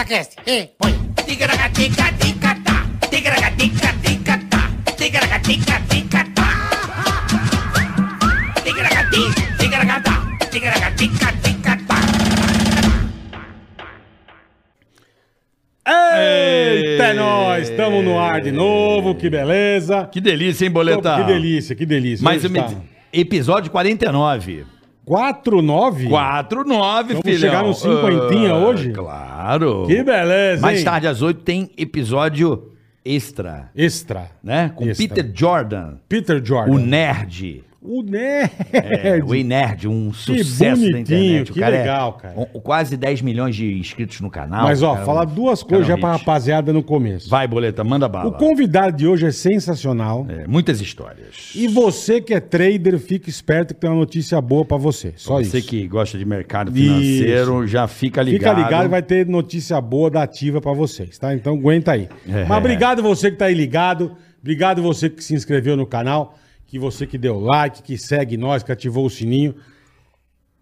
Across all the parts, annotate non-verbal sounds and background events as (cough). Aquece. E põe. Eita, é nóis! Estamos no ar de novo, que beleza! Que delícia, hein, Boleta? Que delícia, que delícia. Mas Hoje me- tá episódio 49. 4,9? 49, Vamos filhão. chegar no cinquentinha Ah, hoje? Claro. Que beleza, Mais hein? tarde, às 8, tem episódio extra, Extra. né? Com Extra. Peter Jordan, Peter Jordan. o nerd. O Né? nerd. É, o Ei Nerd, um sucesso da bonitinho, internet. O que é- legal, cara. um- quase 10 milhões de inscritos no canal. (laughs) Mas, ó, Cara, falar um- duas cara, coisas um já pra hit. rapaziada no começo. Vai, Boleta, manda bala. O convidado de hoje é sensacional. É, muitas histórias. E você que é trader, fica esperto que tem uma notícia boa pra você. Só Você isso. que gosta de mercado financeiro, já fica ligado. Fica ligado, vai ter notícia boa da ativa pra vocês, tá? Então aguenta aí. É. Mas obrigado você que tá aí ligado, obrigado você que se inscreveu no canal, que você que deu like, que segue nós, que ativou o sininho.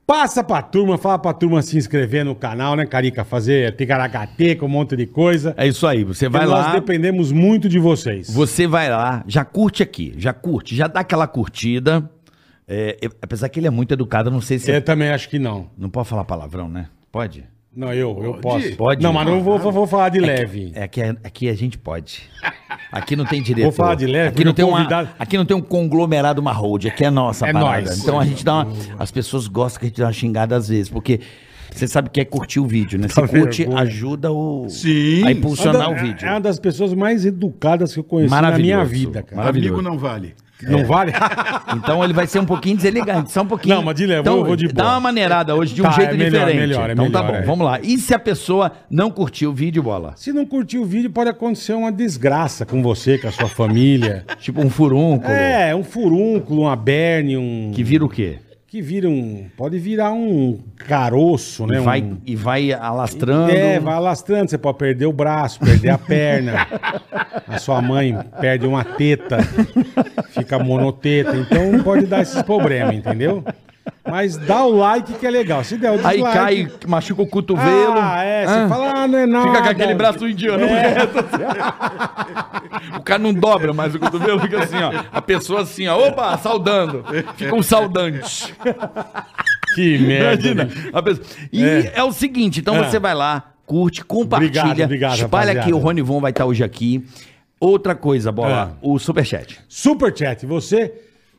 Passa pra turma, fala pra turma se inscrever no canal, né, Carica? Fazer picaracate com um monte de coisa. É isso aí, você vai Porque lá, Nós dependemos muito de vocês. você vai lá, já curte aqui, já curte, já dá aquela curtida. É, eu- apesar que ele é muito educado, eu não sei se... Eu também acho que não. Não pode falar palavrão, né? Pode? Não, eu, eu posso. Pode. Não, mas não vou, vou- vou falar de leve. É que aqui a gente pode. Aqui não tem direito. Vou falar de leve, aqui não, porque tem uma- convidado- aqui não tem um conglomerado, uma hold. Aqui é nossa É parada. nóis. Então a gente dá uma, As pessoas gostam que a gente dá uma xingada às vezes, porque você sabe que é curtir o vídeo, né? Você Tá curte, vergonha. ajuda o... Sim. A impulsionar Uma da- o vídeo. É uma das pessoas mais educadas que eu conheci na Maravilhoso. minha vida, cara. Maravilhoso. Amigo não vale. Não vale? Então ele vai ser um pouquinho deselegante, só um pouquinho. Não, mas de leve, então, eu vou de boa. Dá uma maneirada hoje de um Tá, jeito é melhor, diferente. é melhor, é então tá melhor, bom, é. vamos lá. E se a pessoa não curtiu o vídeo, bola? (laughs) Se não curtir o vídeo, pode acontecer uma desgraça com você, com a sua (laughs) família. Tipo um furúnculo É, um furúnculo, uma berne, um. que vira o quê? Que vira um. Pode virar um caroço, né? E vai, Um- e vai alastrando. É, vai alastrando, você pode perder o braço, perder (laughs) a perna. A sua mãe perde uma teta, fica monoteta. Então pode dar esses problemas, entendeu? Mas dá o like que é legal. Se der o Aí dislike- cai, machuca o cotovelo. Ah, é, você fala, ah, não é nada. É. Fica com aquele braço indiano. reto, assim. (laughs) o cara não dobra, mas o cotovelo fica assim, ó. A pessoa assim, ó. Opa, saudando. Fica um saudante. (laughs) Que é merda. Imagina. a pessoa- E é. o seguinte, então É. você vai lá, curte, compartilha, Obrigado, obrigado, espalha rapaziada. Ah. que o Rony Von vai estar hoje aqui. Outra coisa, bola, o superchat. Superchat, você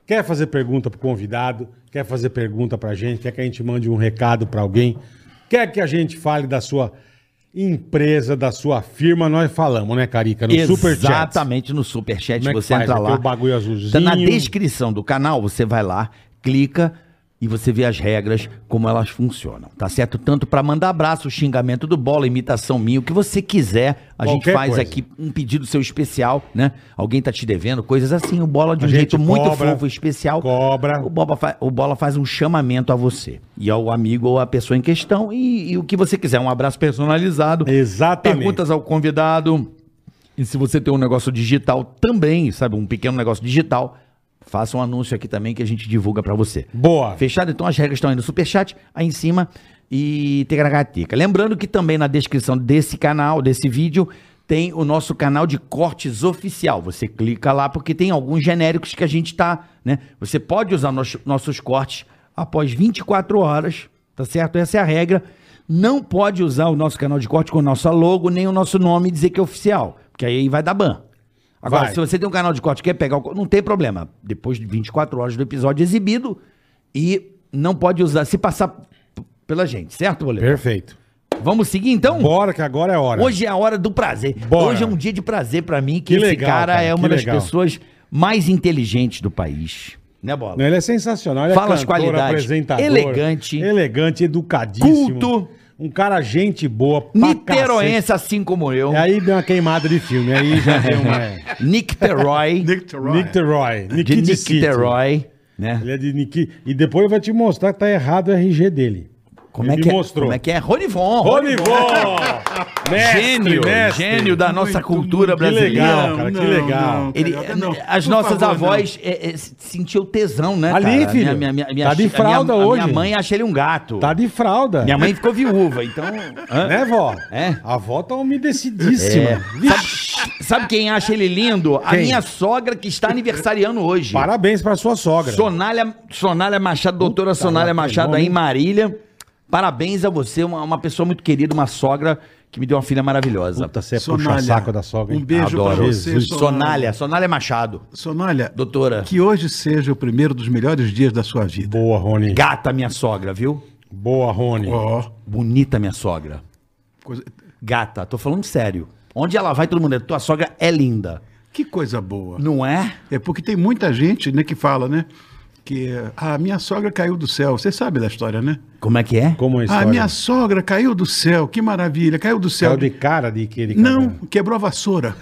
quer fazer pergunta pro convidado, quer fazer pergunta pra gente, quer que a gente mande um recado pra alguém, quer que a gente fale da sua empresa, da sua firma, nós falamos, né, Carica? No Superchat. Exatamente no superchat Como é que você faz? entra Tem lá. o bagulho azulzinho. Tá na descrição do canal, você vai lá, clica e você vê as regras, como elas funcionam, tá certo? Tanto pra mandar abraço, xingamento do bola, imitação minha, o que você quiser, a gente Qualquer faz coisa. aqui um pedido seu especial, né? Alguém tá te devendo, coisas assim, o bola de A um gente jeito muito cobra, fofo, especial. cobra. O bola, fa- o bola faz um chamamento a você e ao amigo ou à pessoa em questão e, e o que você quiser, um abraço personalizado. Exatamente. Perguntas ao convidado. E se você tem um negócio digital também, sabe, um pequeno negócio digital, faça um anúncio aqui também que a gente divulga pra você. Boa. Fechado? Então as regras estão aí no superchat, aí em cima e Tegragatica. Lembrando que também na descrição desse canal, desse vídeo, tem o nosso canal de cortes oficial. Você clica lá porque tem alguns genéricos que a gente tá, né? Você pode usar nos- nossos cortes após 24 horas, tá certo? Essa é a regra. Não pode usar o nosso canal de corte com o nosso logo, nem o nosso nome e dizer que é oficial, porque aí vai dar ban. Agora, Vai. se você tem um canal de corte e quer pegar o. co- Não tem problema. Depois de 24 horas do episódio exibido, e não pode usar, se passar p- pela gente, certo, Boleto? Perfeito. Vamos seguir então? Bora que agora é hora. Hoje é a hora do prazer. Bora. Hoje é um dia de prazer pra mim, que, Que esse legal, cara, cara, é que uma das legal. pessoas mais inteligentes do país. Né, Bola? Não, ele é sensacional. Ele Fala é as qualidades. apresentador. Elegante. Elegante, educadíssimo. Culto. Um cara gente boa pra Niteroense, assim como eu. cacete. Aí deu uma queimada de filme. Aí já deu uma... é. Nick (laughs) Teroy. Nick Terroir. Niterói. de Nikid Nick City. Teroy. Né? Ele é de Niki. E depois vai te mostrar que tá errado o RG dele. Como é Ele que é? mostrou. Como é que é? Ronivon. Ronivon! Mestre, Gênio, mestre. gênio da nossa cultura que brasileira. legal, cara, que legal. Ele- eh, Carioca, não. As Por nossas favor, avós é, é, se- sentiu tesão, né? Ali, cara? filho. Minha, minha, minha, Tá de a minha- fralda a minha, hoje. mãe acha ele um gato. Tá de fralda. Minha mãe ficou viúva, (laughs) então. Hã? Né, vó? É. A vó tá umedecidíssima. É. Sabe, sabe quem acha ele lindo? A Quem? minha sogra que está aniversariando hoje. Parabéns pra sua sogra. Sonália, Sonália Machado, doutora Puta, Sonália lá, Machado que aí nome. em Marília. Parabéns a você, uma, uma pessoa muito querida, uma sogra que me deu uma filha maravilhosa. Puta, você é Sonália, puxa-saco da sogra. hein? um beijo pra Adoro. você, Jesus. sogra. Sonália, Sonália Machado. Sonália, Doutora. que hoje seja o primeiro dos melhores dias da sua vida. Boa, Rony. Gata minha sogra, viu? Boa, Rony. Ó. Bonita minha sogra. coisa- Gata, tô falando sério. Onde ela vai, todo mundo. é, Tua sogra é linda. Que coisa boa. Não é? É porque tem muita gente né, que fala, né? Que a minha sogra caiu do céu. Você sabe da história, né? Como é que é? Como é a A história? Ah, minha sogra caiu do céu. Que maravilha, caiu do céu. Caiu de cara de que ele Não, né? quebrou (laughs) a vassoura.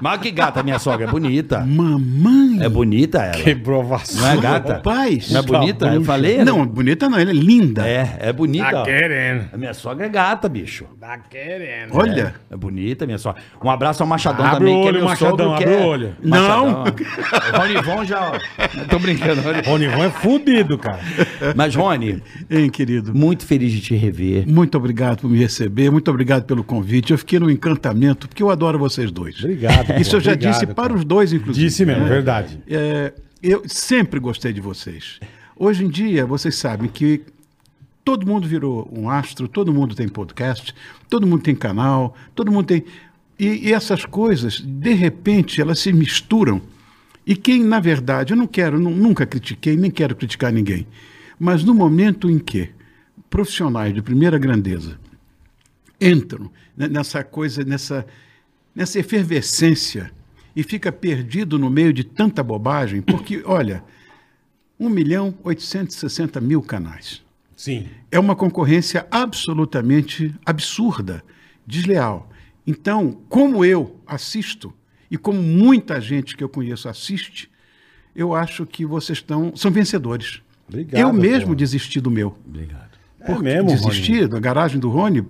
Mas que gata minha sogra, é (laughs) bonita. Mamãe. É bonita ela. Quebrou a Não é vassoura. gata? Rapaz. Não é bonita? Eu falei? Não, bonita não, ela é linda. É, é bonita. Tá querendo. A minha sogra é gata, bicho. Tá querendo. Olha. É bonita, minha sogra. Um abraço ao Machadão Abre também, o que é olho, meu Machadão, sogro, que abre é- o olho. Machadão. (laughs) O Rony Von já... ó, Tô brincando. Rony. Rony Von é fudido, cara. Mas, Rony, Hein, querido? muito feliz de te rever. Muito obrigado por me receber, muito obrigado pelo convite. Eu fiquei num encantamento, porque eu adoro vocês dois. Obrigado. Isso pô, eu já obrigado, disse cara. para os dois, inclusive. Disse mesmo, né? verdade. É, eu sempre gostei de vocês. Hoje em dia, vocês sabem que todo mundo virou um astro, todo mundo tem podcast, todo mundo tem canal, todo mundo tem. E, e essas coisas, de repente, elas se misturam. E quem, na verdade, eu não quero, nu- nunca critiquei, nem quero criticar ninguém. Mas no momento em que profissionais de primeira grandeza entram né, nessa coisa, nessa, nessa efervescência e fica perdido no meio de tanta bobagem, porque, olha, 1 milhão 860 mil canais. Sim. É uma concorrência absolutamente absurda, desleal. Então, como eu assisto e como muita gente que eu conheço assiste, eu acho que vocês estão são vencedores. Obrigado, eu mesmo pô. desisti do meu É, Por mesmo, Rony. desistir da garagem do Rony,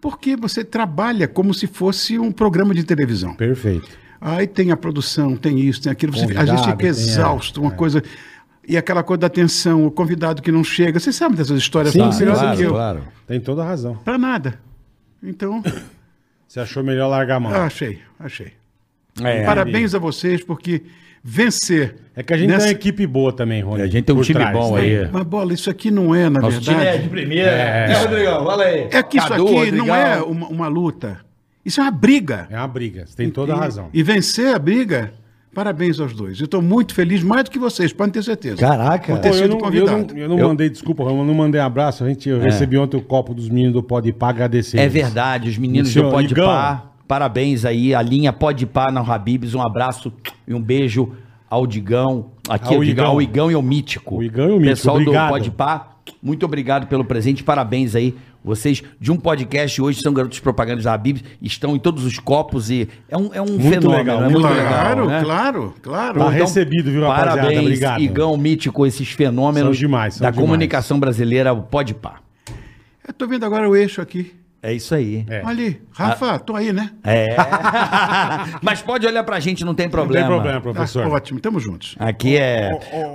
porque você trabalha como se fosse um programa de televisão. Perfeito. Aí tem a produção, tem isso, tem aquilo. Você, a Convidado, né? É. gente fica tem a- exausto, uma coisa. E aquela coisa da atenção, o convidado que não chega. Você sabe dessas histórias Sim, tá? sim, melhor claro, do que eu. claro. Tem toda a razão. Pra nada. (coughs) Então, ah, Você achou melhor largar a mão. achei, achei. É. Parabéns a vocês, porque vencer. É que a gente nessa- tem uma equipe boa também, Rony. A gente tem um por time trás, bom né? aí. Mas bola, isso aqui não é, na verdade. primeira. É. Rodrigão? Fala aí. É que isso Cadu, aqui Rodrigão. não é uma, uma luta. Isso é uma briga. É uma briga. Você tem toda a E- razão. E vencer a briga, parabéns aos dois. Eu estou muito feliz, mais do que vocês, podem ter certeza. Caraca. Por ter Pô, eu, sido não, eu, convidado. não, eu não mandei desculpa, Ramon, eu não mandei abraço. A gente, eu recebi ontem o copo dos meninos do Pode Pá, agradecer. É eles. verdade, os meninos Senhor do Pode Igão. Pá. Parabéns aí, a linha Pode Pá na Habibs. Um abraço e um beijo ao Digão. Aqui Ao ao Digão, Igão. ao Igão e ao Mítico. O Igão e o Mítico, Pessoal obrigado. do Pode Pá, muito obrigado pelo presente. Parabéns aí. Vocês, de um podcast hoje, são garotos propagandas da Habibs, estão em todos os copos e é um, é um fenômeno. legal, é muito muito legal, claro, né? Então, claro, claro, Tá recebido, viu, rapaziada? Parabéns, Obrigado. Igão, Mítico, esses fenômenos São demais, são da demais. comunicação brasileira, o Pode Pá. Eu É, tô vendo agora o eixo aqui. É isso aí. É. Olha Ali, Rafa, tô aí, né? É. (laughs) Mas pode olhar pra gente, não tem Não tem problema. problema, Tá professor. ótimo, estamos juntos. Aqui é.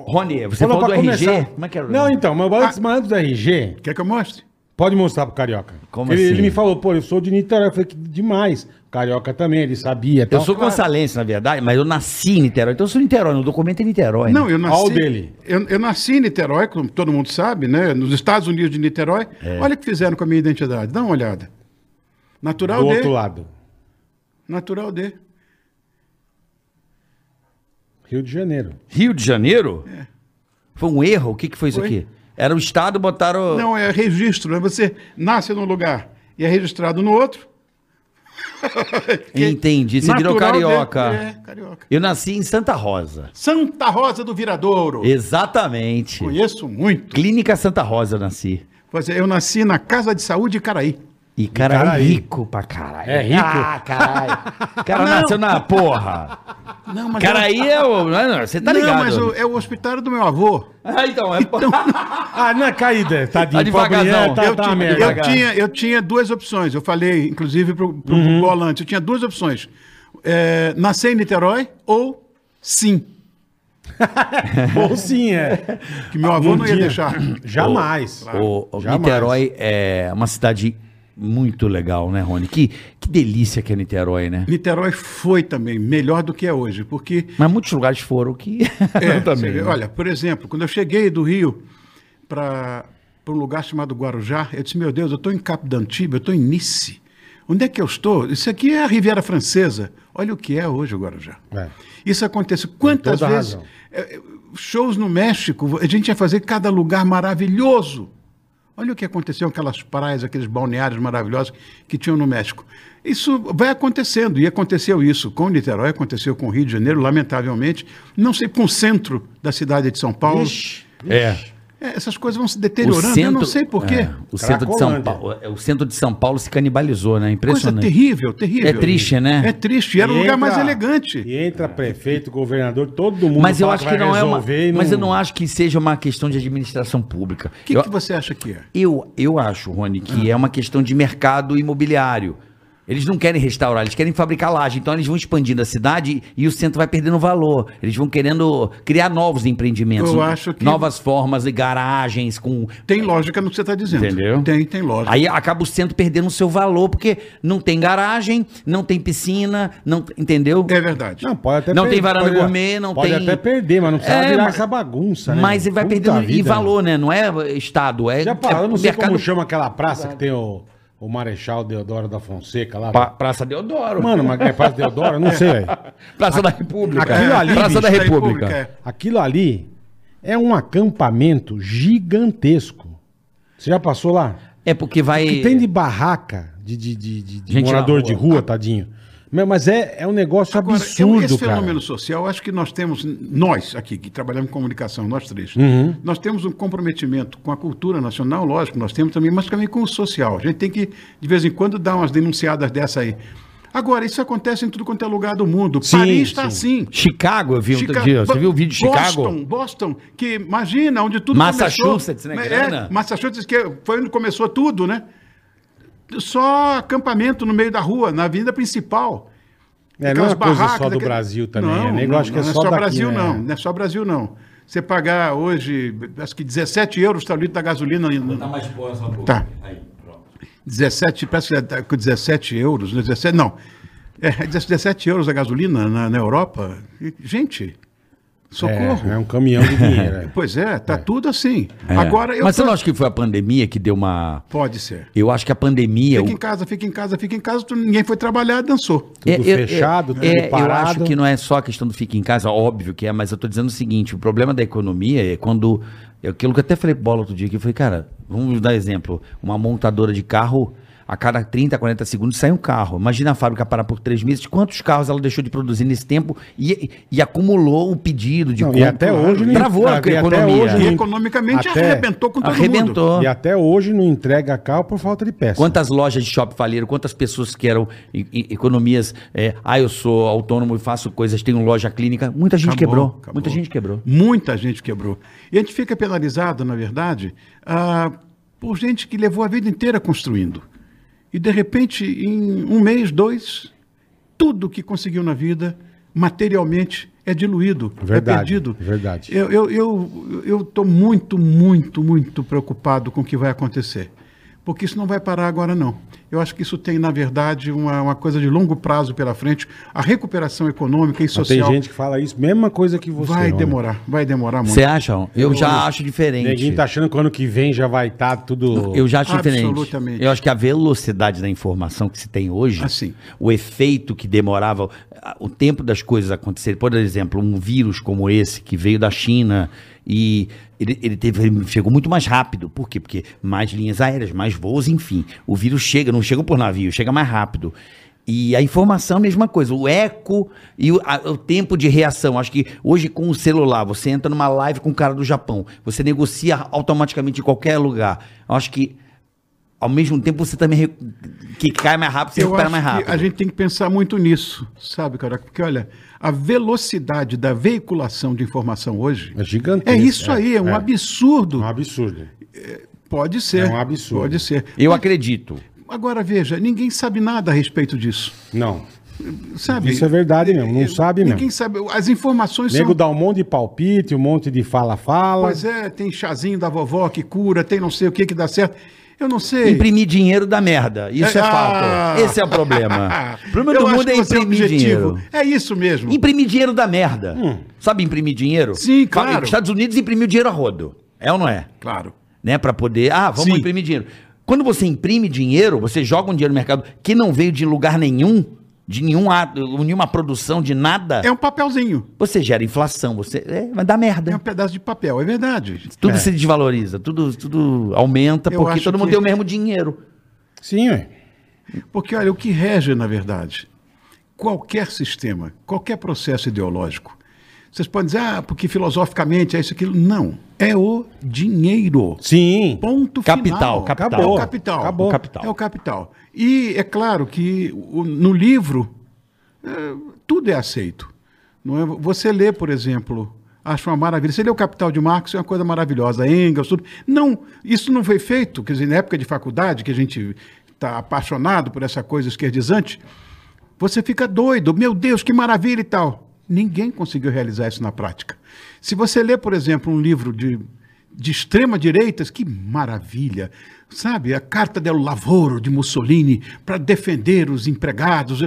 Rony, você Falou falou do pra RG? começar. Como é que era? o Não, nome? então, Ah. mas antes, mas antes do RG, Quer que eu mostre? pode mostrar pro Carioca. Como ele, assim? ele me falou, pô, eu sou de Niterói. Eu falei, que demais. Carioca também, ele sabia. Eu sou gonçalense, na verdade, mas eu nasci em Niterói. Então eu sou Niterói, no documento é Niterói. né? Não, eu nasci. Olha o dele. Eu, eu nasci em Niterói, como todo mundo sabe, né? Nos Estados Unidos de Niterói. É. Olha o que fizeram com a minha identidade. Dá uma olhada. Natural do de. outro lado. Natural de. Rio de Janeiro. Rio de Janeiro? Foi um erro? O que, que foi isso Foi. aqui? Era o Estado, botaram. Não, é registro. né? Você nasce num lugar e é registrado no outro. (laughs) Entendi, você virou Natural de- carioca. É, carioca. Eu nasci em Santa Rosa. Santa Rosa do Viradouro. Exatamente. Conheço muito. Clínica Santa Rosa eu nasci. Pois é, Eu nasci na Casa de Saúde Caraí. E cara, é Icaraí. rico pra caralho. É rico? Ah, caralho. O cara nasceu na porra. Não, mas Cara, aí é o. não, não, Você tá não, ligado? mas o- é o hospital do meu avô. (laughs) Ah, então, é. Ah, não, caída, tadinho. Tá devagarzão. pobrinho, Tá, eu, tá ti- uma merda. eu tinha, eu tinha duas opções. Eu falei, inclusive, pro, pro Uhum. Bola antes. Eu tinha duas opções. É, nascer em Niterói ou sim. Ou sim, (laughs) é. Que meu avô não ia tinha. deixar. (clears throat) Jamais. (laughs) O, o Jamais. Niterói é uma cidade muito legal, né, Rony? Que, que delícia que é Niterói, né? Niterói foi também melhor do que é hoje, porque Mas muitos lugares foram que. (laughs) É, também. né? você vê, olha, por exemplo, quando eu cheguei do Rio para um lugar chamado Guarujá, eu disse, meu Deus, eu estou em Cap d'Antiba, eu estou em Nice. Onde é que eu estou? Isso aqui é a Riviera Francesa. Olha o que é hoje o Guarujá. É. Isso aconteceu. Quantas toda a vezes... razão. é, é, Shows no México, a gente ia fazer cada lugar maravilhoso. Olha o que aconteceu, aquelas praias, aqueles balneários maravilhosos que tinham no México. Isso vai acontecendo, e aconteceu isso com Niterói, aconteceu com o Rio de Janeiro, lamentavelmente, não sei, com o centro da cidade de São Paulo. Ixi, É. É, essas coisas vão se O deteriorando, eu não sei porquê. é, o, centro de São Cracolândia. Paulo, é, o centro de São Paulo se canibalizou, né? Coisa Impressionante. terrível, terrível. É triste, né? É triste, e era o E lugar mais entra- elegante. E entra prefeito, governador, todo mundo. Mas eu fala acho que não vai é uma. resolver e Mas eu não acho que seja uma questão de administração pública. O que, eu, que você acha que é? eu, eu acho, Rony, Ah. que é uma questão de mercado imobiliário. Eles não querem restaurar, eles querem fabricar laje. Então eles vão expandindo a cidade e o centro vai perdendo valor. Eles vão querendo criar novos empreendimentos, Eu acho que- novas formas e garagens com Tem lógica no que você está dizendo. Entendeu? Tem, tem lógica. Aí acaba o centro perdendo o seu valor, porque não tem garagem, não tem piscina, não entendeu? É verdade. Não, pode até Não per- tem varanda pode- gourmet, não pode tem- até perder, mas não precisa É, virar mas- essa bagunça, né? Mas ele vai Puta perdendo e vida. valor, né? Não é Estado, é, Já parou, é eu não sei como chama aquela praça que tem o, o Marechal Deodoro da Fonseca lá. Pa- Praça Deodoro. Mano, mas é Praça Deodoro? Eu Não sei, velho. (laughs) Praça da República. aquilo ali, Praça bicho, da É, da República. República, é. Aquilo ali é um acampamento gigantesco. Você já passou lá? É porque vai. que tem de barraca de, de- de- de- de Gente na morador de rua. rua, tadinho. Meu, Mas é, é um negócio Agora, eu- absurdo, esse cara. fenômeno social, acho que nós temos, nós aqui que trabalhamos em comunicação, nós três, Uhum. nós temos um comprometimento com a cultura nacional, lógico, nós temos também, mas também com o social. A gente tem que, de vez em quando, dar umas denunciadas dessa aí. Agora, isso acontece em tudo quanto é lugar do mundo. Sim, Paris está assim. Chicago, eu vi um outro Chica- dia. Você viu o vídeo de Chicago? Boston, Boston, que imagina onde tudo Massachusetts, começou. né, É, grana? Massachusetts, que foi onde começou tudo, né? Só acampamento no meio da rua, na avenida principal. É, não é Aquelas uma coisa barracas só do daquele- Brasil também. Não, é negócio não, acho que é não só, é só daqui, Brasil, né? não. Não é só Brasil, não. Você pagar hoje, acho que 17 euros está o litro da gasolina. Tá mais boa essa Tá. 17, parece que é tá com 17 euros, né? 17, não. É, 17 euros a gasolina na, na Europa. E, Gente, socorro. É, é um caminhão de dinheiro. é. Pois é, tá tudo assim. É. Agora eu Mas você tô- não acha que foi a pandemia que deu uma. Pode ser. Eu acho que a pandemia. Fica o- em casa, fica em casa, fica em casa, tu- ninguém foi trabalhar, dançou. Tudo fechado, tudo Eu parado. acho que não é só a questão do fica em casa, óbvio que é, mas eu tô dizendo o seguinte: o problema da economia é quando. é Aquilo que eu até falei pro bola outro dia, que eu falei, cara, vamos dar exemplo. Uma montadora de carro, a cada 30, 40 segundos sai um carro. Imagina a fábrica parar por três meses, quantos carros ela deixou de produzir nesse tempo e, e acumulou o pedido de Não, e compra. até hoje não- Travou a e até economia. hoje E Hum. economicamente Até- arrebentou com todo mundo. Arrebentou. E até hoje não entrega carro por falta de peça. Quantas lojas de shopping faliram? Quantas pessoas que eram e- e- economias? é, ah, eu sou autônomo e faço coisas, tenho loja clínica. Muita gente Acabou, quebrou. acabou. Muita gente quebrou. Muita gente quebrou. E a gente fica penalizado, na verdade, ah, por gente que levou a vida inteira construindo. E, de repente, em um mês, dois, tudo que conseguiu na vida, materialmente, é diluído, é Verdade, perdido. verdade. Eu estou eu, eu tô muito, muito, muito preocupado com o que vai acontecer. Porque isso não vai parar agora, não. Eu acho que isso tem, na verdade, uma, uma coisa de longo prazo pela frente. A recuperação econômica e Mas social Tem gente que fala isso, mesma coisa que você. Vai homem. demorar, vai demorar muito. Você acha? Eu, já acho Ninguém diferente. tá achando que o ano que vem já vai estar tudo. Eu já acho diferente. Absolutamente. Eu acho que a velocidade da informação que se tem hoje, Assim. o efeito que demorava, a- o tempo das coisas acontecerem. Por exemplo, um vírus como esse que veio da China e ele, ele teve- ele chegou muito mais rápido. Por quê? Porque mais linhas aéreas, mais voos, enfim. O vírus chega, não chega por navio, chega mais rápido. E a informação, a mesma coisa. O eco e o, a- o tempo de reação. Acho que hoje, com o celular, você entra numa live com o cara do Japão, você negocia automaticamente em qualquer lugar. Eu acho que ao mesmo tempo você também re- que cai mais rápido, você Eu recupera acho mais rápido. que a gente tem que pensar muito nisso, sabe, Caraca? Porque, olha, a velocidade da veiculação de informação hoje É gigantesco. é isso aí, é um é. absurdo. É um absurdo. Pode ser. É um absurdo. Pode ser. Eu acredito. Agora, veja, ninguém sabe nada a respeito disso, Não. sabe? Isso é verdade mesmo, não Eu- sabe mesmo. Ninguém sabe, as informações O nego são... dá um monte de palpite, um monte de fala-fala. é Pois é, tem chazinho da vovó que cura, tem não sei o que que dá certo. Eu não sei. Imprimir dinheiro dá merda. Isso é Ah! falta. Esse é o problema. (laughs) O problema Eu do acho mundo é que você imprimir objetivo. dinheiro. É isso mesmo. Imprimir dinheiro dá merda. Sabe imprimir dinheiro? Sim, Fala- claro. Estados Unidos imprimiu dinheiro a rodo. É ou não é? Claro. né? Para poder. Ah, vamos Sim. imprimir dinheiro. Quando você imprime dinheiro, você joga um dinheiro no mercado que não veio de lugar nenhum, de nenhum ato, nenhuma produção, de nada. É um papelzinho. Você gera inflação, você. É, vai dar É um merda. pedaço de papel, é verdade. Tudo se desvaloriza, tudo, tudo aumenta, Eu porque acho todo mundo que- tem o mesmo dinheiro. Sim, ué. Porque, olha, o que rege, na verdade, qualquer sistema, qualquer processo ideológico, vocês podem dizer, ah, porque filosoficamente é isso, aquilo. Não. É o dinheiro. Sim. Ponto Capital, final. capital. É o capital. Acabou. O capital. É o capital. E é claro que o- no livro é, tudo é aceito. Não é? Você lê, por exemplo, acho uma maravilha. Você lê o Capital de Marx, é uma coisa maravilhosa. Engels, tudo. Não, isso não foi feito, quer dizer, na época de faculdade, que a gente está apaixonado por essa coisa esquerdizante, você fica doido, meu Deus, que maravilha e tal. Ninguém conseguiu realizar isso na prática. Se você lê, por exemplo, um livro de, de extrema-direita, que maravilha, sabe? A Carta del Lavoro de Mussolini para defender os empregados.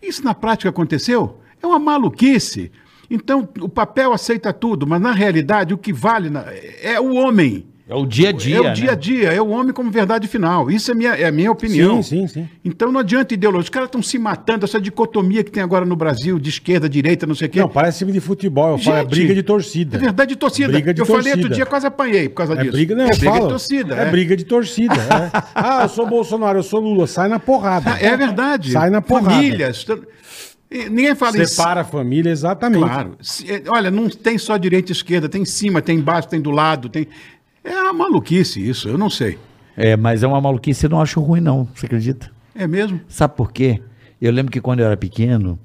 Isso na prática aconteceu? É uma maluquice. Então, o papel aceita tudo, mas na realidade o que vale na- é o homem. É o dia a dia. né? é o dia a dia, é o homem como verdade final. Isso é, minha, é a minha opinião. Sim, sim, sim. Então não adianta ideologia. Os caras estão se matando, essa dicotomia que tem agora no Brasil, de esquerda, direita, não sei o quê. Não, parece time de futebol. Eu falo, é Gente, briga de torcida. É verdade, de torcida. Briga de eu falei outro torcida. dia, quase apanhei por causa É disso. briga, não, é eu briga falo, de torcida. É, briga de torcida. (laughs) é. Ah, eu sou Bolsonaro, eu sou Lula. Sai na porrada. É verdade. Sai na porrada. Famílias. t- e Ninguém fala isso. Separa a família, exatamente. Claro. Se- é, Olha, não tem só direita e esquerda, tem em cima, tem embaixo, tem do lado, tem. É uma maluquice isso, eu não sei. É, mas é uma maluquice, eu não acho ruim, não. Você acredita? É mesmo? Sabe por quê? Eu lembro que quando eu era pequeno,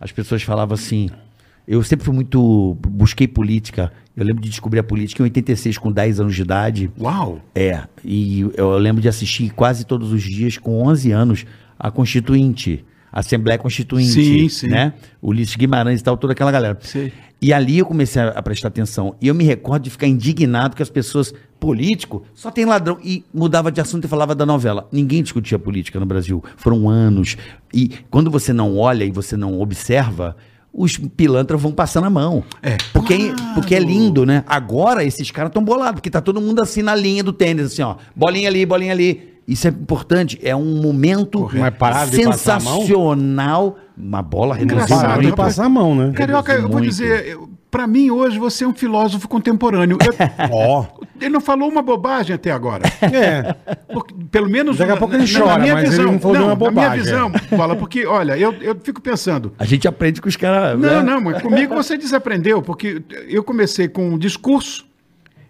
as pessoas falavam assim. Eu sempre fui muito. Busquei política. Eu lembro de descobrir a política em 86, com 10 anos de idade. Uau! É, e eu lembro de assistir quase todos os dias, com 11 anos, a Constituinte, a Assembleia Constituinte, Sim, sim. né? Ulisses Guimarães e tal, toda aquela galera. Sei. E ali eu comecei a, a prestar atenção. E eu me recordo de ficar indignado que as pessoas, político, só tem ladrão. E mudava de assunto e falava da novela. Ninguém discutia política no Brasil. Foram anos. E quando você não olha e você não observa, os pilantras vão passando a mão. É, Porque, claro. porque é lindo, né? Agora esses caras estão bolados, porque tá todo mundo assim na linha do tênis, assim, ó. Bolinha ali, bolinha ali. Isso é importante, é um momento Mas pararam de passar a mão? sensacional. Uma bola reduziu Engraçado, Pararam de Exato. passar a mão, né? Carioca, eu vou muito. dizer, para mim hoje você é um filósofo contemporâneo. Eu- (laughs) Ó. (laughs) ele não falou uma bobagem até agora. É. Porque, pelo menos Daqui a na- pouco ele na- chora, na minha mas ele visão, não falou nenhuma Na bobagem. é. minha visão, fala, porque olha, eu, eu fico pensando. A gente aprende com os caras. Não, né? não, mas comigo você desaprendeu, porque eu comecei com um discurso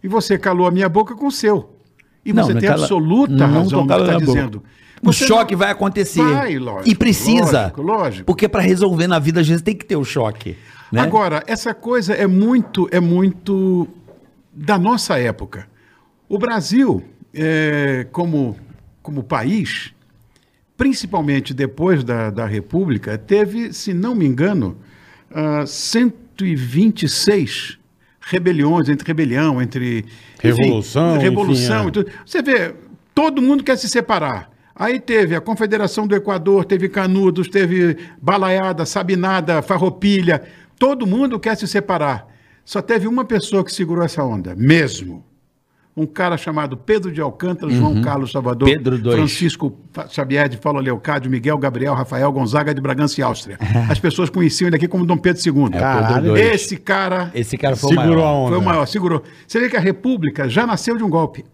e você calou a minha boca com o seu. E Não, você não tem cala- absoluta não razão tô no que calando está a boca. dizendo. O Você choque não- vai acontecer. Vai, lógico, e precisa. lógico, lógico. Porque para resolver na vida, às vezes, tem que ter o choque. Né? Agora, essa coisa é muito, é muito da nossa época. O Brasil, é, como, como país, principalmente depois da, da República, teve, se não me engano, ah, 126 rebeliões, entre rebelião, entre... enfim, Revolução, revolução enfim, é. e tudo. Você vê, todo mundo quer se separar. Aí teve a Confederação do Equador, teve Canudos, teve Balaiada, Sabinada, Farroupilha. Todo mundo quer se separar. Só teve uma pessoa que segurou essa onda, mesmo. Um cara chamado Pedro de Alcântara, João Carlos Salvador, Uhum. Pedro dois. Francisco Fa- Xavier de Paulo Leocádio, Miguel Gabriel, Rafael Gonzaga de Bragança (laughs) e Áustria. As pessoas conheciam ele aqui como Dom Pedro II. Caralho. É dois. Esse cara Esse cara foi o Segurou a maior. onda. foi o maior, segurou. Você vê que a República já nasceu de um golpe.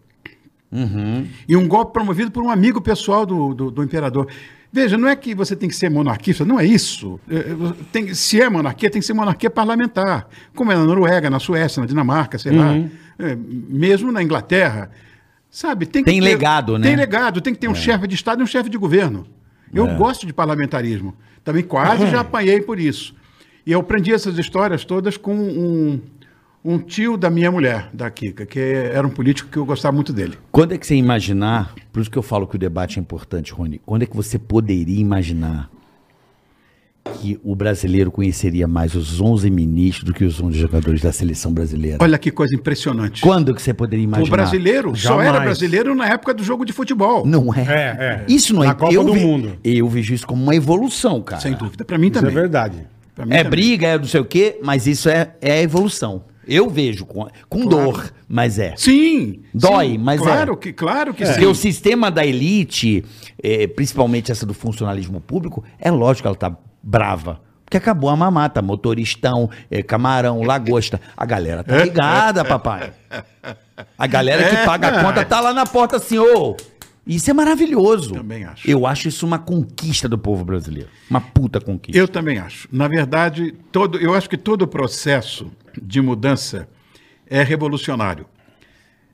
E um golpe promovido por um amigo pessoal do, do, do imperador. Veja, não é que você tem que ser monarquista, não é isso. É, é, tem- se é monarquia, tem que ser monarquia parlamentar, Uhum. como é na Noruega, na Suécia, na Dinamarca, sei lá, é, mesmo na Inglaterra. Sabe, tem Tem legado, né? Tem legado, tem que ter um chefe de Estado e um chefe de governo. Eu É. gosto de parlamentarismo. Também (laughs) quase já apanhei por isso. E eu aprendi essas histórias todas com um, um tio da minha mulher, da Kika, que era um político que eu gostava muito dele. Quando é que você imaginar, por isso que eu falo que o debate é importante, Rony, quando é que você poderia imaginar que o brasileiro conheceria mais os 11 ministros do que os 11 jogadores da seleção brasileira? Olha que coisa impressionante. Quando é que você poderia imaginar? o brasileiro só Jamais. era brasileiro na época do jogo de futebol. Não é. É, é. Isso não é. Na Copa eu do Mundo. Eu vejo isso como uma evolução, cara. Sem dúvida. Para mim Isso também. é verdade. Pra mim É também. briga, é não sei o quê, mas isso é, é a evolução. Eu vejo com, com dor, mas é. Sim. Dói, sim, mas é. claro que claro que Porque sim. o sistema da elite, eh, principalmente essa do funcionalismo público, é lógico que ela tá brava. Porque acabou a mamata, motoristão, eh, camarão, lagosta. A galera É. tá ligada, papai. A galera que paga a conta tá lá na porta assim, ô. Isso é maravilhoso. Também acho. Eu acho isso uma conquista do povo brasileiro. Uma puta conquista. Eu também acho. Na verdade, todo, eu acho que todo o processo de mudança é revolucionário.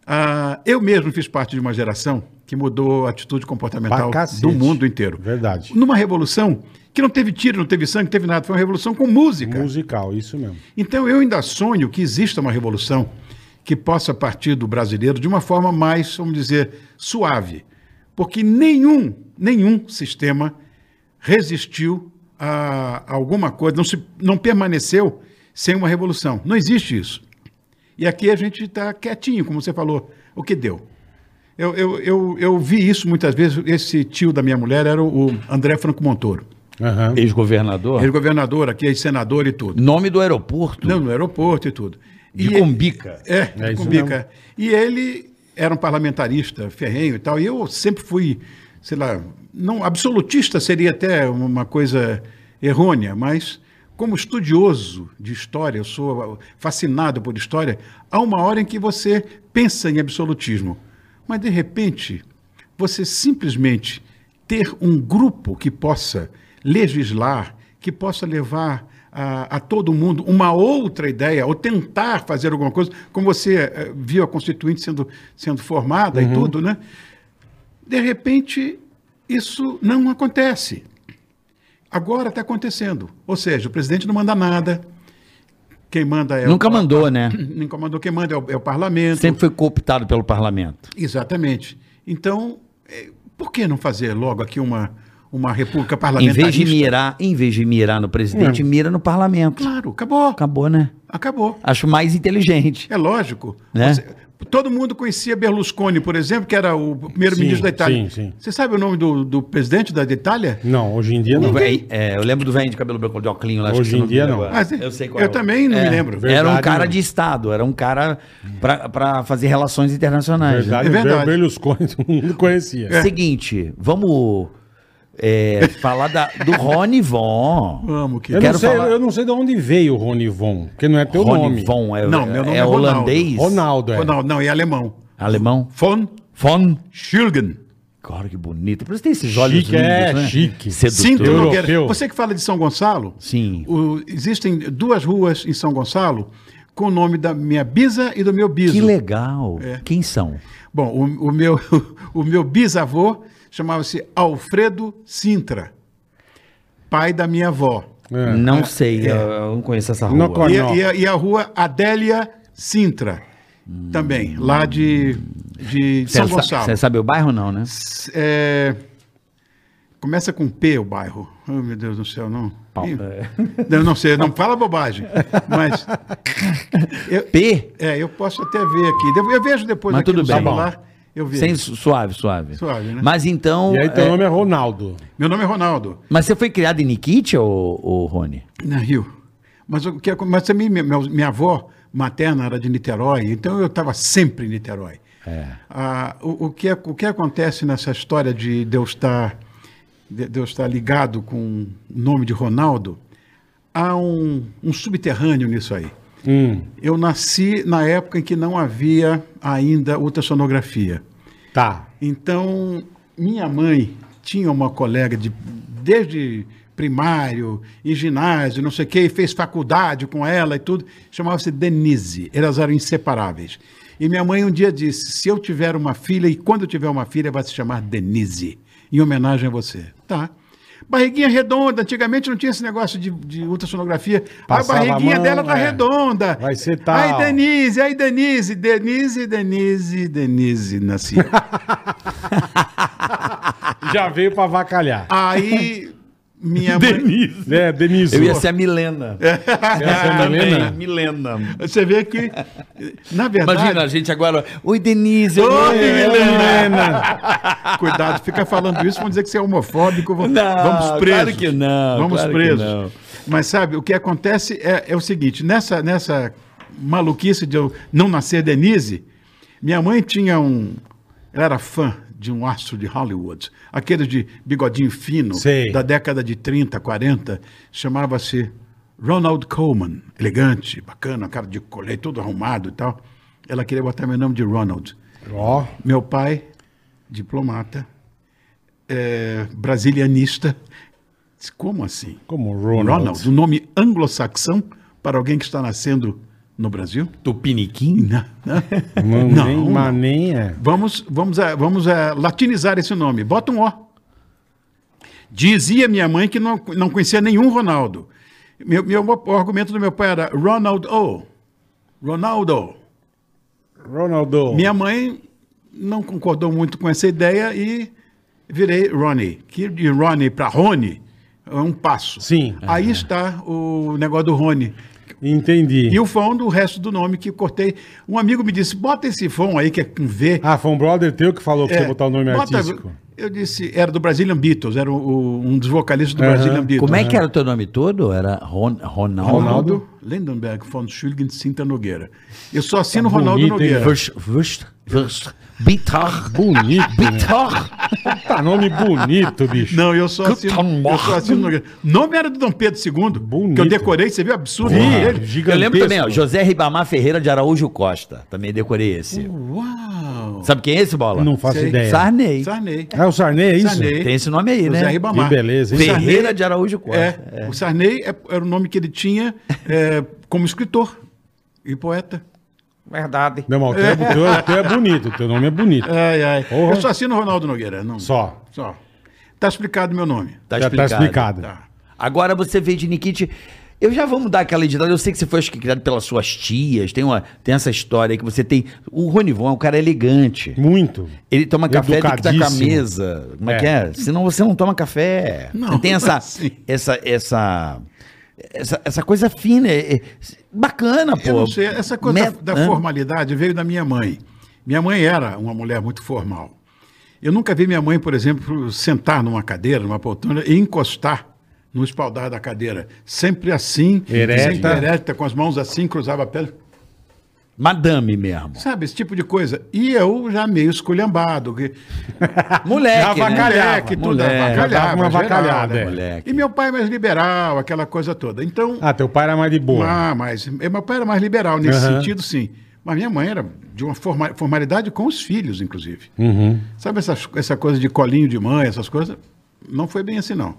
Ah, eu mesmo fiz parte de uma geração que mudou a atitude comportamental Pra cacete. do mundo inteiro. Verdade. Numa revolução que não teve tiro, não teve sangue, não teve nada. Foi uma revolução com música. Musical, isso mesmo. Então eu ainda sonho que exista uma revolução que possa partir do brasileiro de uma forma mais, vamos dizer, suave. Porque nenhum, nenhum sistema resistiu a alguma coisa, não, se, não permaneceu sem uma revolução. Não existe isso. E aqui a gente está quietinho, como você falou, o que deu. Eu, eu, eu, eu vi isso muitas vezes, esse tio da minha mulher era o o André Franco Montoro. Aham. Ex-governador? Ele governador aqui, é senador e tudo. Nome do aeroporto. Não, no aeroporto e tudo. De e Cumbica. É, de É isso Cumbica. E ele era um parlamentarista ferrenho e tal. E eu sempre fui, sei lá, não absolutista seria até uma coisa errônea, mas como estudioso de história, eu sou fascinado por história, há uma hora em que você pensa em absolutismo. Mas de repente, você simplesmente ter um grupo que possa legislar, que possa levar a, a todo mundo uma outra ideia, ou tentar fazer alguma coisa, como você eh, viu a Constituinte sendo, sendo formada Uhum. e tudo, né? De repente, isso não acontece. Agora está acontecendo. Ou seja, o presidente não manda nada. Quem manda é Nunca o, mandou, né? (clears throat) Nunca mandou. Quem manda é o, é o parlamento. Sempre foi cooptado pelo parlamento. Exatamente. Então, eh, por que não fazer logo aqui uma, uma república Em vez de parlamentarista? mirar, em vez de mirar no presidente, mira no parlamento. É. Claro, acabou. Acabou, né? Acabou. Acho mais inteligente. É lógico. Né? Você- todo mundo conhecia Berlusconi, por exemplo, que era o Sim, primeiro-ministro da sim, Itália. sim. Você sabe o nome do, do presidente da da Itália? Não, hoje em dia O não. véi- é, eu lembro do velho de cabelo branco de óculos lá. Hoje esqueci o em nome dia, dele não. agora. Ah, você- eu sei qual eu é o- também não me lembro. Era um Verdade, cara não. de Estado, era um cara pra, pra fazer relações internacionais. né? Verdade, É (laughs) verdade. O Berlusconi todo mundo conhecia. É. Seguinte, vamos é, falar da- (laughs) do Rony Von. Vamos, que Eu, Quero não sei, falar- eu não sei de onde veio o Rony Von, porque não é teu Rony nome. Von é, Não, meu nome é é Ronaldo. holandês? Ronaldo, é. Ronaldo, não, é alemão. Alemão? Von Von? Schilgen. Cara, que bonito. Por isso tem esses olhos né? Chique, é, chique. Cinto Sedutor. Nogueira. Europeu. Você que fala de São Gonçalo? Sim. o- existem duas ruas em São Gonçalo com o nome da minha bisa e do meu biso. Que legal. É. Quem são? Bom, o, o meu, (laughs) o meu bisavô chamava-se Alfredo Sintra, pai da minha avó. É. Não sei, eu, eu não conheço essa rua. Não E, conhe- Não. e a, e a rua Adélia Sintra, também, lá de, de São sa- Gonçalo. Você sabe o bairro ou não, né? É, Começa com P o bairro. Oh, meu Deus do céu, não. Ih, é. Eu não sei, não fala bobagem. (laughs) Mas. Eu, P? É, eu posso até ver aqui. Devo- Eu vejo depois Mas aqui tudo no bem. Tá celular. Eu vejo. Sem, su- suave, suave. Suave, né? Mas então. E aí teu é, nome é Ronaldo. Meu nome é Ronaldo, Mas você foi criado em Nikit, ô, ô Rony? na Rio. Mas, o que acon- mas também minha, meu- minha avó materna era de Niterói, então eu estava sempre em Niterói. É. Ah, o, o que, ac- o que acontece nessa história de Deus estar, de Deus estar ligado com o nome de Ronaldo? Há um, um subterrâneo nisso aí. Hum, Eu nasci na época em que não havia ainda ultrassonografia. tá. Então, minha mãe tinha uma colega de desde primário e ginásio, não sei o quê, e fez faculdade com ela e tudo, chamava-se Denise. Elas eram inseparáveis. E minha mãe um dia disse: se eu tiver uma filha, e quando eu tiver uma filha, vai se chamar Denise, em homenagem a você. Tá. Barriguinha redonda, antigamente não tinha esse negócio de, de ultrassonografia. Passava a barriguinha a mão, dela tá é. redonda. Vai ser tal. Ai, Denise, ai, Denise, Denise, Denise, Denise, nasci. Já veio pra avacalhar. Aí, minha mãe. É, Denise. Eu ia ser a Milena. Essa Também, É. Milena. Milena. Você vê que, na verdade. Imagina a gente agora. Oi, Denise. né? eu- Oi, Milena. Milena. Cuidado, fica falando isso, vão dizer que você é homofóbico. Vamos, Não, vamos presos. claro que não, Vamos claro que presos. não. Mas sabe, o que acontece é, é o seguinte: nessa, nessa maluquice de eu não nascer Denise, minha mãe tinha um. Ela era fã de um astro de Hollywood, aquele de bigodinho fino, Sei. da década de 30, 40, chamava-se Ronald Coleman. Elegante, bacana, cara de colete, todo arrumado e tal. Ela queria botar meu nome de Ronald. Ó. Meu pai, diplomata, é, brasilianista. Disse, Como assim? Como Ronald. Ronald. o nome anglo-saxão para alguém que está nascendo no Brasil? Tupiniquim? Não, não. Não, Não, nem, não. mas nem é. Vamos, vamos, a, vamos a latinizar esse nome. Bota um O. Dizia minha mãe que não, não conhecia nenhum Ronaldo. Meu, meu, o argumento do meu pai era Ronald O. Ronaldo. Ronaldo. Minha mãe não concordou muito com essa ideia e virei Ronnie. Que de Ronnie para Rony é um passo. Sim. É. Aí está o negócio do Rony. Entendi. E o Fon do resto do nome que cortei. Um amigo me disse: bota esse Fon aí, que é com V. Ah, foi um brother teu que falou pra É, você botar o nome bota- artístico. Eu disse, era do Brazilian Beatles, era o- o- um dos vocalistas do Aham. Brazilian Beatles. Como é que era o teu nome todo? Era Ron- Ronaldo? Né? Ronaldo. Ronaldo Lindenberg von Schulgen Sinta Nogueira. Eu só assino Tá Ronaldo bonito, hein, Nogueira. Vust, vust, vust. Bitar. (laughs) Bonito, né? Bitar. Tá nome bonito, bicho. Não, eu só assino. Puta Eu só assino Nogueira. Nome era do Dom Pedro II, Bonito. que eu decorei, você viu o absurdo Ih, dele? gigantesco. Eu lembro também, ó, José Ribamar Ferreira de Araújo Costa. Também decorei esse. Uau! Sabe quem é esse, Bola? Hum. Não faço Sei. ideia. Sarney. Sarney. É o Sarney, é isso? Sarney. Tem esse nome aí, né? José Ribamar. Que beleza, hein? O Sarney- Ferreira de Araújo Costa. É, O Sarney é- era o nome que ele tinha é, como escritor e poeta. Verdade. Não, mas o teu, é- o teu é- o teu é bonito, o teu nome é bonito. Ai, ai. Porra. Eu só assino Ronaldo Nogueira. Não, Só. Só. Tá explicado meu nome. Tá Já explicado. tá explicado. Tá. Agora você veio de Nikit. Eu já vamos dar aquela editada. Eu sei que você foi acho que, criado pelas suas tias. Tem, uma, tem essa história aí que você tem. O Ronivon é um cara elegante. Muito. Ele toma café do que tá com a Educadíssimo. mesa. Como é, É. que é? Senão você não toma café. Não, você tem essa, assim. essa, essa, essa, essa coisa fina. é- é bacana, pô. Eu não sei, essa Me- coisa da, da Hã? formalidade veio da minha mãe. Minha mãe era uma mulher muito formal. Eu nunca vi minha mãe, por exemplo, sentar numa cadeira, numa poltrona e encostar no espaldar da cadeira. Sempre assim, Ereta. sempre ereta, com as mãos assim, cruzava a perna. Madame mesmo. Sabe, esse tipo de coisa. E eu já meio esculhambado. que- Moleque, Já né? avacalhava, Moleque, tudo moleque. avacalhava, Dava uma geral, avacalhada, né, é. moleque. E meu pai mais liberal, aquela coisa toda. Então, Ah, teu pai era mais de boa. Ah, mas eh, meu pai era mais liberal nesse Aham. sentido, sim. Mas minha mãe era de uma forma- formalidade com os filhos, inclusive. Uhum. Sabe essas- essa coisa de colinho de mãe, essas coisas? Não foi bem assim, não.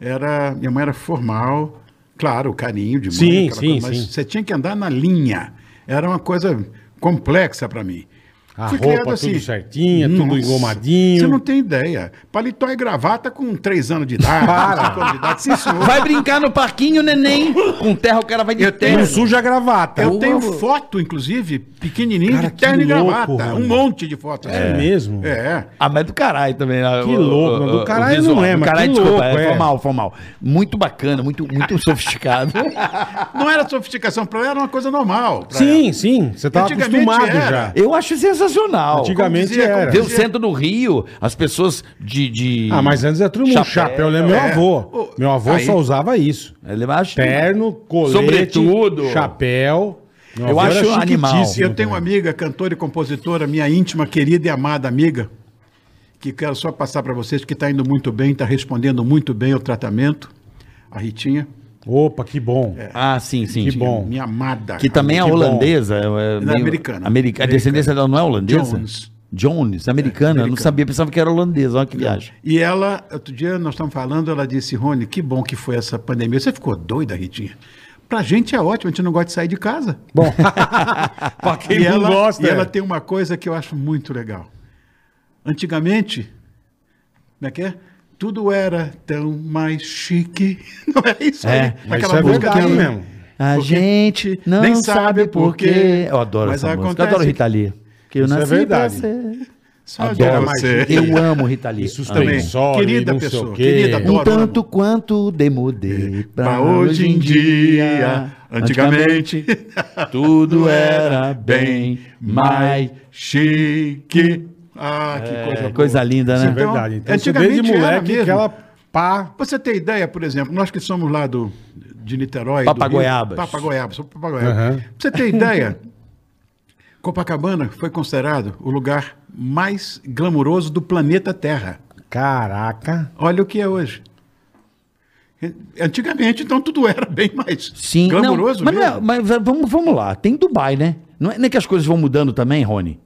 Era, minha mãe era formal, claro, carinho de mãe, Sim, aquela sim, coisa, mas sim. você tinha que andar na linha. Era uma coisa complexa para mim. assim. A roupa tudo certinha, tudo engomadinho. Você não tem ideia. Paletó e gravata com 3 anos de (laughs) idade, Para. 5 anos de idade. Sim, senhor. Vai brincar no parquinho, neném. Com terra o cara vai de Eu tenho- Não terno. suja a gravata. Eu Porra, tenho mano. foto, inclusive, pequenininha Cara, de que terno e louco, gravata. mano. Um monte de fotos. É mesmo? É. Ah, mas do caralho também. né? Que O- louco, o- não, do o- o caralho visual. não é, Do mas caralho, que desculpa, louco, é é. formal, formal. Muito bacana, muito, muito sofisticado. Não era sofisticação pra ela, era uma coisa normal. pra ela. Sim, sim. Você tava Antigamente acostumado era. já. Eu acho sensacional. Antigamente dizia, como era. Ver o dizia- centro do Rio, as pessoas de. de... É. Ah, mas antes era todo mundo Chapéu. chapéu. Eu lembro meu avô. É. O- Meu avô aí- só usava isso. Ele acho... Terno, colete, Sobretudo. chapéu. Meu Eu avô era acho animal. chiquitíssimo, Eu tenho uma cara. amiga, cantora e compositora, minha íntima, querida e amada amiga, que quero só passar pra vocês que está indo muito bem, está respondendo muito bem ao tratamento. A Ritinha, Opa, que bom. É. Ah, sim, sim. Que bom. minha amada. Que também é Que bom. holandesa. É, é Ela é meio- americana. America... A descendência dela não é holandesa? Jones. Jones, americana. Eu Não sabia, pensava que era holandesa. É. Olha que viagem. E ela, outro dia nós estávamos falando, ela disse, Rony, que bom que foi essa pandemia. Você ficou doida, Ritinha? Pra gente é ótimo, a gente não gosta de sair de casa. Bom, pra quem e não ela, gosta. e é. ela tem uma coisa que eu acho muito legal. Antigamente, como é que é? Tudo era tão mais chique. (laughs) Não é isso É, aí? Mas isso é verdade dela. mesmo. A Porque gente não nem sabe sabe por por quê. quê. Eu adoro Mas essa música. Eu acontece adoro que- Rita Lee. Que eu Isso é nasci pra verdade. ser. Só gera Adoro. mais Sim. chique. Eu amo Rita Lee. Isso Amo. também. Sorry, querida não sei o É. pessoa, quê. querida, Um adoro. Um tanto amo. quanto demudei Pra hoje em dia, antigamente, (laughs) tudo era bem mais. chique. Ah, que coisa boa. Coisa linda, né? É verdade. Então, você antigamente desde era moleque mesmo. que ela pá. Você tem ideia, por exemplo, nós que somos lá do, de Niterói. Papagoiabas. do Rio, Papagoiabas, sou Papagoiabas. Aham. Pra Você tem ideia? (laughs) Copacabana foi considerado o lugar mais glamuroso do planeta Terra. Caraca. Olha o que é hoje. Antigamente, então, tudo (laughs) era bem mais Sim, não, glamuroso mas, não é- mesmo. mas v- vamos, vamos lá, tem Dubai, né? Não é, não é que as coisas vão mudando também, Rony?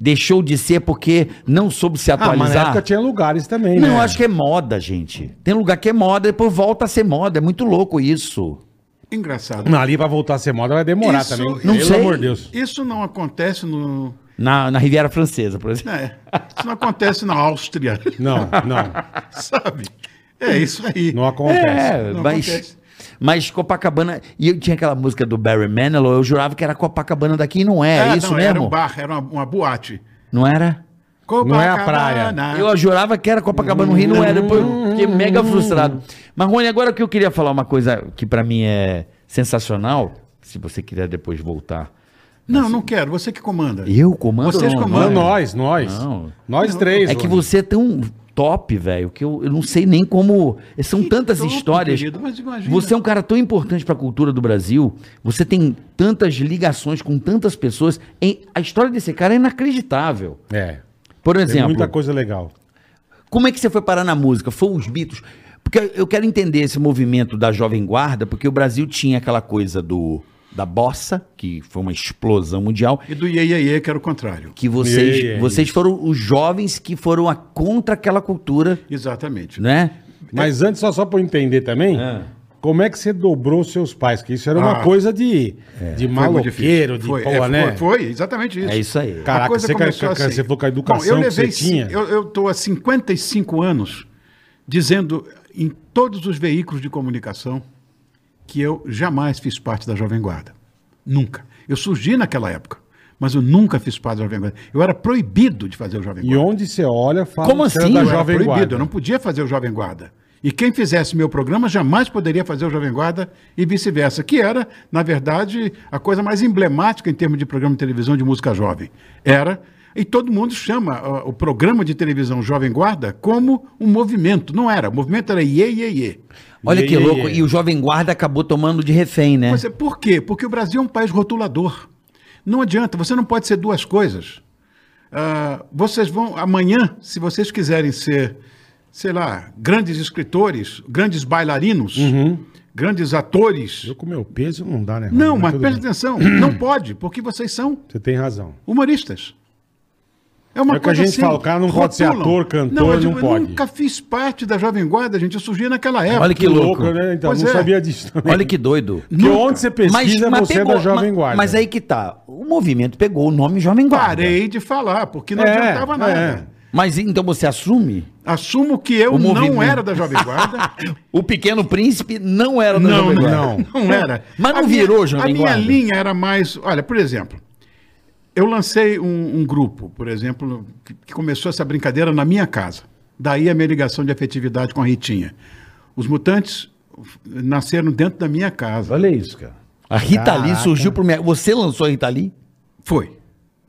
Deixou de ser porque não soube se Ah, mas na atualizar. época tinha lugares também, não, né? acho que é moda, gente. Tem lugar que é moda, depois volta a ser moda. É muito louco isso. Engraçado. Não, ali pra voltar a ser moda vai demorar Isso- também. não Pelo sei. amor de Deus. Isso não acontece no... Na, na Riviera Francesa, por exemplo. é, isso não acontece na Áustria, (laughs) Não, não. sabe? É isso aí. Não acontece. É, não mas, acontece. mas Copacabana. E eu tinha aquela música do Barry Manilow, eu jurava que era Copacabana daqui e não é. É Ah, isso não, mesmo? Era um bar, era uma, uma boate. Não era? Não é a Copacabana. praia. Eu jurava que era Copacabana no Rio, não era. Depois Hum. eu fiquei mega frustrado. Mas, Rony, agora que eu queria falar uma coisa que pra mim é sensacional, se você quiser depois voltar. assim. Não, não quero. Você que comanda. Eu comando Vocês não, Não, comandam. não é? nós, nós. Não. Nós três. É que Rony. você é tão top, velho, que eu, eu não sei nem como. São tantas top, histórias. querido, mas imagina. você é um cara tão importante pra cultura do Brasil. Você tem tantas ligações com tantas pessoas. Em- a história desse cara é inacreditável. É. Por Tem exemplo, muita coisa legal. Como é que você foi parar na música? Foi os Beatles? Porque eu quero entender esse movimento da Jovem Guarda, porque o Brasil tinha aquela coisa do da bossa, que foi uma explosão mundial, E do Iê, Iê, Iê, que era o contrário. que vocês, E aí, é vocês foram os jovens que foram a, contra aquela cultura, Exatamente. né? Mas antes, só, só pra eu entender também, como é que você dobrou seus pais? Que isso era uma Ah. coisa de, de Foi muito maloqueiro, de difícil. foi, porra, é, né? foi, foi, exatamente isso. É isso aí. Caraca, A coisa você que- começou assim. que- que você falou com a educação eu que levei, você tinha. Eu, eu tô há 55 anos dizendo em todos os veículos de comunicação que eu jamais fiz parte da Jovem Guarda. Nunca. Eu surgi naquela época, mas eu nunca fiz parte da Jovem Guarda. Eu era proibido de fazer o Jovem E Guarda. onde você olha, fala Como que você era assim? da Eu era Jovem proibido, Guarda. eu não podia fazer o Jovem Guarda. E quem fizesse meu programa jamais poderia fazer o Jovem Guarda e vice-versa, que era, na verdade, a coisa mais emblemática em termos de programa de televisão de música jovem. Era, e todo mundo chama ó, o programa de televisão Jovem Guarda como um movimento. Não era, o movimento era iê, iê, iê. Olha que E aí, louco, é. e o Jovem Guarda acabou tomando de refém, né? Mas é por quê? Porque o Brasil é um país rotulador. Não adianta, você não pode ser duas coisas. Ah, vocês vão, amanhã, se vocês quiserem ser, sei lá, grandes escritores, grandes bailarinos, grandes atores. Uhum. Eu com meu peso não dá, né? Não, mas tudo presta bem. atenção, não pode, porque vocês são Você tem razão. humoristas. É uma É o que a gente fala, o cara não pode ser ator, cantor, eu não digo, pode. Eu nunca fiz parte da Jovem Guarda, gente, eu surgi naquela época. Olha que louco. né? Então, Pois não é. sabia disso também. Olha que doido. Porque Nunca. onde você pesquisa, você é da Jovem ma- Guarda. mas aí que tá. O movimento pegou o nome Jovem Guarda. Parei de falar, porque não É, adiantava nada. é. Mas então você assume? Assumo que eu O movimento. não era da Jovem Guarda. O Pequeno Príncipe (laughs) não era da não, Jovem Guarda. não, não era. Mas não A minha- virou Jovem A minha Guarda? linha era mais. Olha, por exemplo, eu lancei um, um grupo, por exemplo, que, que começou essa brincadeira na minha casa. Daí a minha ligação de afetividade com a Ritinha. Os mutantes f- nasceram dentro da minha casa. Olha isso, cara. A Rita Lee Caraca. surgiu pro mercado. Você lançou a Rita Lee? Foi.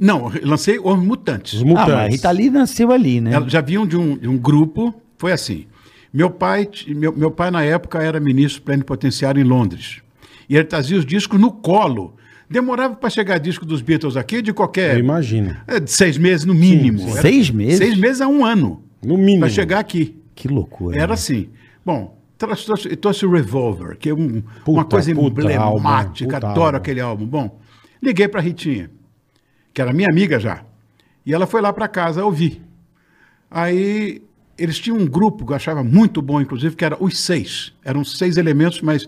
Não, eu lancei os mutantes. Os mutantes. Ah, mas a Rita Lee nasceu ali, É. né? Ela- Já vinham de um, de um grupo, foi assim. Meu pai, t- meu, meu pai, na época, era ministro plenipotenciário em Londres. E ele trazia os discos no colo. Demorava para chegar disco dos Beatles aqui de qualquer. Eu imagino. é, de seis meses no mínimo. sim. Era- Seis meses? Seis meses a um ano. No mínimo. é. Para chegar aqui. Que loucura. né? Era assim. Bom, trouxe, trouxe, trouxe o Revolver, que é um- Puta, uma coisa puta álbum, emblemática. puta adoro álbum. aquele álbum. Bom, liguei para Ritinha, que era minha amiga já. E ela foi lá para casa ouvir. Aí eles tinham um grupo que eu achava muito bom, inclusive, que era os seis. Eram seis elementos, mas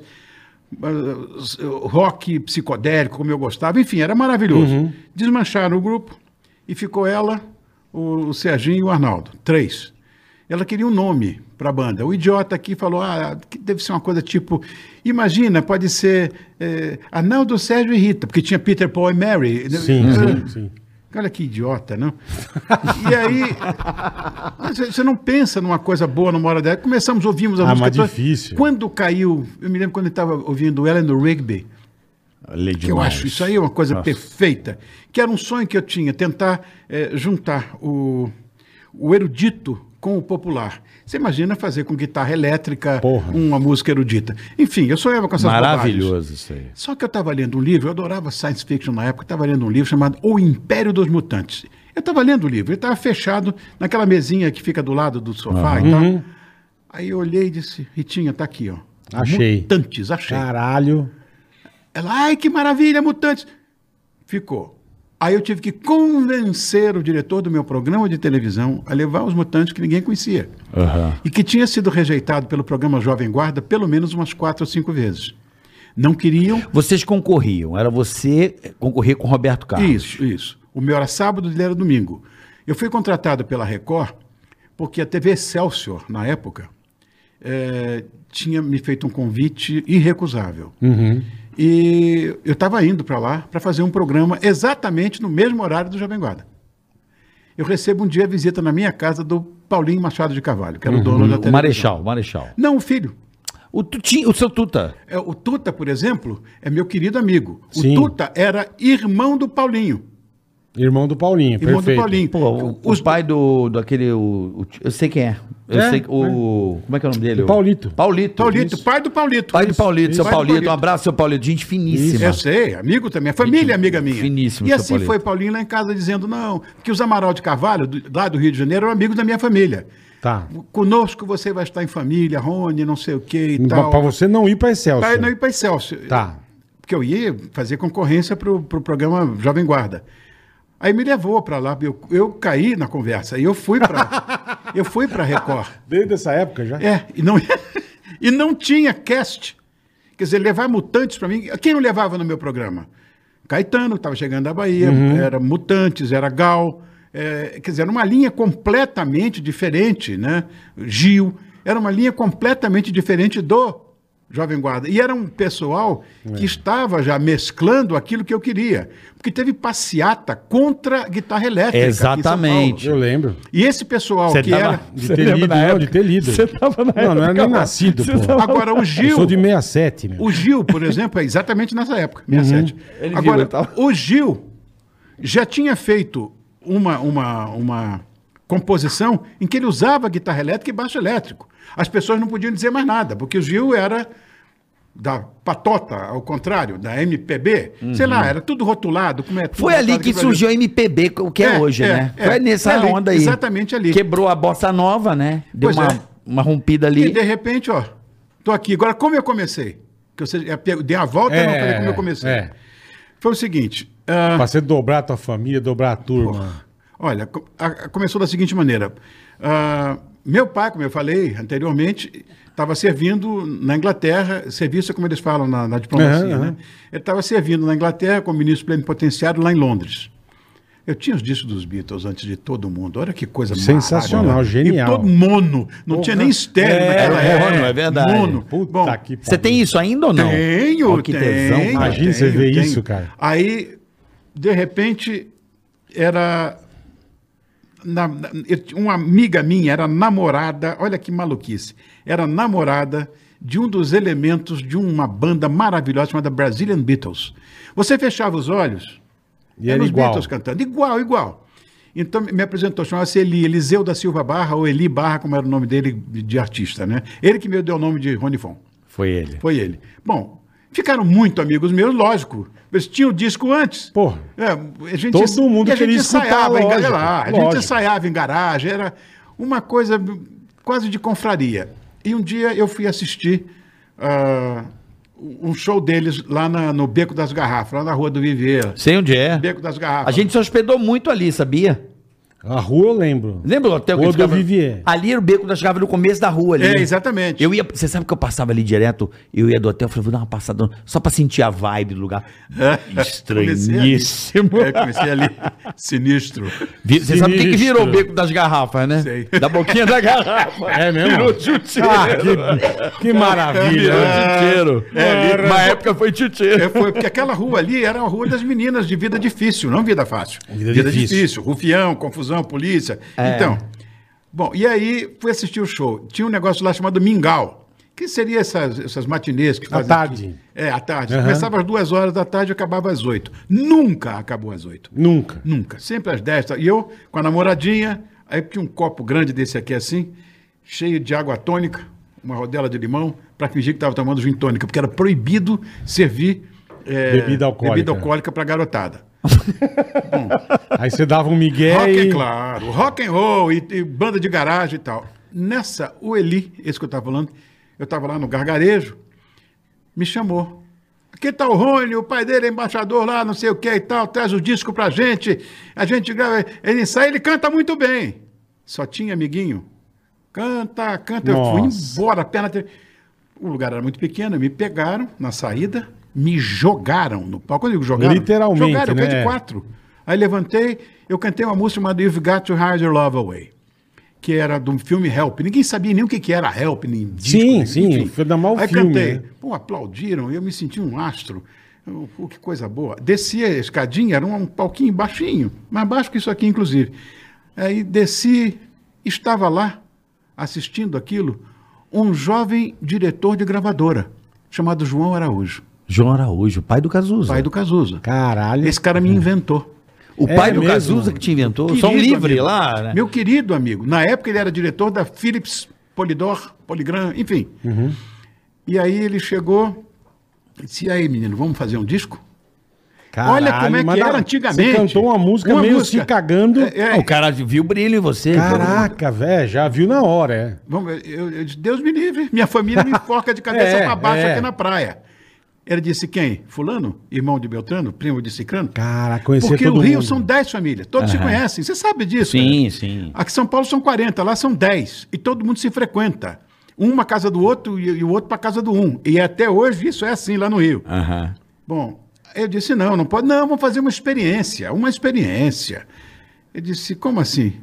ah, rock psicodélico, como eu gostava, enfim, era maravilhoso. Uhum. Desmancharam o grupo e ficou ela, o, o Serginho e o Arnaldo, três. Ela queria um nome para a banda. O idiota aqui falou, ah, que deve ser uma coisa tipo, imagina, pode ser eh, Arnaldo, Sérgio e Rita, porque tinha Peter, Paul e Mary. Sim, Ah, sim, sim. Olha que idiota, não? E aí, você- você não pensa numa coisa boa numa hora dela. Começamos, ouvimos a Ah, música. mas toda. difícil. Quando caiu, eu me lembro quando ele estava ouvindo Ellen do Rigby, Lei que eu acho isso aí é uma coisa perfeita, que era um sonho que eu tinha, tentar eh, juntar o, o erudito com o popular. Você imagina fazer com guitarra elétrica Porra. uma música erudita. Enfim, eu sonhava com essas bobagens. Maravilhoso isso aí. Só que eu estava lendo um livro, eu adorava science fiction na época, estava lendo um livro chamado O Império dos Mutantes. Eu estava lendo o livro, ele estava fechado naquela mesinha que fica do lado do sofá e Uhum. tal. Aí eu olhei e disse, Ritinha, tá aqui, ó. Achei. Mutantes, achei. Ah. Caralho. Ela, ai, que maravilha, mutantes. Ficou. Aí eu tive que convencer o diretor do meu programa de televisão a levar os mutantes que ninguém conhecia. E que tinha sido rejeitado pelo programa Jovem Guarda pelo menos umas quatro ou cinco vezes. Não queriam, Vocês concorriam, era você concorrer com Roberto Carlos. Isso, isso. O meu era sábado, ele era domingo. Eu fui contratado pela Record porque a TV Excelsior, na época, eh, tinha me feito um convite irrecusável. Uhum. E eu estava indo para lá para fazer um programa exatamente no mesmo horário do Jovem Guarda. Eu recebo um dia a visita na minha casa do Paulinho Machado de Carvalho, que era o dono da Uhum. O televisão. Marechal, o Marechal. Não, o filho. O, Tuti, o seu Tuta. É, O Tuta, por exemplo, é meu querido amigo. O Sim. Tuta era irmão do Paulinho. Irmão do Paulinho, Irmão perfeito. do Paulinho. Pô, o, o pai do, do aquele. o- o- eu sei quem é. Eu É, sei que o. Como é que é o nome dele? O Paulito. Paulito. Paulito, Isso. pai do Paulito. Pai do Paulito, seu Pai do Paulito. Um abraço, seu Paulito. Gente finíssima. Eu sei, amigo também, a família é amiga minha. Finíssimo, E seu assim Paulito. foi Paulinho lá em casa dizendo, não, que os Amaral de Carvalho, do- lá do Rio de Janeiro, eram amigos da minha família. Tá. Conosco você vai estar em família, Rony, não sei o que e Pra, tal. pra você não ir pra Excelsior. Pra não ir para Excelsior. Tá. Porque eu ia fazer concorrência pro, pro programa Jovem Guarda. Aí me levou para lá, eu, eu caí na conversa, e eu fui para (laughs) eu fui para Record. Desde essa época já? É, e não, (laughs) e não tinha cast. Quer dizer, levar mutantes para mim. Quem não levava no meu programa? Caetano, que estava chegando da Bahia, Uhum. era Mutantes, era Gal. é, quer dizer, era uma linha completamente diferente, né? Gil. Era uma linha completamente diferente do Jovem Guarda. E era um pessoal É. que estava já mesclando aquilo que eu queria. Porque teve passeata contra a guitarra elétrica. aqui em São Paulo. Exatamente. Eu lembro. E esse pessoal Você que tava- era. De Você ter lembra lido, da não, época? de ter lido. Você tava na Não, não era nem época lá. nascido, Você pô. tava- Agora, o Eu Gil. sou de 67, meu. O Gil, por exemplo, é exatamente nessa época, Uhum. 67. Ele viu, Agora, ele tava- o Gil já tinha feito uma, uma, uma composição em que ele usava guitarra elétrica e baixo elétrico. As pessoas não podiam dizer mais nada, porque o Gil era da patota, ao contrário, da MPB. Sei lá, era tudo rotulado. Como é, tudo Uhum. Foi ali rotulado que aqui no surgiu Brasil. a MPB, o que é, É, hoje, é, né? é. Foi nessa É ali, onda aí. exatamente ali. Quebrou a bossa nova, né? Deu Pois uma, é. uma rompida E ali. de repente, ó, tô aqui. Agora, como eu comecei? Que eu sei- é, eu dei a volta e não falei como eu comecei. É. Foi o seguinte. ah, Pra você dobrar a tua família, dobrar a turma. Olha, co- a- a- começou da seguinte maneira. Ah, meu pai, como eu falei anteriormente, estava servindo na Inglaterra, serviço é como eles falam na, na diplomacia, Aham, né? aham. Ele estava servindo na Inglaterra como ministro plenipotenciário lá em Londres. Eu tinha os discos dos Beatles antes de todo mundo. Olha que coisa Sensacional, maravilhosa. genial. E todo mono. Não tinha nem estéreo É, naquela é, época. mono, é verdade. Mono. Puta Bom, que Você tem isso ainda ou não? tenho, Ó, que tesão, tenho, cara. Imagina você ver isso, cara. Aí, de repente, era. na- na- eu ti- uma amiga minha era namorada, olha que maluquice, era namorada de um dos elementos de uma banda maravilhosa chamada Brazilian Beatles. Você fechava os olhos, E era os igual. Beatles cantando, igual, igual. Então me apresentou, chamava-se Eli, Eliseu da Silva Barra, ou Eli Barra, como era o nome dele de de artista, né? Ele que me deu o nome de Ronifon. Foi ele. Foi ele. Bom, ficaram muito amigos meus, lógico. Eles tinham o disco antes. Porra. É, a gente, Todo mundo e a gente queria escutar, ensaiava em lógico, garagem. lá, A lógico. gente ensaiava em garagem, era uma coisa quase de confraria. E um dia eu fui assistir ah, um show deles lá na- no Beco das Garrafas, lá na Rua do Viveiro. Sei onde é. Beco das Garrafas. A gente se hospedou muito ali, sabia? A rua eu lembro. Lembra o hotel que Rua a gente do Vivier. Ali era o beco da chegava no começo da rua ali. É, né? exatamente. Eu ia, você sabe que eu passava ali direto, eu ia do hotel, eu falei, vou dar uma passada, só pra sentir a vibe do lugar. Estranhíssimo. Comecei ali. É, comecei (laughs) ali. Sinistro. Vi- Você sabe o que, que Sinistro. virou o beco das garrafas, né? Sei. Da boquinha da garrafa. É mesmo? Virou tchutcheiro. Ah, que, (laughs) que maravilha. Virou né? tchutcheiro. É, ali- Uma época foi (laughs) tchutcheiro. É, foi porque aquela rua ali era a rua das meninas de vida difícil, não vida fácil. Vida difícil. É. difícil. rufião, confusão, polícia. Então, bom, e aí fui assistir o show. Tinha um negócio lá chamado Mingau, que seria essas, essas matinês que fazem... tarde. aqui. É, à tarde. Aham. Começava às duas horas da tarde e acabava às oito. Nunca acabou às oito. Nunca. Nunca. Sempre às 10. E eu, com a namoradinha, aí tinha um copo grande desse aqui assim, cheio de água tônica, uma rodela de limão, para fingir que estava tomando gin tônica, porque era proibido servir é, Bebida alcoólica. né? bebida alcoólica para garotada. Aí você dava um migué rock, e... é claro, rock and roll e, e banda de garagem e tal. Nessa, o Eli, esse que eu estava falando, eu estava lá no gargarejo, me chamou. Aqui tá o Rony, o pai dele é embaixador lá, não sei o que e tal, traz o disco pra gente, a gente grava, ele sai, ele canta muito bem. Só tinha amiguinho. Canta, canta, eu fui Nossa. embora, a perna... Te... O lugar era muito pequeno, me pegaram na saída, me jogaram no palco. Quando eu digo jogaram, Literalmente, jogaram, eu caí né? de quatro. Aí levantei, eu cantei uma música chamada You've Got to Hide Your Love Away, que era de um filme Help. Ninguém sabia nem o que, que era Help, nem disco. Sim, nem- sim, foi da mal Aí filme, cantei, né? pô, aplaudiram, eu me senti um astro. Eu, Pô, que coisa boa. Desci a escadinha, era um palquinho baixinho, mais baixo que isso aqui, inclusive. Aí desci, estava lá, assistindo aquilo, um jovem diretor de gravadora, chamado João Araújo, João Araújo, pai do Cazuza. pai do Cazuza. Caralho. Esse cara me inventou. O É pai do mesmo? Cazuza que te inventou. Querido Som livre amigo. um lá, né? Meu querido amigo, na época ele era diretor da Philips Polidor, Poligram, enfim. Uhum. E aí ele chegou e disse, e aí menino, vamos fazer um disco? Caralho, Olha como é mas que dá- era antigamente. Você cantou uma música Uma meio música. se cagando. É, é. Ah, O cara viu o brilho em você. Caraca, velho, já viu na hora, é. Vamos, eu, eu disse, Deus me livre, minha família me enforca (laughs) de cabeça É, pra baixo é. aqui na praia. Ele disse quem? Fulano? Irmão de Beltrano? Primo de Cicrano? Cara, conhecer Porque todo o Rio mundo. são 10 famílias, todos se conhecem, você sabe disso. né? Sim, cara. sim. Aqui em São Paulo são 40, lá são 10, e todo mundo se frequenta. Um uma casa do outro e, e o outro para casa do um. E até hoje isso é assim lá no Rio. Aham. Bom, eu disse, não, não pode. Não, vamos fazer uma experiência, uma experiência. Eu disse, como assim?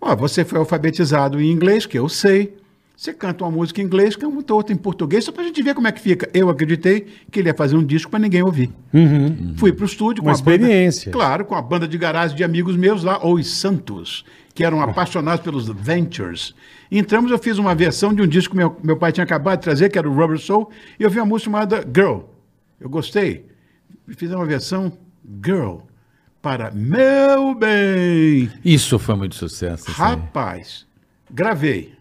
Ó, você foi alfabetizado em inglês, que eu sei. Você canta uma música em inglês, canta outra em português, só pra gente ver como é que fica. Eu acreditei que ele ia fazer um disco pra ninguém ouvir. Uhum. Fui pro estúdio Uma a banda- experiência. claro, com a banda de garagem de amigos meus lá, ou os Santos, que Ah. eram apaixonados pelos Ventures. Entramos, eu fiz uma versão de um disco que meu, meu pai tinha acabado de trazer, que era o Rubber Soul, e eu vi uma música chamada Girl. Eu gostei. Fiz uma versão Girl para Meu Bem. Isso foi muito sucesso. isso aí. Rapaz, gravei.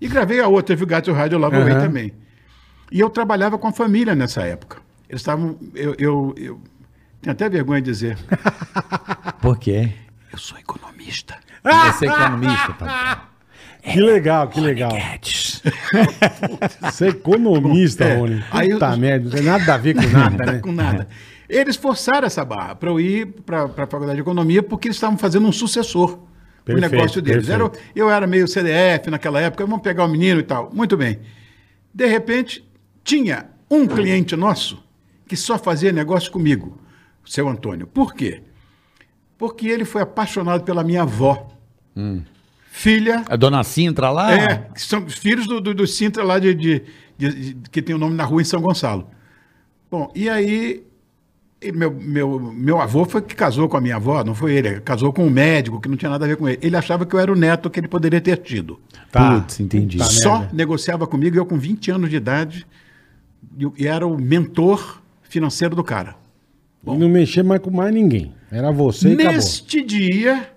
E gravei a outra, You've Got Your Rádio Love Aham. Away também. E eu trabalhava com a família nessa época. Eles estavam. Eu, eu, eu tenho até vergonha de dizer. Por quê? Eu sou economista. Você é economista, papai. (laughs) Que legal, que legal. Guedes. Você é economista, É. Rony. Aí Puta eu- merda, não tem nada a ver com nada, (laughs) Nada (laughs) né? com nada. Eles forçaram essa barra para eu ir para a Faculdade de Economia porque eles estavam fazendo um sucessor para o Perfeito, negócio deles. Era, o- eu era meio CDF naquela época, vamos pegar o menino e tal. Muito bem. De repente, tinha um cliente nosso que só fazia negócio comigo, o seu Antônio. Por quê? Porque ele foi apaixonado pela minha avó. Hum. Filha A dona Sintra lá? é, que são os filhos do, do, do Sintra lá de, de- de- de- que tem o nome na rua em São Gonçalo. Bom, e aí e meu, meu, meu avô foi que casou com a minha avó, não foi ele, casou com um médico que não tinha nada a ver com ele. Ele achava que eu era o neto que ele poderia ter tido. Putz, entendi. Tá Só merda. negociava comigo, eu com 20 anos de idade, e, eu- e era o mentor financeiro do cara. E não mexer mais com mais ninguém. Era você e acabou. Neste dia,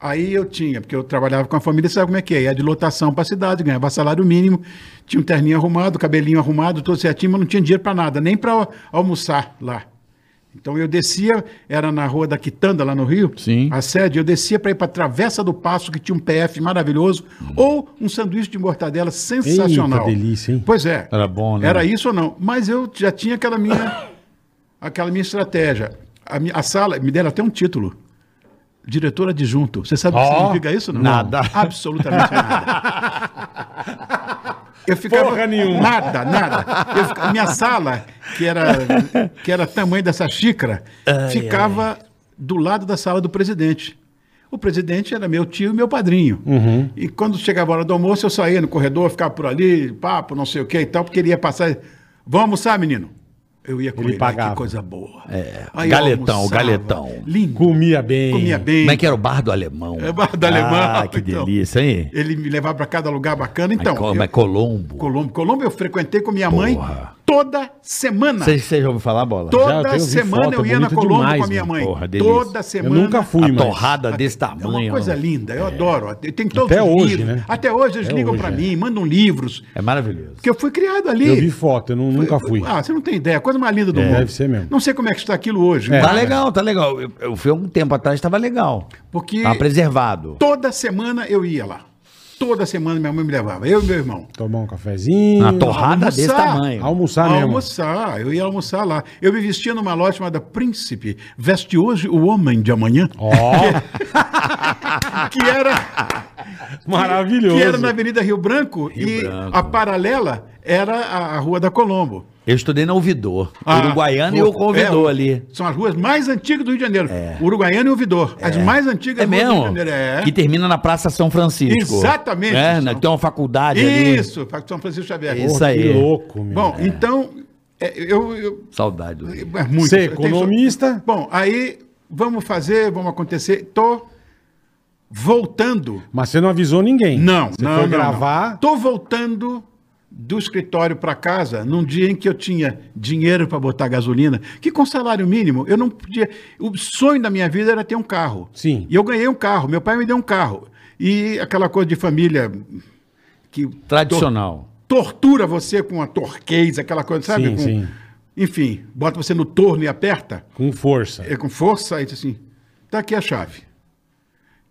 aí eu tinha, porque eu trabalhava com a família, sabe como é que é? Ia de lotação para a cidade, ganhava salário mínimo, tinha um terninho arrumado, cabelinho arrumado, todo certinho, mas não tinha dinheiro para nada, nem para almoçar lá. Então eu descia, era na Rua da Quitanda, lá no Rio, Sim. a sede, eu descia para ir para a Travessa do Passo, que tinha um PF maravilhoso, ou um sanduíche de mortadela sensacional. Eita, delícia, hein? Pois é. Era bom, né? Era isso ou não. Mas eu já tinha aquela (coughs) minha aquela minha estratégia. A, minha- a sala, me deram até um título. diretor adjunto. Você sabe o que Ó, significa isso? Não? nada. Não, (laughs) absolutamente nada. Eu ficava, Porra nenhuma. Nada, nada. Eu fica- minha sala, que era, que era tamanho dessa xícara, ficava do lado da sala do presidente. O presidente era meu tio e meu padrinho. Uhum. E quando chegava a hora do almoço, eu saía no corredor, ficava por ali, papo, não sei o que e tal, porque ele ia passar. Vamos almoçar, menino? Eu ia com Ele ele, "Ai, pagava. que coisa boa. eu É, galetão, almoçava, galetão. Lindo. Comia bem. Comia bem. Como é que era o bar do alemão? É bar do alemão, Ah, que então. delícia, hein? Ele me levava para cada lugar bacana. Então, Então, como eu- é Colombo. Colombo. Colombo eu frequentei com minha mãe Porra. toda semana. Você você já ouviu falar, Bola? Já, eu Toda tenho- vi semana foto, eu ia na bonito Colombo demais, com a minha mano. mãe. Porra, delícia. toda Eu semana. nunca fui, A mas... torrada desse É uma tamanho. coisa linda, eu adoro. Tem todos Até os hoje, livros. né? Até hoje eles Até ligam hoje, para é. mim, mandam livros. É maravilhoso. Porque eu fui criado ali. Eu vi foto, eu nu- nunca fui. É, Ah, você não tem ideia. Coisa mais linda do mundo. deve ser mesmo. Não sei como é que está aquilo hoje. tá mas- legal, tá legal. Eu, eu fui há um tempo atrás, tava legal. Porque Tava preservado. toda semana eu ia lá. Toda semana minha mãe me levava. Eu e meu irmão. Tomar um cafezinho. Uma torrada almoçar. desse tamanho. Almoçar né, mesmo. Almoçar, eu ia almoçar lá. Eu me vestia numa loja chamada Príncipe. Veste hoje o homem de amanhã. Ó, Que (laughs) era, maravilhoso. (laughs) que era na Avenida Rio Branco e Branco. a paralela era a, a Rua da Colombo. Eu estudei na Ouvidor. A- Uruguaiana e Ah, o- o Ouvidor é, ali. São as ruas mais antigas do Rio de Janeiro. Uruguaiana e Ouvidor. As mais antigas É do Rio de mesmo? Janeiro. É. Que termina na Praça São Francisco. Exatamente. É, né? que tem uma faculdade Isso, São Francisco Xavier. Isso Porra, aí. Que louco, meu. Bom, então, é, eu- eu, ali. Saudade do Rio. É muito. Você é Eu tenho- economista? Bom, aí vamos fazer, vamos acontecer. Tô voltando. Mas você não avisou ninguém. Não, você não, foi não, gravar. Não. Tô voltando do escritório para casa num dia em que eu tinha dinheiro para botar gasolina, que com salário mínimo eu não podia. O sonho da minha vida era ter um carro. Sim. E eu ganhei um carro. Meu pai me deu um carro. E aquela coisa de família que Tradicional. tortura você com a torquês, aquela coisa, sabe? Sim, Com- sim. Enfim, bota você no torno e aperta Com força. é, com força e disse assim: tá aqui a chave.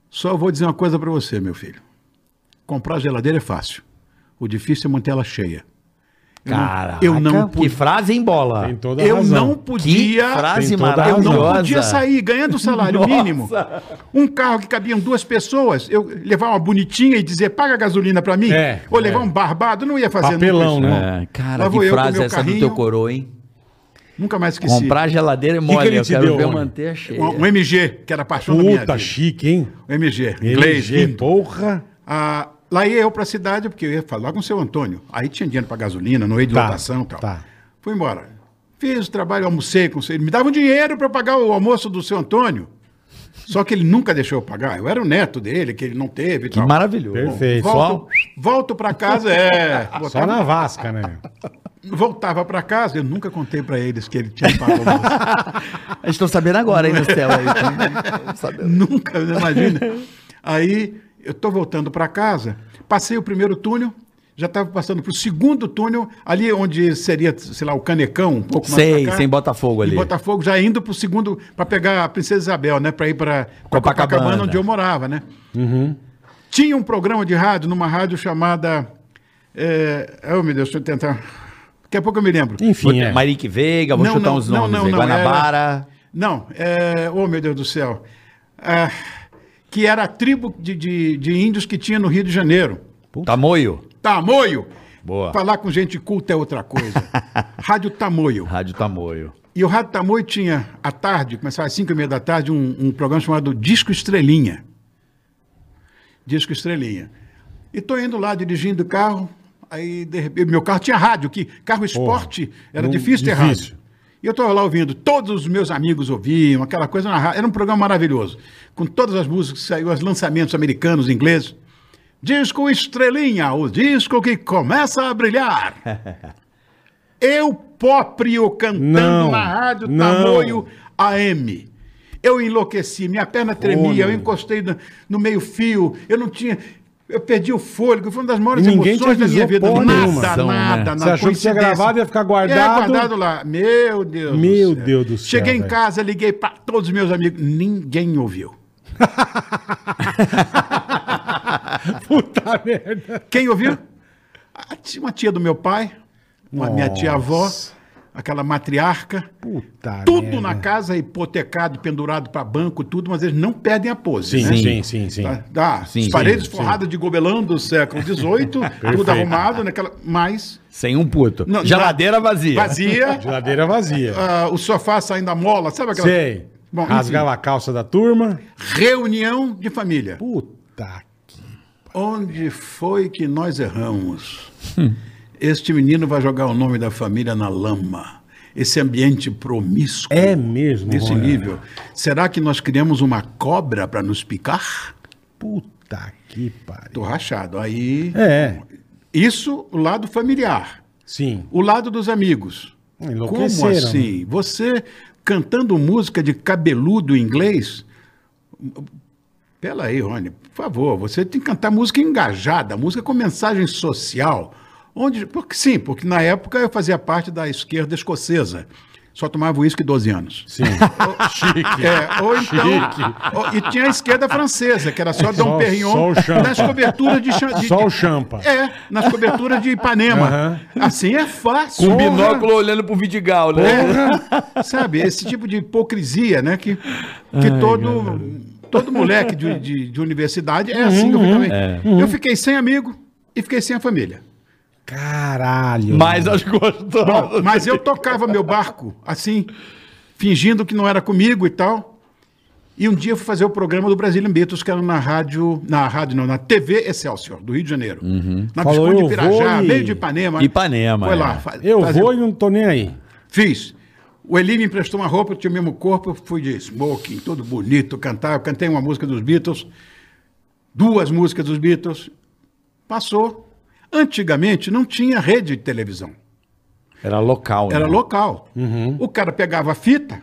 Só vou dizer uma coisa para você, meu filho. Comprar geladeira é fácil. O difícil é manter ela cheia. Eu não- Caraca, eu não que pude. frase em bola. Tem toda a Eu razão. não podia. Que frase Tem toda a Eu maravilhosa. É, não podia sair ganhando o salário Nossa. mínimo. Um carro que cabiam duas pessoas, eu levar uma bonitinha e dizer paga a gasolina para mim, É, ou levar é. um barbado, não ia fazer Papelão, nunca isso. né? É, cara, Lá vou que eu com frase meu essa do carrinho. teu coroa, hein? Nunca mais esqueci. Comprar geladeira é mole. ele eu te quero deu, ver homem? manter cheia. um, um MG, que era a paixão da minha vida. Puta, chique, hein? Um MG, inglês, LG, lindo. porra. Ah, lá ia eu para a cidade, porque eu ia falar com o seu Antônio. Aí tinha dinheiro para gasolina, não ia de Tá, lotação e tal. tá. Fui embora. Fiz o trabalho, almocei com o seu. Ele me dava um dinheiro para pagar o almoço do seu Antônio. Só que ele nunca deixou eu pagar. Eu era o neto dele, que ele não um- teve. e Que tal. maravilhoso. Perfeito. Volto, volto para casa, (laughs) é. Só Botava- na vasca, né? Voltava para casa, eu nunca contei para eles que ele tinha pago o almoço. (laughs) A gente tá sabendo agora, (laughs) hein, Marcelo? aí. Tão sabendo. Nunca, né? imagina. Aí eu tô voltando para casa, passei o primeiro túnel, já estava passando para o segundo túnel, ali onde seria, sei lá, o Canecão, um pouco mais Sei, pra cá. sem Botafogo E ali. Botafogo já indo para o segundo, para pegar a Princesa Isabel, né? Para ir para Copacabana. Uhum. onde eu morava, né? Tinha um programa de rádio, numa rádio chamada... É... Oh, meu Deus, deixa eu tentar... Daqui a pouco eu me lembro. Vou- Enfim, é. Marique Veiga, vou Não, chutar não, uns não, nomes. não, aí. não, é Guanabara. Não, é... Oh, meu Deus do céu. Ah, que era a tribo de, de, de índios que tinha no Rio de Janeiro. Tamoio. Tamoio! Boa. Falar com gente culta é (laughs) outra coisa. Rádio Tamoio. Rádio Tamoio. E o Rádio Tamoio tinha, à tarde, começava às 5 e meia da tarde, um, um programa chamado Disco Estrelinha. Disco Estrelinha. E tô indo lá dirigindo o carro, aí de repente, meu carro tinha rádio, que carro esporte era não- difícil ter difícil. rádio. E eu estava lá ouvindo, todos os meus amigos ouviam, aquela coisa na rádio. Era um programa maravilhoso, com todas as músicas que saíram, os lançamentos americanos, ingleses. Disco Estrelinha, o disco que começa a brilhar. Eu, próprio, cantando Não, na rádio não. Tamoio AM. Eu enlouqueci, minha perna tremia, eu meu. encostei no, no meio-fio, eu não tinha. Eu perdi o fôlego, foi uma das maiores E ninguém te emoções da minha avisou vida. porra nada, nenhuma. nada, São, né? nada. Você achou que tinha coincidência. gravado, ia ficar É, guardado. guardado lá. Meu Deus Meu Deus do céu, Cheguei em velho. casa, liguei para todos os meus amigos, ninguém ouviu. (laughs) Puta merda. Ah, Quem ouviu? A tia- Uma tia do meu pai, uma minha Nossa. tia-avó, aquela matriarca. Puta Tudo merda. na casa é hipotecado, pendurado para banco, tudo, mas eles não perdem a pose. Sim, né? sim, sim, sim. Tá? Tá, Sim, as sim, paredes sim. forradas de gobelão do século XVIII, (laughs) tudo arrumado naquela. Mas. Sem um puto. Não, tá Geladeira vazia. (laughs) Vazia, Geladeira vazia. ah, o sofá saindo a mola, sabe aquela. Sei. Bom, enfim. Rasgava a calça da turma. Reunião de família. Puta que. Onde foi que nós erramos? Hum. este menino vai jogar o nome da família na lama. Esse ambiente promíscuo. É mesmo, Nesse Rony. nível. Será que nós criamos uma cobra para nos picar? Puta que pariu. Tô rachado. Aí. É. Isso, o lado familiar. Sim. O lado dos amigos. Como Enlouqueceram, assim? Você cantando música de cabeludo em inglês? Pela aí, Rony, por favor, você tem que cantar música engajada, música com mensagem social. Onde, porque, sim, porque na época eu fazia parte da esquerda escocesa. Só tomava uísque 12 anos. Sim. (laughs) Chique. É, ou então. Chique. ou- e tinha a esquerda francesa, que era só Dom Só- só Perignon o champa. nas coberturas de, cha- de- Só o champa. É, nas coberturas de Ipanema. Assim é fácil. Com Porra. binóculo olhando pro Vidigal, né? É, sabe, esse tipo de hipocrisia, né? Que, que todo, todo moleque de, de, de universidade é assim que Uhum. eu fui também. Eu fiquei sem amigo e fiquei sem a família. É. Caralho. Mas mano. nós gostamos. Mas eu tocava meu barco, assim, fingindo que não era comigo e tal. E um dia eu fui fazer o programa do Brasília Beatles, que era na rádio, na rádio não, na TV Excelsior, do Rio de Janeiro. Na Uhum. Falou, Visconde eu Pirajá, vou e- meio de Ipanema. Ipanema, Foi é. lá. fa- Eu fazer- vou e não tô nem aí. Fiz. O Eli me emprestou uma roupa, eu tinha o mesmo corpo, eu fui de smoking, todo bonito, cantar. Eu cantei uma música dos Beatles, duas músicas dos Beatles. Passou. Antigamente não tinha rede de televisão, Era local, né? era local. O cara pegava a fita,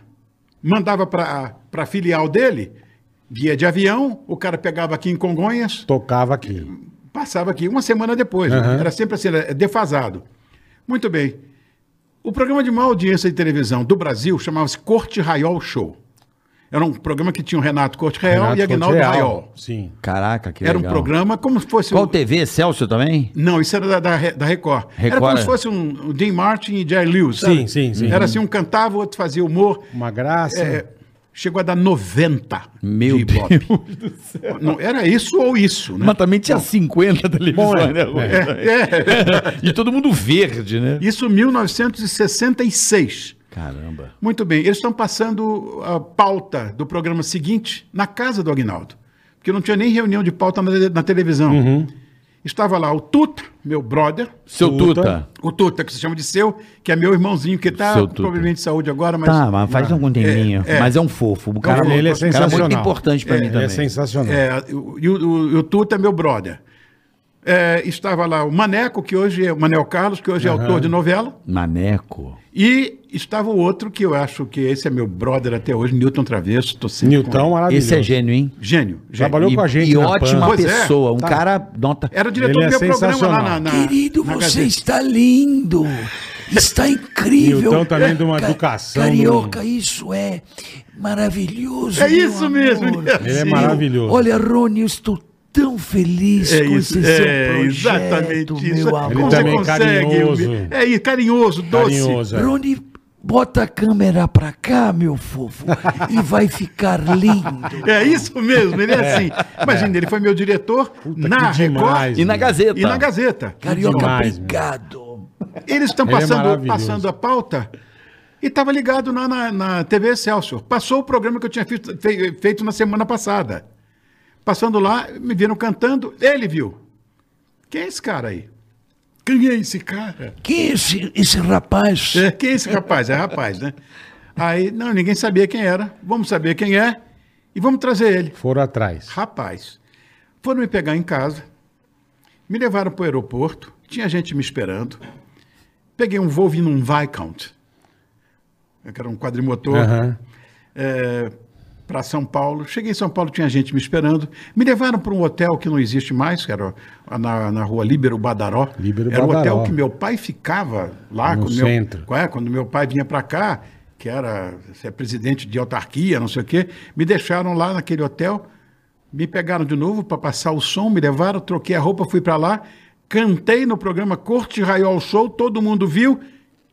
mandava para a filial dele, guia de avião, o cara pegava aqui em Congonhas, Tocava aqui. passava aqui uma semana depois. né? Aham. Era sempre assim, era defasado. Muito bem. O programa de maior audiência de televisão do Brasil chamava-se Corte Raiol Show. Era um programa que tinha o Renato Corte Raiol Renato É, e Agnaldo Corte Real. Raiol. Sim. Caraca, que Era um legal. programa como se fosse... Qual um- TV? Celso também? Não, isso era da, da, Re- da Record. Era Record, é. como se fosse um, um Dean Martin e Jerry Lewis. Sim, sim, sim. Era assim, um cantava, o outro fazia humor. Uma graça. É, chegou a dar 90 Meu Ibope. Não, era isso ou isso, (laughs) né? Mas também tinha 50 televisões, né? Rui? É, é. (laughs) E todo mundo verde, né? Isso 1966. Caramba. Muito bem, eles estão passando a pauta do programa seguinte na casa do Agnaldo, porque não tinha nem reunião de pauta na, na televisão. Uhum. Estava lá o Tuta, meu brother, Seu Tuta. Tuta. o Tuta, que se chama de seu, que é meu irmãozinho, que está Seu Tuta. provavelmente de saúde agora, mas... Tá, mas faz algum tempinho. é. Mas é um fofo. O cara, Ele o é cara é muito sensacional. importante pra mim Ele é também. sensacional. É, o- e o, o- o Tuta é meu brother. É, estava lá o Maneco, que hoje é o Manel Carlos, que hoje é autor de novela, Maneco. e estava o outro que eu acho que esse é meu brother até hoje, Newton Travesso, estou sempre com Newton maravilhoso. Esse é gênio, hein? Gênio, gênio. Trabalhou e, com a gente. e na ótima Pan. Tá. Pois é. pessoa. Um cara. Nota. Era diretor Ele é do meu programa sensacional. lá na, na Querido, na você Gazeta. está lindo. Está incrível. É, Milton também de tá uma Ca- educação, Carioca, isso é maravilhoso. É meu isso mesmo, ele é Ele é Sim. maravilhoso. Olha, Rony, eu estou tão feliz É com isso, esse é, seu um projeto, exatamente isso. meu Como amor. você também é carinhoso. Yumi? É isso, carinhoso, doce. Carinhoso, é. Rony, bota a câmera pra cá, meu fofo, e vai ficar lindo. É isso mesmo, ele é assim. (laughs) Imagina, ele foi meu diretor na que demais, Record E na Gazeta. e na Gazeta. Carioca, Demais, meu. obrigado. Eles estão Ele é passando, maravilhoso. passando a pauta e estava ligado na, na, na TV Excelsior. Passou o programa que eu tinha feito, fe- feito na semana passada. Passando lá, me viram cantando, ele viu. Quem é esse cara aí? Quem é esse cara? Quem é esse, esse rapaz? É, quem é esse rapaz? É rapaz, né? Aí, não, ninguém sabia quem era. Vamos saber quem é e vamos trazer ele. Foram atrás. Rapaz, foram me pegar em casa, me levaram para o aeroporto, tinha gente me esperando. Peguei um voo vindo um Viscount, que era um quadrimotor, Aham. para É, São Paulo. Cheguei em São Paulo, tinha gente me esperando. Me levaram para um hotel que não existe mais, que era na, na rua Líbero Badaró. Líbero era Badaró. o hotel que meu pai ficava lá. No quando meu- centro. qual é? Quando meu pai vinha para cá, que era se é presidente de autarquia, não sei o quê, me deixaram lá naquele hotel, me pegaram de novo para passar o som, me levaram, troquei a roupa, fui para lá, cantei no programa Corte Raiol Show, todo mundo viu.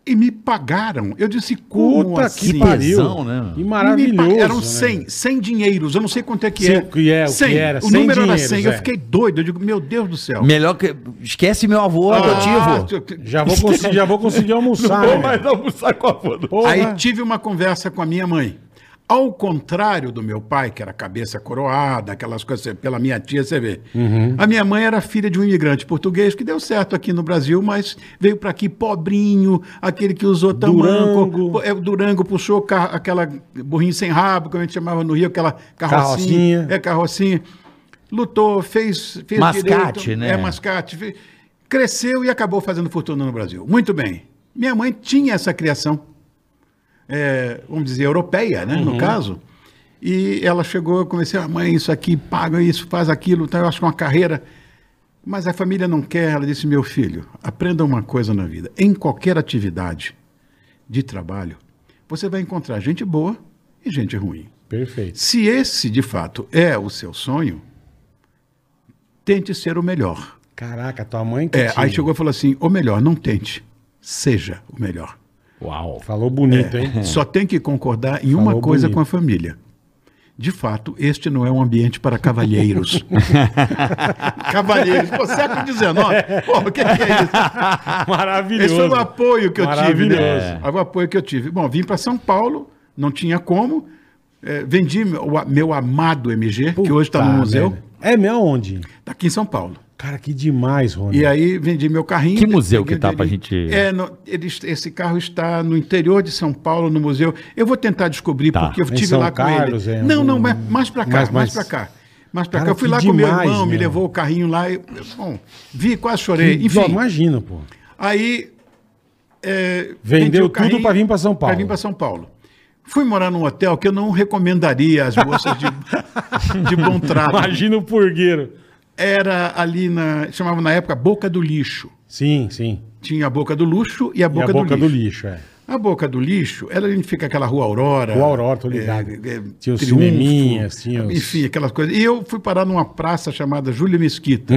E me pagaram. Eu disse, como Puta assim? que Que pariu. tesão, né? Que Me maravilhoso. pagaram. Eram né? 100, 100 dinheiros, eu não sei quanto é que Sim, é. o que é, o que 100, era, o 100 número era 100, dinheiros, eu é. fiquei doido, eu digo, meu Deus do céu. Então. Melhor que. Esquece meu avô Ah, adotivo. tu- (laughs) Já vou conseguir, já vou conseguir almoçar. né? almoçar com a avô. Porra. Aí tive uma conversa com a minha mãe. Ao contrário do meu pai, que era cabeça coroada, aquelas coisas, pela minha tia, você vê. Uhum. A minha mãe era filha de um imigrante português que deu certo aqui no Brasil, mas veio para aqui pobrinho, aquele que usou Durango. tamanco. pô, é, O Durango puxou ca- aquela burrinho sem rabo, como a gente chamava no Rio, aquela carrocinha. Carrocinha. É, carrocinha. Lutou, fez. fez Mascate, né? É, mascate. Fe- Cresceu e acabou fazendo fortuna no Brasil. Muito bem. Minha mãe tinha essa criação é, vamos dizer, europeia, né, Uhum. no caso. E ela chegou, eu comecei, ah, mãe, isso aqui, paga isso, faz aquilo, tá, eu acho que é uma carreira. Mas a família não quer, ela disse, meu filho, aprenda uma coisa na vida. Em qualquer atividade de trabalho, você vai encontrar gente boa e gente ruim. Perfeito. Se esse, de fato, é o seu sonho, tente ser o melhor. Caraca, tua mãe que É, tinha. aí chegou e falou assim, ou melhor, não tente, seja o melhor. É, Uau. Falou bonito, (laughs) hein? (laughs) Só tem que concordar em uma Falou coisa bonito. com a família. De fato, este não é um ambiente para cavalheiros. (laughs) cavalheiros, pô, século XIX. Pô, o que, que é isso? Maravilhoso. Esse foi o apoio que eu tive. Maravilhoso. É. Né? Foi o apoio que eu tive. Bom, vim para São Paulo, não tinha como. eh, vendi meu, o- meu amado MG, que hoje está no Puta museu, merda. É mesmo onde? está aqui em São Paulo. Cara, que demais, Rony. E aí vendi meu carrinho. Que museu Peguei que tá o pra dinheirinho. gente- É, no- ele- esse carro está no interior de São Paulo, no museu. Eu vou tentar descobrir Tá. porque eu Em estive São lá Carlos, com é, ele. não, algum- não, mas mais para cá, Mas- mas- mais, para cá. Mais pra Cara, cá. Eu fui que lá com meu demais, irmão, me meu. levou o carrinho lá. Eu, bom, vi, quase chorei. Que- Pô, Enfim, imagina, pô. aí... é, Vendeu vendi o tudo pra vir pra São Paulo. Pra vir para São Paulo. Fui morar num hotel que eu não recomendaria às moças de, (laughs) de bom trato. Imagina o purgueiro. Era ali na... Chamava na época Boca do Lixo. Sim, sim. Tinha a boca do luxo e a E boca, a boca do, do lixo, lixo. é. A boca do lixo, ela onde fica aquela rua Aurora. O Aurora, É, tô ligado. Tinha os Triunfo, cineminhas, tinha os- Enfim, aquelas coisas. E eu fui parar numa praça chamada Júlio Mesquita.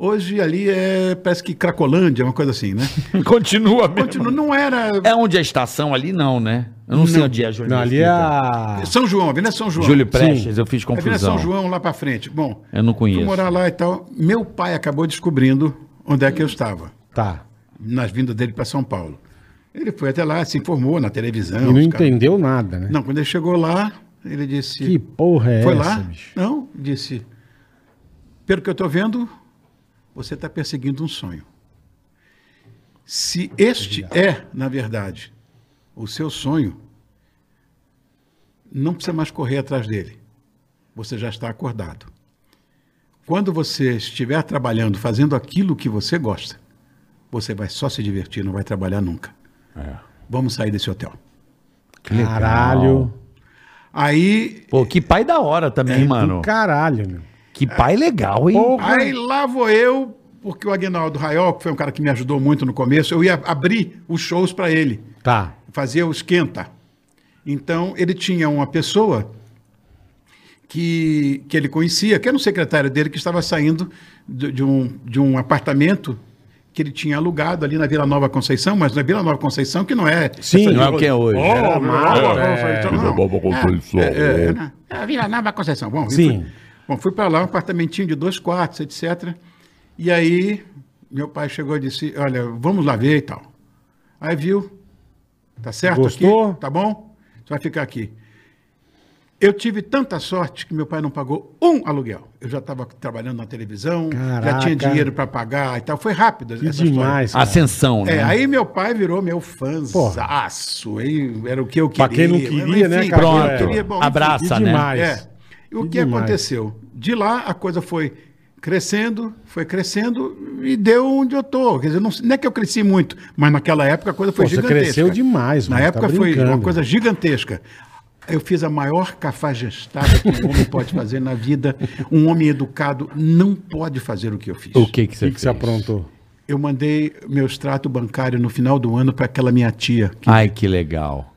Hoje ali é, parece que Cracolândia, uma coisa assim, né? Continua Continua, não era... É onde a estação ali, não, né? Eu não, sei onde é a Júlio Não, ali é Mesquita. a... É São João, Avenida São João. Júlio Prestes, eu fiz Avenida confusão. São João lá pra frente. Bom, Eu não conheço. fui morar lá e tal. Meu pai acabou descobrindo onde é que eu estava. Tá. Nas vindas dele para São Paulo. Ele foi até lá, se informou na E televisão. não os caras- entendeu nada, né? Não, quando ele chegou lá, ele disse. Que porra é foi essa, lá? bicho? Não, disse. Pelo que eu estou vendo, você está perseguindo um sonho. Se este é, na verdade, o seu sonho, não precisa mais correr atrás dele. Você já está acordado. Quando você estiver trabalhando, fazendo aquilo que você gosta, você vai só se divertir, não vai trabalhar nunca. É. Vamos sair desse hotel. Caralho. É Aí Pô, que pai da hora também, mano. Do caralho, meu. Que pai legal, hein? Porra. Aí lá vou eu, porque o Aguinaldo Raiol, que foi um cara que me ajudou muito no começo, eu ia abrir os shows para ele, Tá. fazia o esquenta. Então, ele tinha uma pessoa que, que ele conhecia, que era um secretário dele, que estava saindo de, de um, de um apartamento que ele tinha alugado ali na Vila Nova Conceição, mas na Vila Nova Conceição, que não é... Sim. Não é o que é hoje. Era Era Nova mal, né? é. Conceição, não. Nova Conceição. É, é, é, né? É, Vila Nova Conceição. Bom, Sim. Fui, bom, fui para lá, um apartamentinho de dois quartos, etc. E aí, meu pai chegou e disse, olha, vamos lá ver e tal. Aí viu, tá certo Gostou? aqui, tá bom? Você vai ficar aqui. Eu tive tanta sorte que meu pai não pagou um aluguel. Eu já estava trabalhando na televisão, já Caraca. tinha dinheiro para pagar e tal. Foi rápido Que demais, cara. Ascensão, né? é, aí meu pai virou meu fãzaço. aí Era o que eu queria. Pra quem não queria, né, cara? pra quem não Pronto. queria, bom, enfim. Abraça, que né? demais. É. E O Que que, demais. aconteceu? De lá, a coisa foi crescendo, foi crescendo e deu onde eu tô. Quer dizer, não, não é que eu cresci muito, mas naquela época a coisa foi Pô, você gigantesca. cresceu demais, Na mano, época tá foi brincando. uma coisa gigantesca. Eu fiz a maior cafajestada que um homem pode fazer na vida. Um homem educado não pode fazer o que eu fiz. O que que O você que, que fez? você aprontou? Eu mandei meu extrato bancário no final do ano para aquela minha tia. (laughs) Ai, que legal.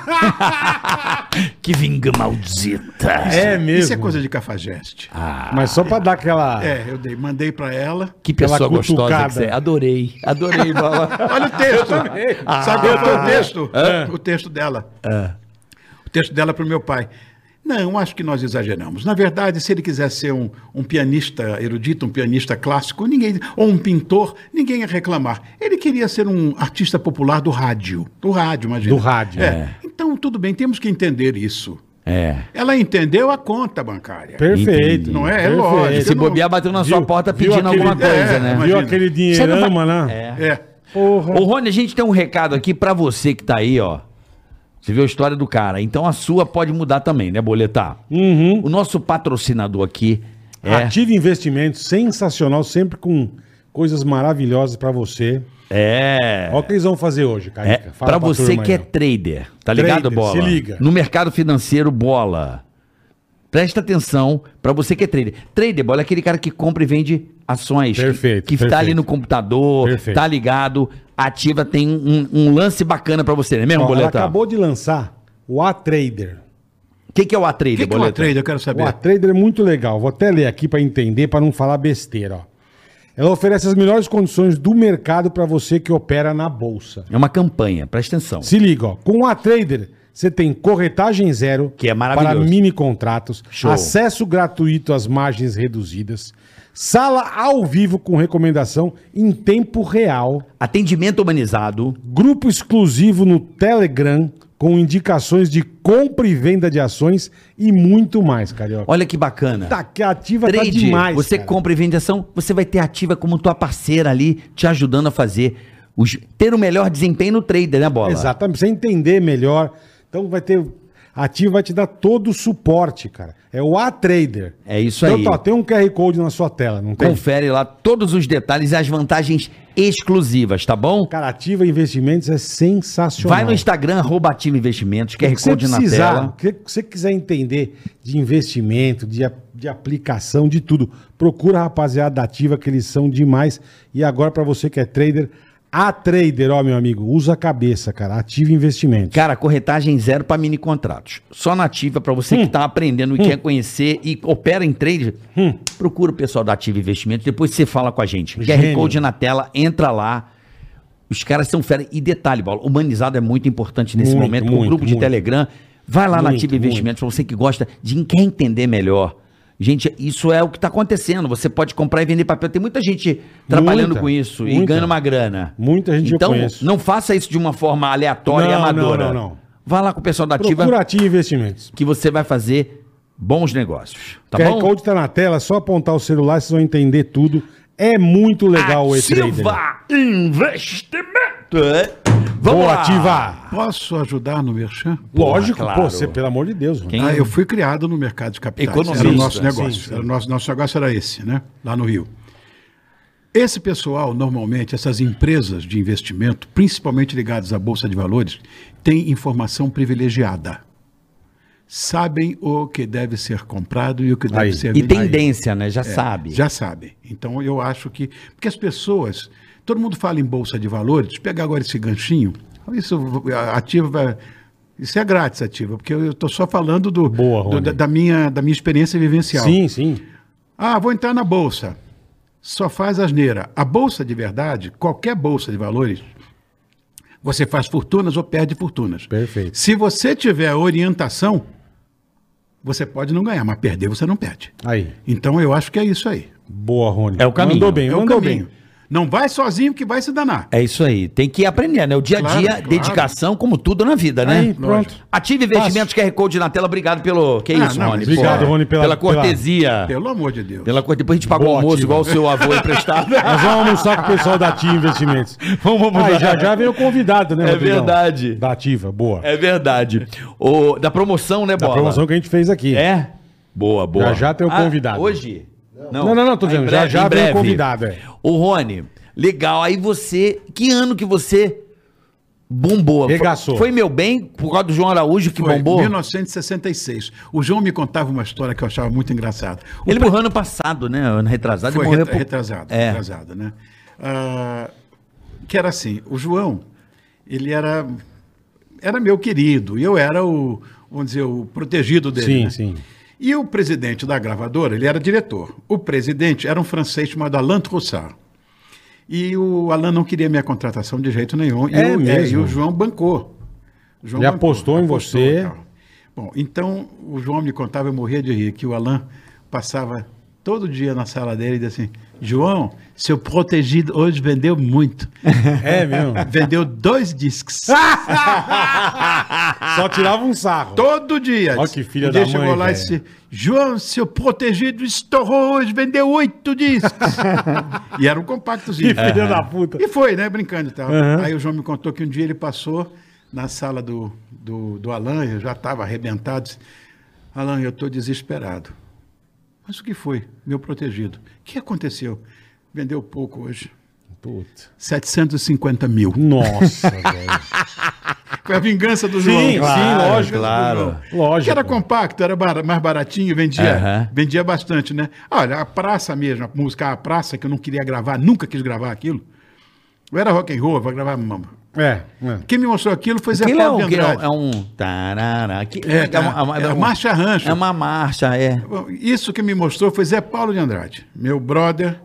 (laughs) Que vinga maldita. É mesmo. Ah. Isso é coisa de cafajeste. Mas só pra dar aquela. É, eu dei, mandei pra ela. Que Aquela pessoa gostosa cutucada. que você é. Adorei. Adorei, Bola. (laughs) (laughs) Olha o texto. Sabe qual Ah. foi o texto? É. O texto dela. O texto dela para o meu pai. Não, acho que nós exageramos. Na verdade, se ele quiser ser um, um pianista erudito, um pianista clássico, ninguém ou um pintor, ninguém ia reclamar. Ele queria ser um artista popular do rádio. Do rádio, imagina. Do rádio, É. é. Então, tudo bem, temos que entender isso. É. Ela entendeu a conta bancária. Perfeito. Não é? É Perfeito. lógico. Se Eu não- bobear, bateu na sua Viu- porta viu pedindo aquele- alguma coisa, é, né? mas- Viu Imagina. aquele Você não dinheirama, né? É. Porra. Ô, Rony, a gente tem um recado aqui pra você que tá aí, ó. Você viu a história do cara. Então a sua pode mudar também, né, Boletar? Hum? Uhum. O nosso patrocinador aqui é. Ative investimentos, sensacional, sempre com coisas maravilhosas pra você. É. Olha o que eles vão fazer hoje, Carica. É, Fala para você turma que é aí, ó. trader, tá Trader, ligado, bola? se liga. No mercado financeiro, bola. Presta atenção para você que é trader. Trader, bola, é aquele cara que compra e vende ações. que- Perfeito, Que, tá perfeito. ali no computador, Perfeito. tá ligado, ativa, tem um, um lance bacana para você, não é mesmo, Ó, ela Boleta? acabou de lançar o A-Trader. O que, que é o O A-Trader, que, que é uma trade? Eu quero O saber. A-Trader é muito legal. Vou até ler aqui pra entender, pra não falar besteira. Ó. Ela oferece as melhores condições do mercado pra você que opera na bolsa. É uma campanha, presta atenção. Se liga, ó. com o A-Trader você tem corretagem zero Que é maravilhoso. para mini contratos, Show. acesso gratuito às margens reduzidas, sala ao vivo com recomendação em tempo real. Atendimento humanizado. Grupo exclusivo no Telegram com indicações de compra e venda de ações e muito mais, Carioca. Olha que bacana. Tá, que a ativa tá Trade, demais. você cara. compra e vende ação, você vai ter a ativa como tua parceira ali, te ajudando a fazer, os- ter o melhor desempenho no trader, né, Bola? Exatamente, pra você entender melhor. Então vai ter. A ativa vai te dar todo o suporte, cara. É o A-Trader. É isso aí. Então tá, tem um QR Code na sua tela, não tem? Confere lá todos os detalhes e as vantagens exclusivas, tá bom? Cara, ativa investimentos é sensacional. Vai no Instagram, arroba Ativa Investimentos, QR O que você Code na precisar, tela. O que você quiser entender de investimento, de, a- de aplicação, de tudo, procura a rapaziada da Ativa, que eles são demais. E agora, pra você que é trader, a trader, ó, meu amigo, usa a cabeça, cara. Ativa investimentos. Cara, corretagem zero para mini contratos. Só na Ativa, para Hum. você que tá aprendendo e quer conhecer e opera em trade, Hum. procura o pessoal da Ativa Investimentos, depois você fala com a gente. QR Gênio. Code na tela, entra lá. Os caras são fera. E detalhe, Paulo, humanizado é muito importante nesse Muito, momento, com o muito, grupo de muito. Telegram. Vai lá na Muito, Ativa muito. Investimentos, para você que gosta de quer entender melhor. Gente, isso é o que está acontecendo. Você pode comprar e vender papel. Tem muita gente trabalhando Muita, com isso e muita. ganha uma grana. Muita gente eu então, conheço. não faça isso de uma forma aleatória e Não, amadora. não, não, não. Vá lá com o pessoal da Ativa Procura a Ativa Investimentos. que você vai fazer bons negócios. Tá QR bom? Code tá na tela, é só apontar o celular, vocês vão entender tudo. É muito legal o e-trader. Ativa Investimento. é? Vamos Boa, lá. Ativa! Posso ajudar no Merchan? Lógico, claro. pô, você, pelo amor de Deus. Quem Ah, eu fui criado no mercado de capitais. Economista, era o nosso sim, negócio. sim. Era o nosso, nosso negócio era esse, né? Lá no Rio. Esse pessoal, normalmente, essas empresas de investimento, principalmente ligadas à Bolsa de Valores, têm informação privilegiada. Sabem o que deve ser comprado e o que deve Aí. É. ser E vendido. tendência, né? Já sabe. Já sabe. Então eu acho que. Porque as pessoas. Todo mundo fala em bolsa de valores, pegar agora esse ganchinho, isso a- ativa. vai- Isso é grátis, ativa, porque eu estou só falando do, Boa, do- Rony. da, da minha, da minha experiência é vivencial. Sim, sim. Ah, vou entrar na bolsa. Só faz asneira. A bolsa de verdade, qualquer bolsa de valores, você faz fortunas ou perde fortunas. Perfeito. Se você tiver orientação, você pode não ganhar, mas perder você não perde. Aí. Então eu acho que é isso aí. Boa, Rony. É o caminho. Mandou bem, É o mandou caminho. bem. Não vai sozinho que vai se danar. É isso aí. Tem que aprender, né? O dia a Claro, dia, claro. dedicação, como tudo na vida, né? Aí, pronto. Ative Investimentos, QR Code na tela. Obrigado pelo. Que é Ah, isso, não, Rony? obrigado, porra. Rony, pela- pela cortesia. Pelo amor de Deus. Pela coisa, depois a gente pagou o Boa, almoço, Tiva. igual o seu avô (laughs) emprestado. Nós vamos almoçar com o pessoal da Ativa Investimentos. (laughs) Vamos almoçar. Ah, e já já veio o convidado, né, É Rodrigão? verdade. Da Ativa, boa. é verdade. O, da promoção, né, da Bola? promoção que a gente fez aqui. É? Boa, boa. Já já tem o convidado. Hoje? Ah, Não, não, não, tô Em dizendo, já breve, já em vem o breve. convidado, é. O Rony, legal. Aí você, que ano que você bombou? Regaçou. Foi meu bem, por causa do João Araújo que Foi bombou? 1966. O João me contava uma história que eu achava muito engraçada. O Ele pre- morreu ano passado, né? Ano retrasado. foi ele morreu retra- por- retrasado, É. retrasado, né? Ah, que era assim, o João, ele era era meu querido, e eu era o, vamos dizer, o protegido dele. Sim, né? sim. E o presidente da gravadora, ele era diretor. O presidente era um francês chamado Alain Troussard. E o Alain não queria minha contratação de jeito nenhum. E, É o, mesmo? e o João bancou. O João Ele apostou em você. e tal. Bom, então o João me contava, eu morria de rir, que o Alain passava todo dia na sala dele e dizia assim, João, seu protegido hoje (laughs) vendeu muito. É mesmo. Vendeu dois discos. Ah! Só tirava um sarro. Todo dia. Ó que filha um dia da chegou mãe, lá e velho. disse, João, seu protegido estourou hoje, vendeu oito discos. (laughs) e era um Que compactozinho. filha da puta. É. E foi, né? Brincando e tal. Aham. Aí o João me contou que um dia ele passou na sala do, do, do Alain, eu já estava arrebentado. disse, Alain, eu estou desesperado. Mas o que foi, meu protegido? O que aconteceu? Vendeu pouco hoje. Puta. 750 mil. (laughs) Nossa, velho. Foi a vingança do Sim, João. sim, Claro, lógico. claro. Lógico. Que era compacto, era bara- mais baratinho, vendia, Aham. vendia bastante, né? Olha, a praça mesmo, a música A Praça, que eu não queria gravar, nunca quis gravar aquilo. Eu era rock and roll, vou gravar mama. É, é. Quem me mostrou aquilo foi Zé Aquilo é Paulo um. de aquilo Andrade. É um tarará, que- É, é uma- é uma uma- marcha rancho. É uma marcha, é. Bom, Isso que me mostrou foi Zé Paulo de Andrade, meu brother,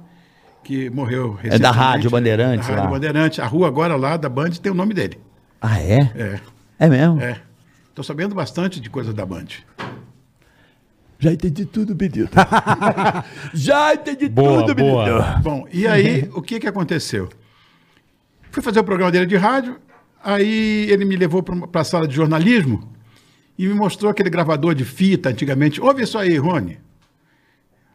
que morreu recentemente. É Rádio Bandeirantes Da Rádio lá. Bandeirantes. A rua agora lá da Band tem o nome dele. Ah, é? É, É mesmo? é. Estou sabendo bastante de coisas da Band. Já entendi tudo, menino. Já entendi Boa, tudo, boa. menino. Bom, e aí, o que que aconteceu? Fui fazer o programa dele de rádio, aí ele me levou para a sala de jornalismo e me mostrou aquele gravador de fita antigamente. Ouve isso aí, Rony.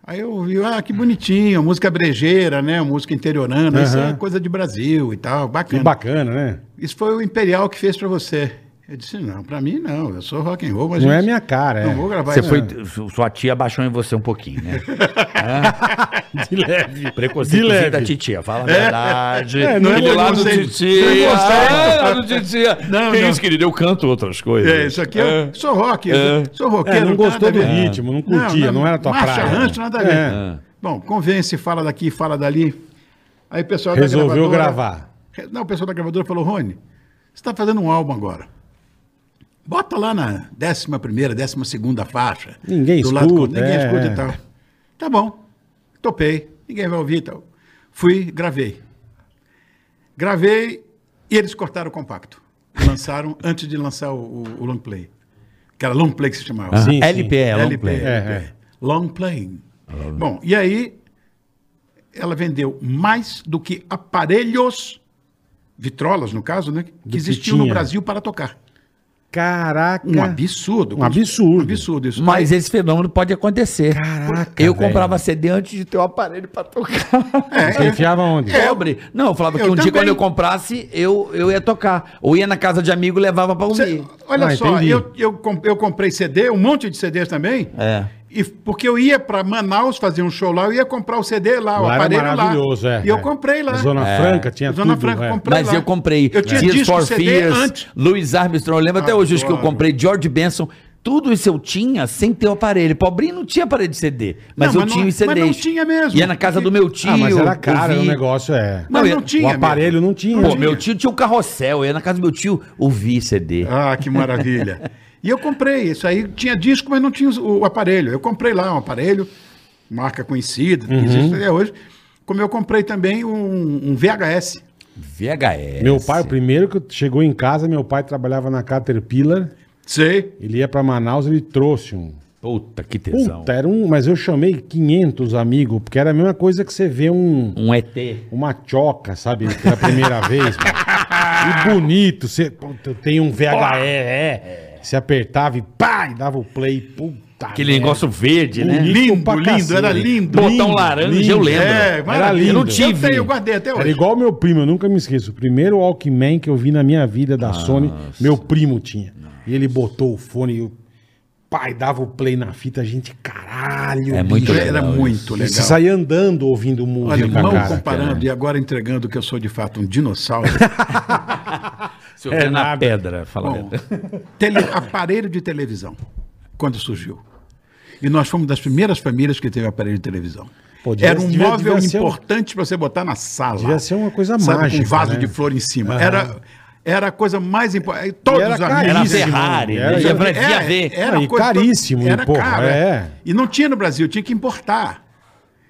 Aí eu ouvi, ah, que bonitinho, música brejeira, né? Música interiorana, isso Aham. é coisa de Brasil e tal, Que bacana. bacana, né? Isso foi o Imperial que fez para você. Eu disse, não, para mim não, eu sou rock and roll, mas Não é gente, minha cara, é. Não vou gravar Você isso, foi, não. su- sua tia baixou em você um pouquinho, né? (laughs) De leve. Preconceito De leve. da titia, fala a verdade. É, não é Aquele lado do preconceito. titia. Preconceito. É, lado do titia. Não, que não. isso, querido, eu canto outras coisas. É, isso aqui é, um sou rock, sou roqueiro. É, não tem gostou nada a do ver. ritmo, não curtia, não, era tua marcha, praia. Rancho, nada a ver. É. Bom, convence, fala daqui, fala dali. Aí o pessoal da Resolveu gravadora- gravar. Não, o pessoal da gravadora falou, Rony, você tá fazendo um álbum agora. Bota lá na 11 primeira, 12 segunda faixa. Ninguém do lado escuta, contra, Ninguém é, escuta é. e tal. Tá bom, topei, ninguém vai ouvir e tal. Fui, gravei. Gravei e eles cortaram o compacto. Lançaram antes de lançar o, o- o long play. Que era long play que se chamava. Sim, sim. LP, é, long LP. play. Ah, É, LP. é. Long playing. Bom, e aí ela vendeu mais do que aparelhos, vitrolas no caso, né? Que que existiam no tinha. Brasil para tocar. Caraca. Um absurdo. Um absurdo. absurdo isso. Mas esse fenômeno pode acontecer. Caraca, Eu velho. comprava CD antes de ter o aparelho pra tocar. Você enfiava onde? É. Pobre. Não, eu falava que Eu um dia também. quando eu comprasse, eu, eu ia tocar. Ou ia na casa de amigo e levava pra Cê- ouvir. olha Ah, só, entendi. eu, eu, com- eu comprei CD, um monte de CDs também. É. E, f- porque eu ia para Manaus fazer um show lá, eu ia comprar o CD lá, o Lá era aparelho maravilhoso, lá. é. E eu é. comprei lá. Zona Franca tinha Zona tudo. Franca, é. comprei. Mas lá. eu comprei Eu tinha Tears disco for CD Fears, antes. Louis Armstrong, eu lembro até hoje os que eu Adoro. comprei, George Benson. Tudo isso eu tinha sem ter o aparelho. Pobrinho não tinha aparelho de CD, mas Não, eu mas tinha não- os CDs. mas não tinha mesmo, Ia é na casa porque- do meu tio. Ah, mas era cara o ouvia. negócio, é. Mas Não, não, eu- o tinha. aparelho mesmo. não tinha. Pô, meu tio tinha um carrossel. Eu ia na casa do meu tio, ouvir CD. Ah, que maravilha. e eu comprei isso aí. Tinha disco, mas não tinha os- o aparelho. Eu comprei lá um aparelho, marca conhecida, Uhum. que existe até hoje. Como eu comprei também um, um VHS. VHS. Meu pai, o primeiro que chegou em casa, meu pai trabalhava na Caterpillar. Sei. Ele ia pra Manaus, ele trouxe um. Puta, que tesão. Puta, era um. Mas eu chamei 500 amigos, porque era a mesma coisa que você vê um. Um ET. Uma choca, sabe? Pela primeira (laughs) vez. mano. E bonito. Você, puta, tem um VHE, é. Você apertava e pá, e dava o play. Puta. Aquele merda. negócio verde, né? É. Bonito Lindo, pra lindo, cacete. era lindo. Botão laranja, eu lembro. É, Era maravilha. lindo. Eu não tive. Eu, tenho, eu guardei até hoje. Era igual meu primo, eu nunca me esqueço. O primeiro Walkman que eu vi na minha vida da Sony, meu primo tinha. E ele botou o fone e o pai dava o play na fita, a gente, caralho, É muito Era legal muito E você legal. saía andando ouvindo Olha, música, mal cara. é, né? comparando e agora entregando que eu sou de fato um dinossauro. (laughs) Se eu é na nada. pedra, fala a Bom, verdade. tele- aparelho de televisão, quando surgiu. E nós fomos das primeiras famílias que teve aparelho de televisão. Pô, devia- Era um devia- móvel devia ser um- importante para você botar na sala. devia ser uma coisa sabe, mágica, Com um vaso né? de flor em cima. Aham. Era, Era a coisa mais importante. Todos era os amigos. Era Caríssimo, Ferrari, era- né? Era- é, Chevrolet, via ver. Era Ah, e coisa- caríssimo, Era porra, caro. é. E não tinha no Brasil, tinha que importar.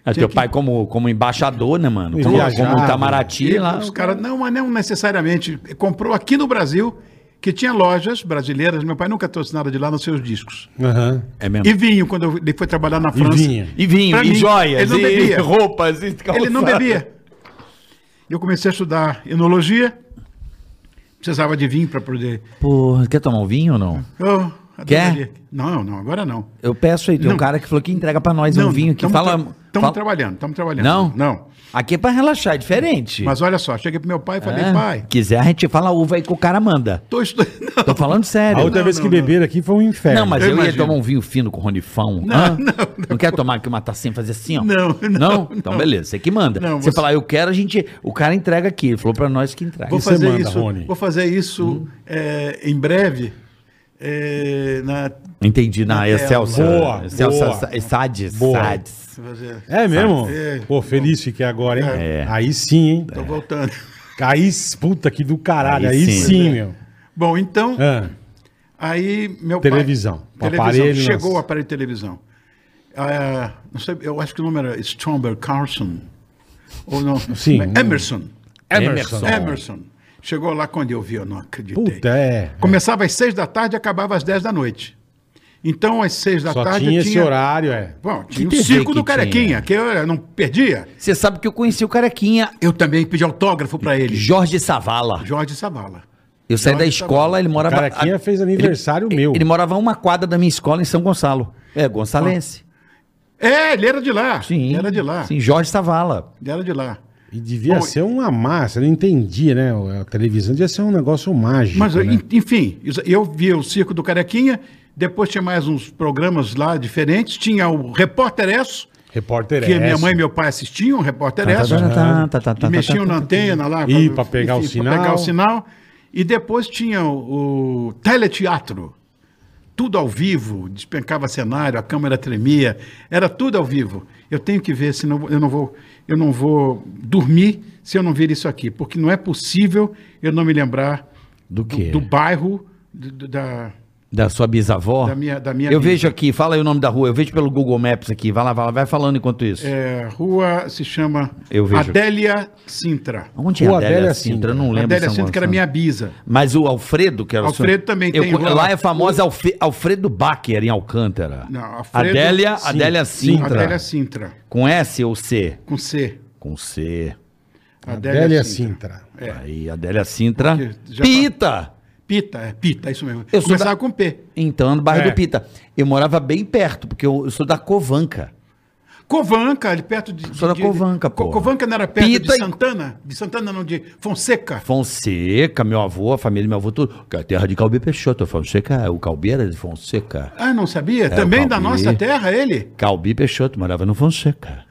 Ah, teu pai como, como embaixador, né, mano? E Como, viajava. como E Itamaraty lá. os caras, não, mas não necessariamente. Comprou aqui no Brasil, que tinha lojas brasileiras. Meu pai nunca trouxe nada de lá nos seus discos. Aham. É mesmo. E vinho, quando eu- ele foi trabalhar na França. vinho. E vinho, Pra e mim, joias, ele não e (laughs) bebia. roupas, e Ele não calçado. bebia. Eu comecei a estudar enologia. Precisava de vinho para poder. Porra, quer tomar um vinho ou não? Eu Quer? adoraria. Não, não, agora não. Eu peço aí, tem um Não. cara que falou que entrega pra nós um vinho que fala... Estamos fala- trabalhando, estamos trabalhando. Não? Não. Aqui é pra relaxar, é diferente. Mas olha só, cheguei pro meu pai e falei, É, pai, Quiser, a gente fala uva aí que o cara manda. tô estudando. Tô falando A sério. outra (laughs) Não, vez não, que não. beberam aqui foi um inferno. Não, mas Eu eu, ia imagino. tomar um vinho fino com ronifão. Não, Hã? não, não. quer tomar aqui uma tacinha e fazer assim, ó? Não, não, Então, não. beleza, você que manda. Não, você você- falar, eu quero, a gente. O cara entrega aqui. Ele falou pra nós que entrega. Vou Isso fazer você manda, isso, Rony. Hum? vou fazer isso é, em breve. é, na, Entendi. Na Nutella. Excelsa. Boa, boa. Excelsa Sades. Boa. Sades. fazer- É mesmo? É. Pô, feliz fiquei agora, hein? É. Aí sim, hein? tô voltando. (laughs) Aí, puta que do caralho. Aí Aí, sim. sim, meu. Bom, então, Ah, aí meu Televisão. pai... Televisão. Aparelho, Chegou o nossa. aparelho de televisão. Ah, não sei, eu acho que o nome era Stromberg Carlson. Ou não? é? Sim. Emerson. Emerson. Emerson. Chegou lá quando eu vi, eu não acreditei. Puta, é. Começava às seis da tarde e acabava às dez da noite. Então, às seis da Só tarde tinha esse horário, é. Bom, tinha o TV circo que do Carequinha, que eu não perdia. Você sabe que eu conheci o carequinha Eu também pedi autógrafo para ele. Jorge Savala. Jorge Savala. Eu saí Jorge da escola, ele morava. Carequinha fez aniversário ele, meu. Ele morava a uma quadra da minha escola em São Gonçalo. É, Gonçalense. É, ele era de lá. Sim. Era de lá. Sim, Jorge Savala. Ele era de lá. E devia Bom, ser uma massa, eu não entendi, né? A televisão devia ser um negócio mágico. Mas, né? en- enfim, isso- eu via o circo do Carequinha, depois tinha mais uns programas lá diferentes. Tinha o Repórter Esso, Repórter que é minha essa. mãe e meu pai assistiam, o Repórter Esso. Tá, tá, tá, tá, E mexiam tá, tá, na tá. antena lá. Ih, quando- pra pegar o sinal. Pra pegar o sinal. E depois tinha o, o teleteatro. Tudo ao vivo, despencava cenário, a câmera tremia, era tudo ao vivo. Eu tenho que ver, senão eu não vou, eu não vou dormir se eu não vir isso aqui, porque não é possível eu não me lembrar Do quê? do bairro do- do- da Da sua bisavó? Da minha- da minha Eu vida. vejo aqui, fala aí o nome da rua, eu vejo pelo Google Maps aqui. Vai lá, vai, lá, vai falando enquanto isso. é, rua se chama Eu vejo. Adélia Sintra. Onde é a Rua Adélia, Adélia Sintra? Eu Sintra. não lembro. é um Adélia São Sintra que era Gonçalo. minha bisa. Mas o Alfredo, que era o Alfredo também eu, tem Lá, rua lá lá. é famosa Alfe- Alfredo Bacher, em Alcântara. Não, Alfredo- Adélia, Sim. Adélia Sintra. Adélia Sintra, Com S ou C? com C. Com C. é Adélia assim, Sintra. Aí, Adélia Sintra. Porque já- tá- Pita! Pita, é Pita, é isso mesmo. Eu Eu sou Começava da- com P. Então, no bairro É. do Pita. Eu morava bem perto, porque eu, eu sou da Covanca. Covanca, ali perto de. Sou da de- Covanca, Co- porra. Covanca não era perto Pita e- de Santana? De Santana, não, de Fonseca. Fonseca, meu avô, a família do meu avô, tudo. Que é a terra de Calbi Peixoto. Fonseca, o Calbi era de Fonseca. Ah, não sabia? o também da Calbi. nossa terra, ele? Calbi Peixoto morava no Fonseca.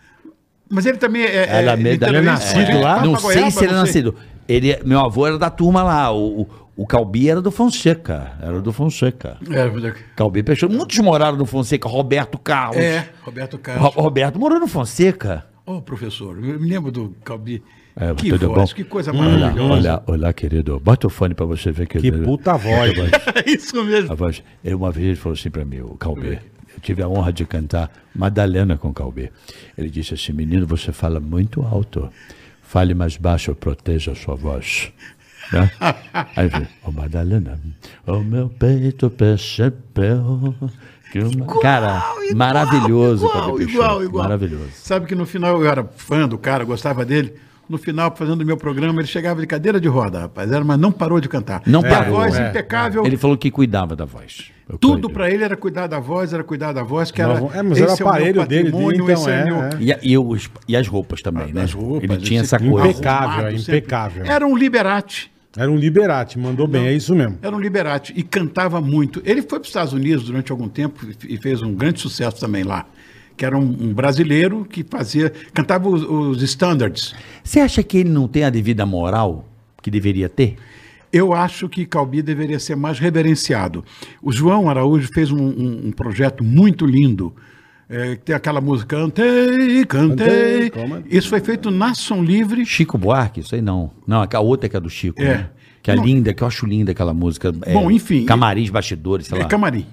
Mas ele também é. é Ela me- ela ele também é nascido ele lá? vai Não pra sei Goiaba, se ele é não sei. nascido. Ele, meu avô era da turma lá. O, o, o Calbi era do Fonseca. Era do Fonseca. É, mas é- Calbi Peixoto. Muitos moraram no Fonseca. Roberto Carlos. É, Roberto Carlos. Ro- Roberto morou no Fonseca. Ô, professor, eu me lembro do Calbi. É, que tudo voz, bom? Hum, que coisa Olá, (laughs) maravilhosa. olá, olá, querido. Bota o fone pra você ver que Que puta voz. velho. É isso mesmo. A voz. Ele uma vez ele falou assim para mim, o Calbê. Eu tive a honra de cantar Madalena com o Calbê. Ele disse assim: Menino, você fala muito alto. Fale mais baixo, proteja a sua voz. Né? Aí eu falei, Ô Madalena, o meu peito percebeu. Que uma... cara, maravilhoso. Igual, Calbê Peixoto, igual, igual. Maravilhoso. Sabe que no final eu era fã do cara, gostava dele. No final, fazendo o meu programa, ele chegava de cadeira de roda, rapaz. Era, mas não parou de cantar. Não E parou, A voz é. impecável. Ele falou que cuidava da voz. Eu Tudo cuido. para ele era cuidar da voz, era cuidar da voz, que era. Nós vamos- é, mas era esse o aparelho meu dele, patrimônio, então, esse é, meu- é. E, a- e os- e as roupas tipo também, né? As roupas, Ele tinha esse- essa coisa. Impecável. arrumado é, sempre. impecável. Era um liberate. Era um liberate, mandou bem, é isso mesmo. Era um liberate e cantava muito. Ele foi para os Estados Unidos durante algum tempo e f- e fez um grande sucesso também lá. Que era um, um brasileiro que fazia. cantava os, os standards. Você acha que ele não tem a devida moral que deveria ter? Eu acho que Calbi deveria ser mais reverenciado. O João Araújo fez um, um- um projeto muito lindo. eh, que tem aquela música Cantei, cantei. Cantei, como é? Isso foi feito na Som Livre. Chico Buarque, isso aí não. Não, a outra que é do Chico. É. né? Que é linda, que eu acho linda aquela música. é, Bom, enfim. Camarins, bastidores, sei É Tá lá. camarim.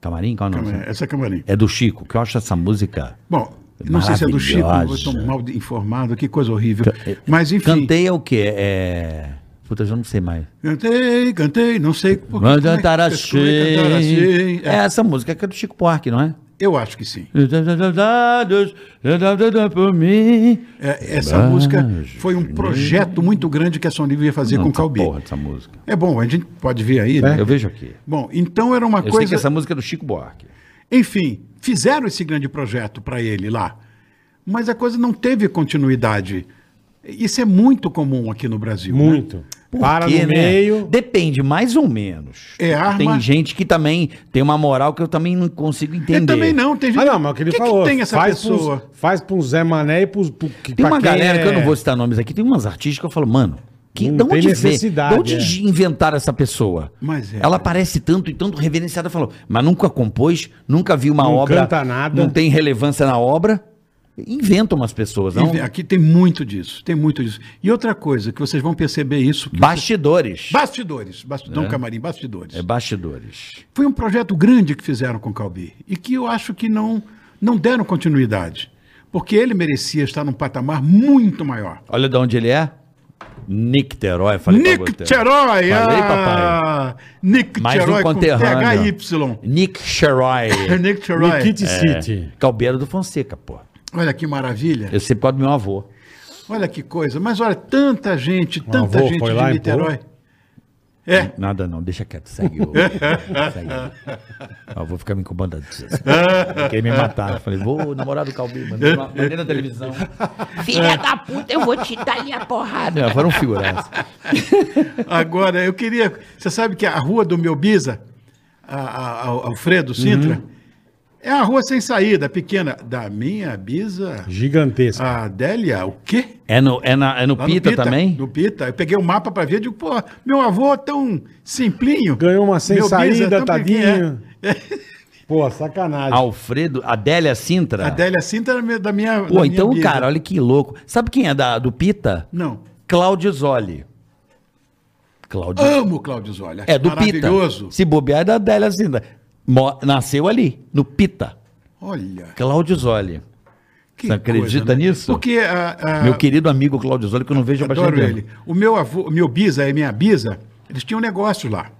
Camarim? Qual é o nome? Camarim, Essa é camarim. É do Chico, que eu acho essa música. Bom, não sei se é do Chico, eu Maravilhosa. estou mal informado, que coisa horrível. Mas enfim. Cantei é o quê? É. Puta, eu já não sei mais. Cantei, cantei, não sei por Mas como é que cantar pessoa ia cantar assim. assim. É essa música que é do Chico Buarque, não é? Eu acho que sim. Dados, dados por mim. É, essa música foi um projeto muito grande que a Sony ia fazer com o Essa Calbi. tá Porra, essa música. É bom, a gente pode ver aí, né? Eu vejo aqui. Bom, então era uma Eu sei coisa. que essa música é do Chico Buarque. Enfim, fizeram esse grande projeto para ele lá. Mas a coisa não teve continuidade. Isso é muito comum aqui no Brasil. né? Muito. Por Para quê, no né? meio. Depende, mais ou menos. É arma- Tem gente que também tem uma moral que eu também não consigo entender. Eu também não, tem gente. Ah, não, mas o que ele falou. tem essa faz pessoa? Pros, faz pra um Zé Mané e pros. pro- que- Tem pra uma quem galera é- que eu não vou citar nomes aqui, tem umas artistas que eu falo, mano, que, Não de tem onde vê? De necessidade, onde é. de inventar essa pessoa? Mas é. Ela aparece tanto e tanto reverenciada, falou, mas nunca compôs, nunca vi uma Não obra. canta nada. Não tem relevância na obra. Inventam umas pessoas, não? E Aqui tem muito disso, tem muito disso. E outra coisa que vocês vão perceber isso. que- Bastidores. Bastidores, basti- não camarim, bastidores. Né? É bastidores. Foi um projeto grande que fizeram com o Calbi e que eu acho que não, não deram continuidade, porque ele merecia estar num patamar muito maior. Olha de onde ele é. Nick Terói, eu falei pra Nick você. Cheroy! Falei, ah, Nick Mais Cheroy um com conterrâneo. THY. Nick (laughs) Cheroy. É Nick Cheroy. Nikit City. Calbeiro do Fonseca, pô. Olha que maravilha. Eu sempre gosto do meu avô. Olha que coisa. Mas olha, tanta gente, tanta avô gente foi de lá e Niterói. É. Nada não, deixa quieto, segue (laughs) o. segue. Eu vou ficar me incomodando. Queria me matar. Eu falei, vou, namorado do Calbi, mandei na- mandei na televisão. É. Ah, Filha da puta, eu vou te dar ali a porrada. Não, foram figurança. Agora, eu queria. Você sabe que a rua do meu Bisa, a, a- a- Alfredo Sintra, Uhum. é a rua sem saída, pequena. Da minha Bisa, Gigantesco. a Adélia, o quê? É no, é na, é no Lá no Pita também? No Pita. Eu peguei o mapa para ver e digo, pô, meu avô tão simplinho. Ganhou uma sem Meu Bisa saída, tão pequeno, tadinho. é. Pô, sacanagem. Alfredo, Adélia Sintra. Adélia Sintra era me- da minha. da Tá. Pô, minha então, Bisa. cara, olha que louco. Sabe quem é da, do Pita? Não. Cláudio Zoli. Cláudio Amo o Cláudio Zola. acho É do Pita. Maravilhoso. Se bobear é da Adélia Sintra. Mo- Nasceu ali, no Pita. Olha. Cláudio Zoli. que Você acredita coisa, né? nisso? Porque ah, a, a, Meu querido amigo Cláudio Zoli, que eu não vejo há bastante Adoro tempo. ele. O meu avô, o meu bisa e minha bisa, eles tinham negócios lá.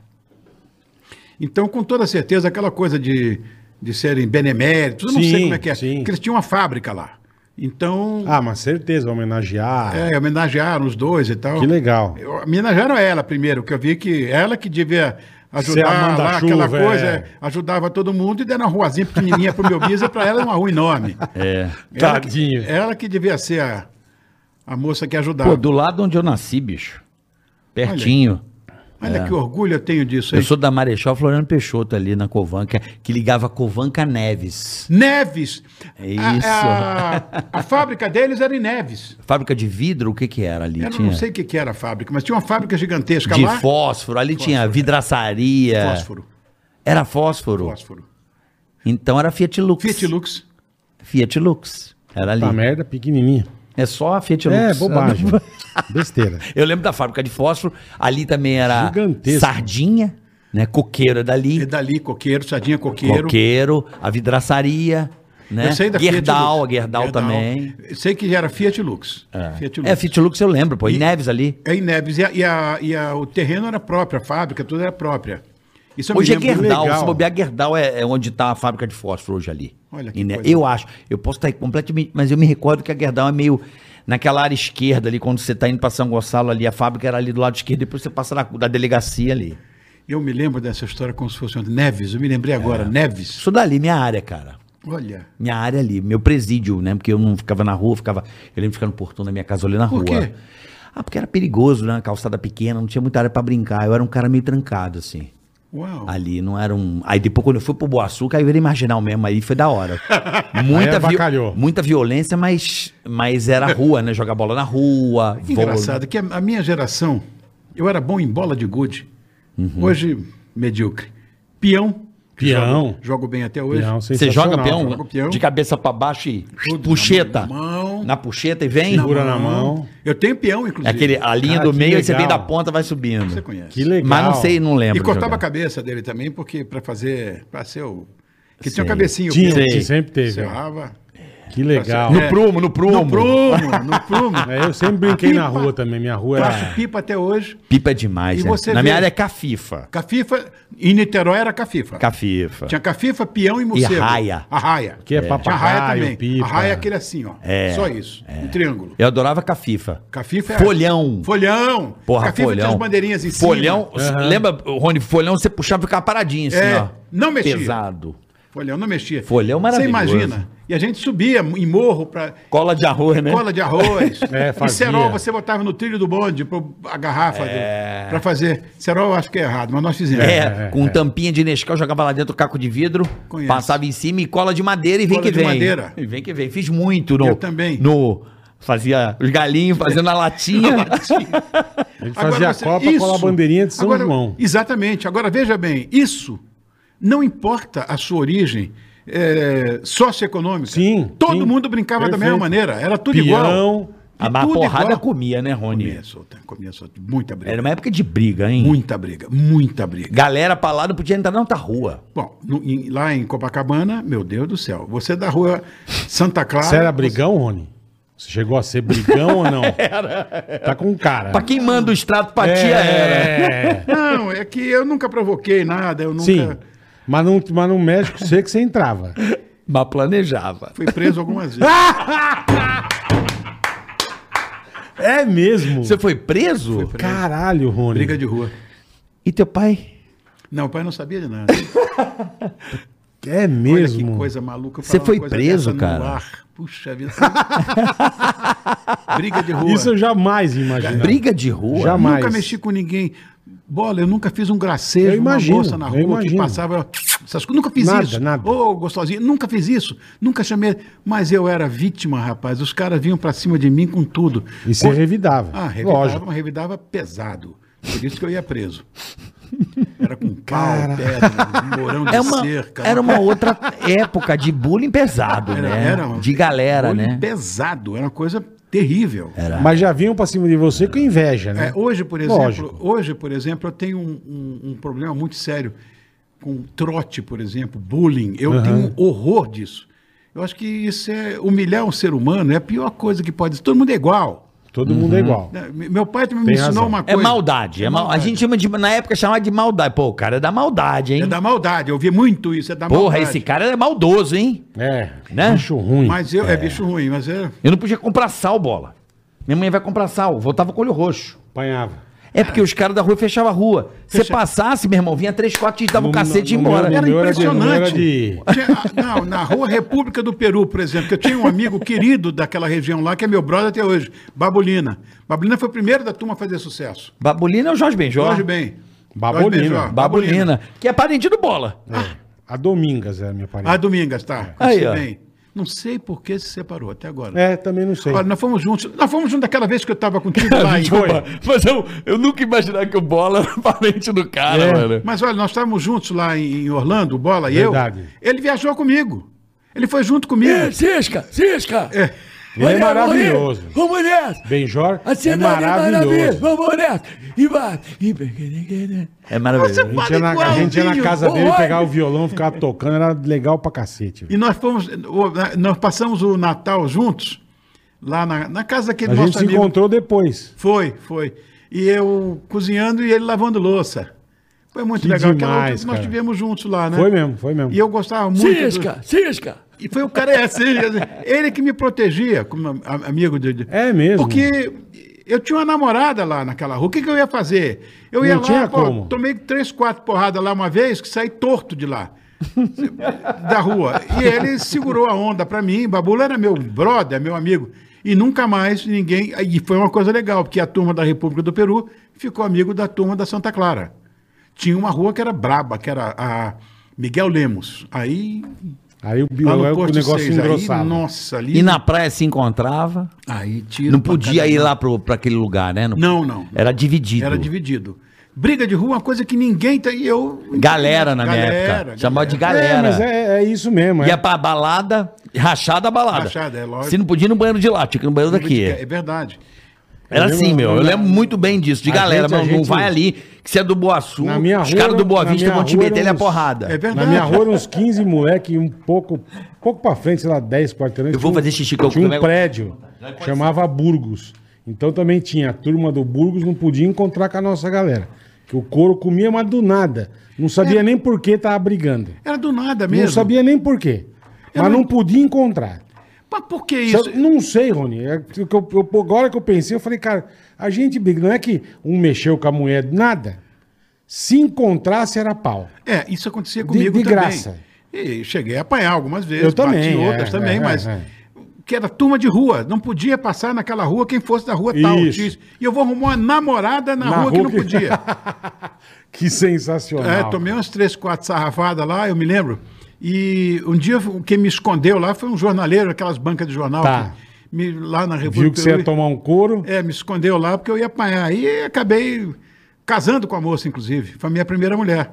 Então, com toda certeza, aquela coisa de, de serem beneméritos, eu não Sim, sei como é que é, sim. porque eles tinham uma fábrica lá. Então, Ah, mas certeza, vai homenagear. é, homenagearam os dois e tal. Ah. Que legal. Eu- Homenagearam ela primeiro, que eu vi que ela que Ser devia a ajudar lá, manda-chuva, aquela coisa, é. é, ajudava todo mundo e deram uma ruazinha pequenininha pro meu bisa, para ela é uma rua enorme. É. Ela que- Tadinho. Ela que devia ser a, a moça que ajudava. Pô, do lado onde eu nasci, bicho. Pertinho. Olha É. que orgulho eu tenho disso aí. Eu sou da Marechal Floriano Peixoto ali na Covanca, que ligava Covanca a Neves. Neves. É A- isso. A, a fábrica deles era em Neves. Fábrica de vidro, o que que era ali? Eu tinha não sei o que, que era a fábrica, mas tinha uma fábrica gigantesca de é. lá. é. fósforo, ali tinha vidraçaria. Fósforo. Era fósforo. Fósforo. Então era Fiat Lux. Fiat Lux. Tá Fiat Lux. Era ali. é Uma merda pequenininha. É só a Fiat Lux. Ah, É, bobagem. (laughs) (laughs) Besteira. Eu lembro da fábrica de fósforo, ali também era Gigantesco. sardinha, né? Coqueiro E dali, dali, coqueiro, sardinha, coqueiro. coqueiro, a vidraçaria, né? Eu sei da Gerdau, a Fiat Lux. Gerdau, também. Sei que era Fiat Lux. Fiat Lux. É, Fiat Lux eu lembro, pô. E, Neves ali. É em Neves. E, a- e a- e a- o terreno era próprio, a fábrica, tudo era própria. Isso eu me Hoje é lembro. Gerdau. legal. Se bobear, Gerdau é, é onde está a fábrica de fósforo hoje ali. Olha que E, né, coisa. Eu acho. Eu posso estar aí completamente... Mas eu me recordo que a Gerdau é meio... Naquela área esquerda ali, quando você está indo para São Gonçalo ali, a fábrica era ali do lado esquerdo, depois você passa na, da delegacia ali. Eu me lembro dessa história como se fosse ontem. Neves, eu me lembrei agora. É. Neves. Isso dali, minha área, cara. Olha. minha área ali, meu presídio, né? Porque eu não ficava na rua, eu ficava. Eu lembro de ficar no portão da minha casa olhando na Por rua. quê? Ah, porque era perigoso, né? Calçada pequena, não tinha muita área pra brincar. Eu era um cara meio trancado, assim. Uau. Ali não era um. Aí depois, quando eu fui pro Boa Açúcar, aí eu virei marginal mesmo, aí foi da (laughs) hora. Aí Muita, vi- avacalhou. muita violência, mas... mas era rua, né? Jogar bola na rua. Que Engraçado que a, a minha geração, eu era bom em bola de gude. Uhum. Hoje, medíocre. Peão. que Peão. Jogo, jogo bem até hoje. Peão, Você joga sensacional, peão, jogo peão. de cabeça pra baixo e Tudo na puxeta. mão, mão. Na puxeta e vem. Segura na mão. Eu tenho peão, É inclusive. aquele, Ah, a linha Cara, do que meio, aí você vem legal. da ponta, vai subindo. Ah, Você conhece. Que legal. Mas não sei, não lembro. E cortava jogar. a cabeça dele também, porque para fazer. Para ser o. Que Sei. tinha o cabecinho. Tinha, que tinha, sempre teve. Serrava. Que legal. No É. Prumo, no prumo. No prumo, no prumo. É, eu sempre brinquei na Pipa. rua também. Minha rua Faço era. pipa até hoje. Pipa é demais, E né? você Na vê- minha área é cafifa. Cafifa, em Niterói era cafifa. Cafifa. Tinha cafifa, peão e morcego. raia. Arraia. Que é Tinha raia papagaio, também. pipa. Arraia é aquele assim, ó. É, Só isso. Um triângulo. Eu adorava cafifa. Cafifa era- Folhão. Folhão. Porra, cafifa folhão. tinha as bandeirinhas em folhão, cima. c- lembra, Rony, folhão você puxava e ficava paradinho assim, É, ó. não mexia. Pesado. Folhão não mexia. Folhão maravilhoso. Você imagina. E a gente subia em morro pra... Cola de arroz, né? Cola de arroz. (laughs) É, e fazia. cerol você botava no trilho do bonde, pro, a garrafa do, pra fazer. Cerol eu acho que é errado, mas nós fizemos. É, é, com tampinha de Nescau, jogava lá dentro o caco de vidro, Conheço. passava em cima e cola de madeira e vem Cola que de vem. madeira. E vem que vem. Fiz muito no. Eu também. No. Fazia os galinhos fazendo a latinha. (laughs) É. A gente Agora fazia você- a Copa isso. com a bandeirinha de São Agora- João. Exatamente. Agora, veja bem, isso não importa a sua origem é, socioeconômica. Sim, Todo sim. mundo brincava da Perfeito. mesma maneira, era tudo Peão. igual. a mas a Tudo porrada igual. comia, né, Rony? Comia, solta, comia, solta. Muita briga. um Era uma época de briga, hein? Muita briga, muita briga. Galera pra lá não podia entrar na outra rua. Bom, no- em- lá em Copacabana, meu Deus do céu, você da rua Santa Clara. Você era brigão, Rony? Você chegou a ser brigão (laughs) ou não? Era. Tá com cara. Pra quem manda o extrato pra tia era. É. Não, é que eu nunca provoquei nada, eu nunca Sim. Mas, não, mas no México sei que você entrava. Mas planejava. fui preso algumas vezes. (laughs) É mesmo? Você foi preso? Caralho, Rony. Né? Briga de rua. E teu pai? Não, o pai não sabia de nada. É Olha mesmo. que coisa maluca. Você falar uma foi coisa preso, dessa no cara? ar. Puxa vida. você- (laughs) Briga de rua. Isso eu jamais imaginei. Briga de rua? Já- nunca jamais. mexi com ninguém. Bola, eu nunca fiz um gracejo, Eu imagino, uma moça na eu rua que imagino. passava. eu- Essas, coisas. nunca fiz Nada, isso. nada. Ô, gostosinha, nunca fiz isso. Nunca chamei. Mas eu era vítima, rapaz. Os caras vinham pra cima de mim com tudo. E você revidava. Ah, revidava, é Lógico. mas revidava pesado. Por isso que eu (laughs) ia preso. Era com pau, Cara. pedra, morão de É uma- cerca. era uma outra época de bullying pesado, Era- né? era um- de galera, Olho né? pesado, era uma coisa terrível. Mas já vinham pra cima de você com inveja, né? É, hoje, por exemplo, Lógico. hoje, por exemplo, eu tenho um, um- um problema muito sério com trote, por exemplo, bullying. Eu tenho horror disso. Eu acho que isso é humilhar um ser humano é a pior coisa que pode. Todo mundo é igual. Todo mundo é igual. né? Me- Meu pai também me Tem ensinou razão. uma É coisa. maldade. É mal- A gente chama de, na época chamava de maldade. Pô, o cara é da maldade, hein? É da maldade. Eu vi muito isso. É da Porra, maldade. esse cara é maldoso, hein? É, Né? bicho ruim. Mas eu, é. bicho ruim, mas é. Eu não podia comprar sal, bola. Minha mãe vai comprar sal, voltava com o olho roxo. Apanhava. É porque os caras da rua fechavam a rua. Se Fecha- passasse, meu irmão, vinha três, quatro, te dava um No- cacete e ia no- no embora. meu- Era no meu de- no meu impressionante. de- Tinha- ah, não, na Rua República do Peru, por exemplo, que eu tinha um amigo querido daquela região lá, que é meu brother até hoje, Babulina. Babulina foi o primeiro da turma a fazer sucesso. Babulina é o Jorge Benjó. Jorge bem. Babulina. Jorge Benjó, Babulina, que é parente do bola. É. A Domingas era minha parente. Ah, Domingas, tá. Aí, Conheci ó. bem. Não sei por que se separou até agora. É, também não sei. Olha, nós fomos juntos. Nós fomos juntos daquela vez que eu tava contigo lá em... Desculpa, mas eu, eu nunca imaginava que o bola era parente do cara, É. mano. Mas olha, nós estávamos juntos lá em Orlando, o Bola e Verdade. eu. Ele viajou comigo. Ele foi junto comigo. É, Cisca, Cisca. É. Ele é maravilhoso. Vamos nessa. Benjor A Assim é cidade é maravilhosa. maravilhoso. Vamos nessa. E vai. E peguei, É maravilhoso. A gente, ia na, a gente ia na casa dele, pegava o violão, ficava tocando, era legal pra cacete. velho. E nós fomos, o- né, nós passamos o Natal juntos, lá na, na casa daquele A gente se encontrou depois. Foi, foi. E eu cozinhando e ele lavando louça. Foi muito Que legal. demais, outra- nós cara. tivemos juntos lá, né? Foi mesmo, foi mesmo. E eu gostava muito. do- Cisca, Cisca. E foi o cara é assim, assim, ele que me protegia, como a- amigo de. de- É mesmo. Porque eu tinha uma namorada lá naquela rua. O que, que eu ia fazer? Eu ia Não lá, tinha como. tomei três, quatro porradas lá uma vez, que saí torto de lá. da rua. E ele segurou a onda pra mim. Babula era meu brother, meu amigo. E nunca mais ninguém. E foi uma coisa legal, porque a turma da República do Peru ficou amigo da turma da Santa Clara. Tinha uma rua que era braba, que era a Miguel Lemos. Aí Aí o, Lá bio- no aí o Porto negócio Seis, aí, engrossava. nossa, ali. E na praia se encontrava. Aí tiro Não pra podia cada ir lado. lá pro, pra aquele lugar, né? Não, não. Era dividido. Era dividido. Briga de rua é uma coisa que ninguém tem. E eu. Galera na minha Galera, época. Chamava de É, galera. mas é, é isso mesmo. É. Ia pra balada, rachada a balada. Rachada, é lógico. Se não podia ir no banheiro de lá, tinha que ir no banheiro É daqui. verdade. Era Eu assim, lembro- meu. Eu eu lembro lembro- muito bem disso. De A galera, gente- a meu, não gente- vai ali, que você é do Boa Sul, Na minha os rua caras era- do Boa na Vista minha vão te rua era meter ele a uns- porrada. É verdade. Na minha rua eram uns 15 moleque, um pouco, pouco pra frente, sei lá, 10 quarteirões. Eu vou Tinha um- fazer xixi, que eu- Tinha um eu- prédio, chamava Burgos. Então também tinha a turma do Burgos, não podia encontrar com a nossa galera. Que o couro comia, mas do nada. Não sabia nem por que tava brigando. Era do nada É. mesmo. Não sabia nem por quê. Eu mas não- não podia encontrar. Mas por que isso? Sabe, Não sei, Rony. É que eu- eu- agora que eu pensei, eu falei, cara, a gente briga. Não é que um mexeu com a mulher, nada. Se encontrasse, era pau. É, isso acontecia comigo de também. graça. E cheguei a apanhar algumas vezes, Eu também, bati é, outras também, é, mas é. que era turma de rua, não podia passar naquela rua quem fosse da rua tal, Isso. X. E eu vou arrumar uma namorada na, Na rua, que rua não que- (laughs) podia. Que sensacional. É, tomei umas três, quatro sarrafadas lá, eu me lembro. E um dia quem me escondeu lá foi um jornaleiro, aquelas bancas de jornal Tá. que me- lá na República. Viu que você ia tomar um couro. É, me escondeu lá porque eu ia apanhar. E acabei casando com a moça, inclusive. Foi a minha primeira mulher.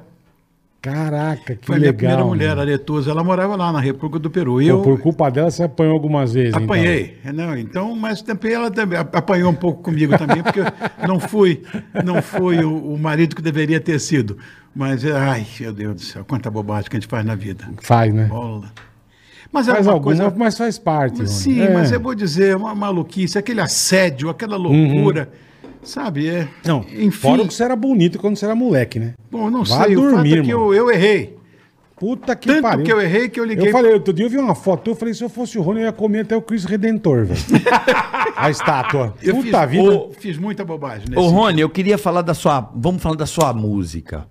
Caraca, que Foi a minha legal. primeira mano. mulher, a Aretusa. Ela morava lá na República do Peru. E Pô, eu Por culpa dela, você apanhou algumas vezes. então. apanhei. É, Não, então, mas também ela também apanhou um pouco comigo também, porque eu não fui, não fui o, o marido que deveria ter sido. Mas, ai, meu Deus do céu, quanta bobagem que a gente faz na vida. Faz, né? Bola. Mas é Faz uma alguma, coisa. mas faz parte. Rony. Sim, É. mas eu vou dizer, é uma maluquice, aquele assédio, aquela loucura. Sabe? É, Não, enfim. fora que você era bonito quando você era moleque, né? Bom, não Vá sei, o fato dormir, é que irmão. eu, eu errei. Puta que Tanto pariu. que eu errei que eu liguei. Eu falei, outro dia eu vi uma foto, eu falei, se eu fosse o Rony, eu ia comer até o Cristo Redentor, (laughs) velho. A estátua. eu Puta fiz, vida. eu fiz muita bobagem. nesse Ô, Rony, eu queria falar da sua. Vamos falar da sua música.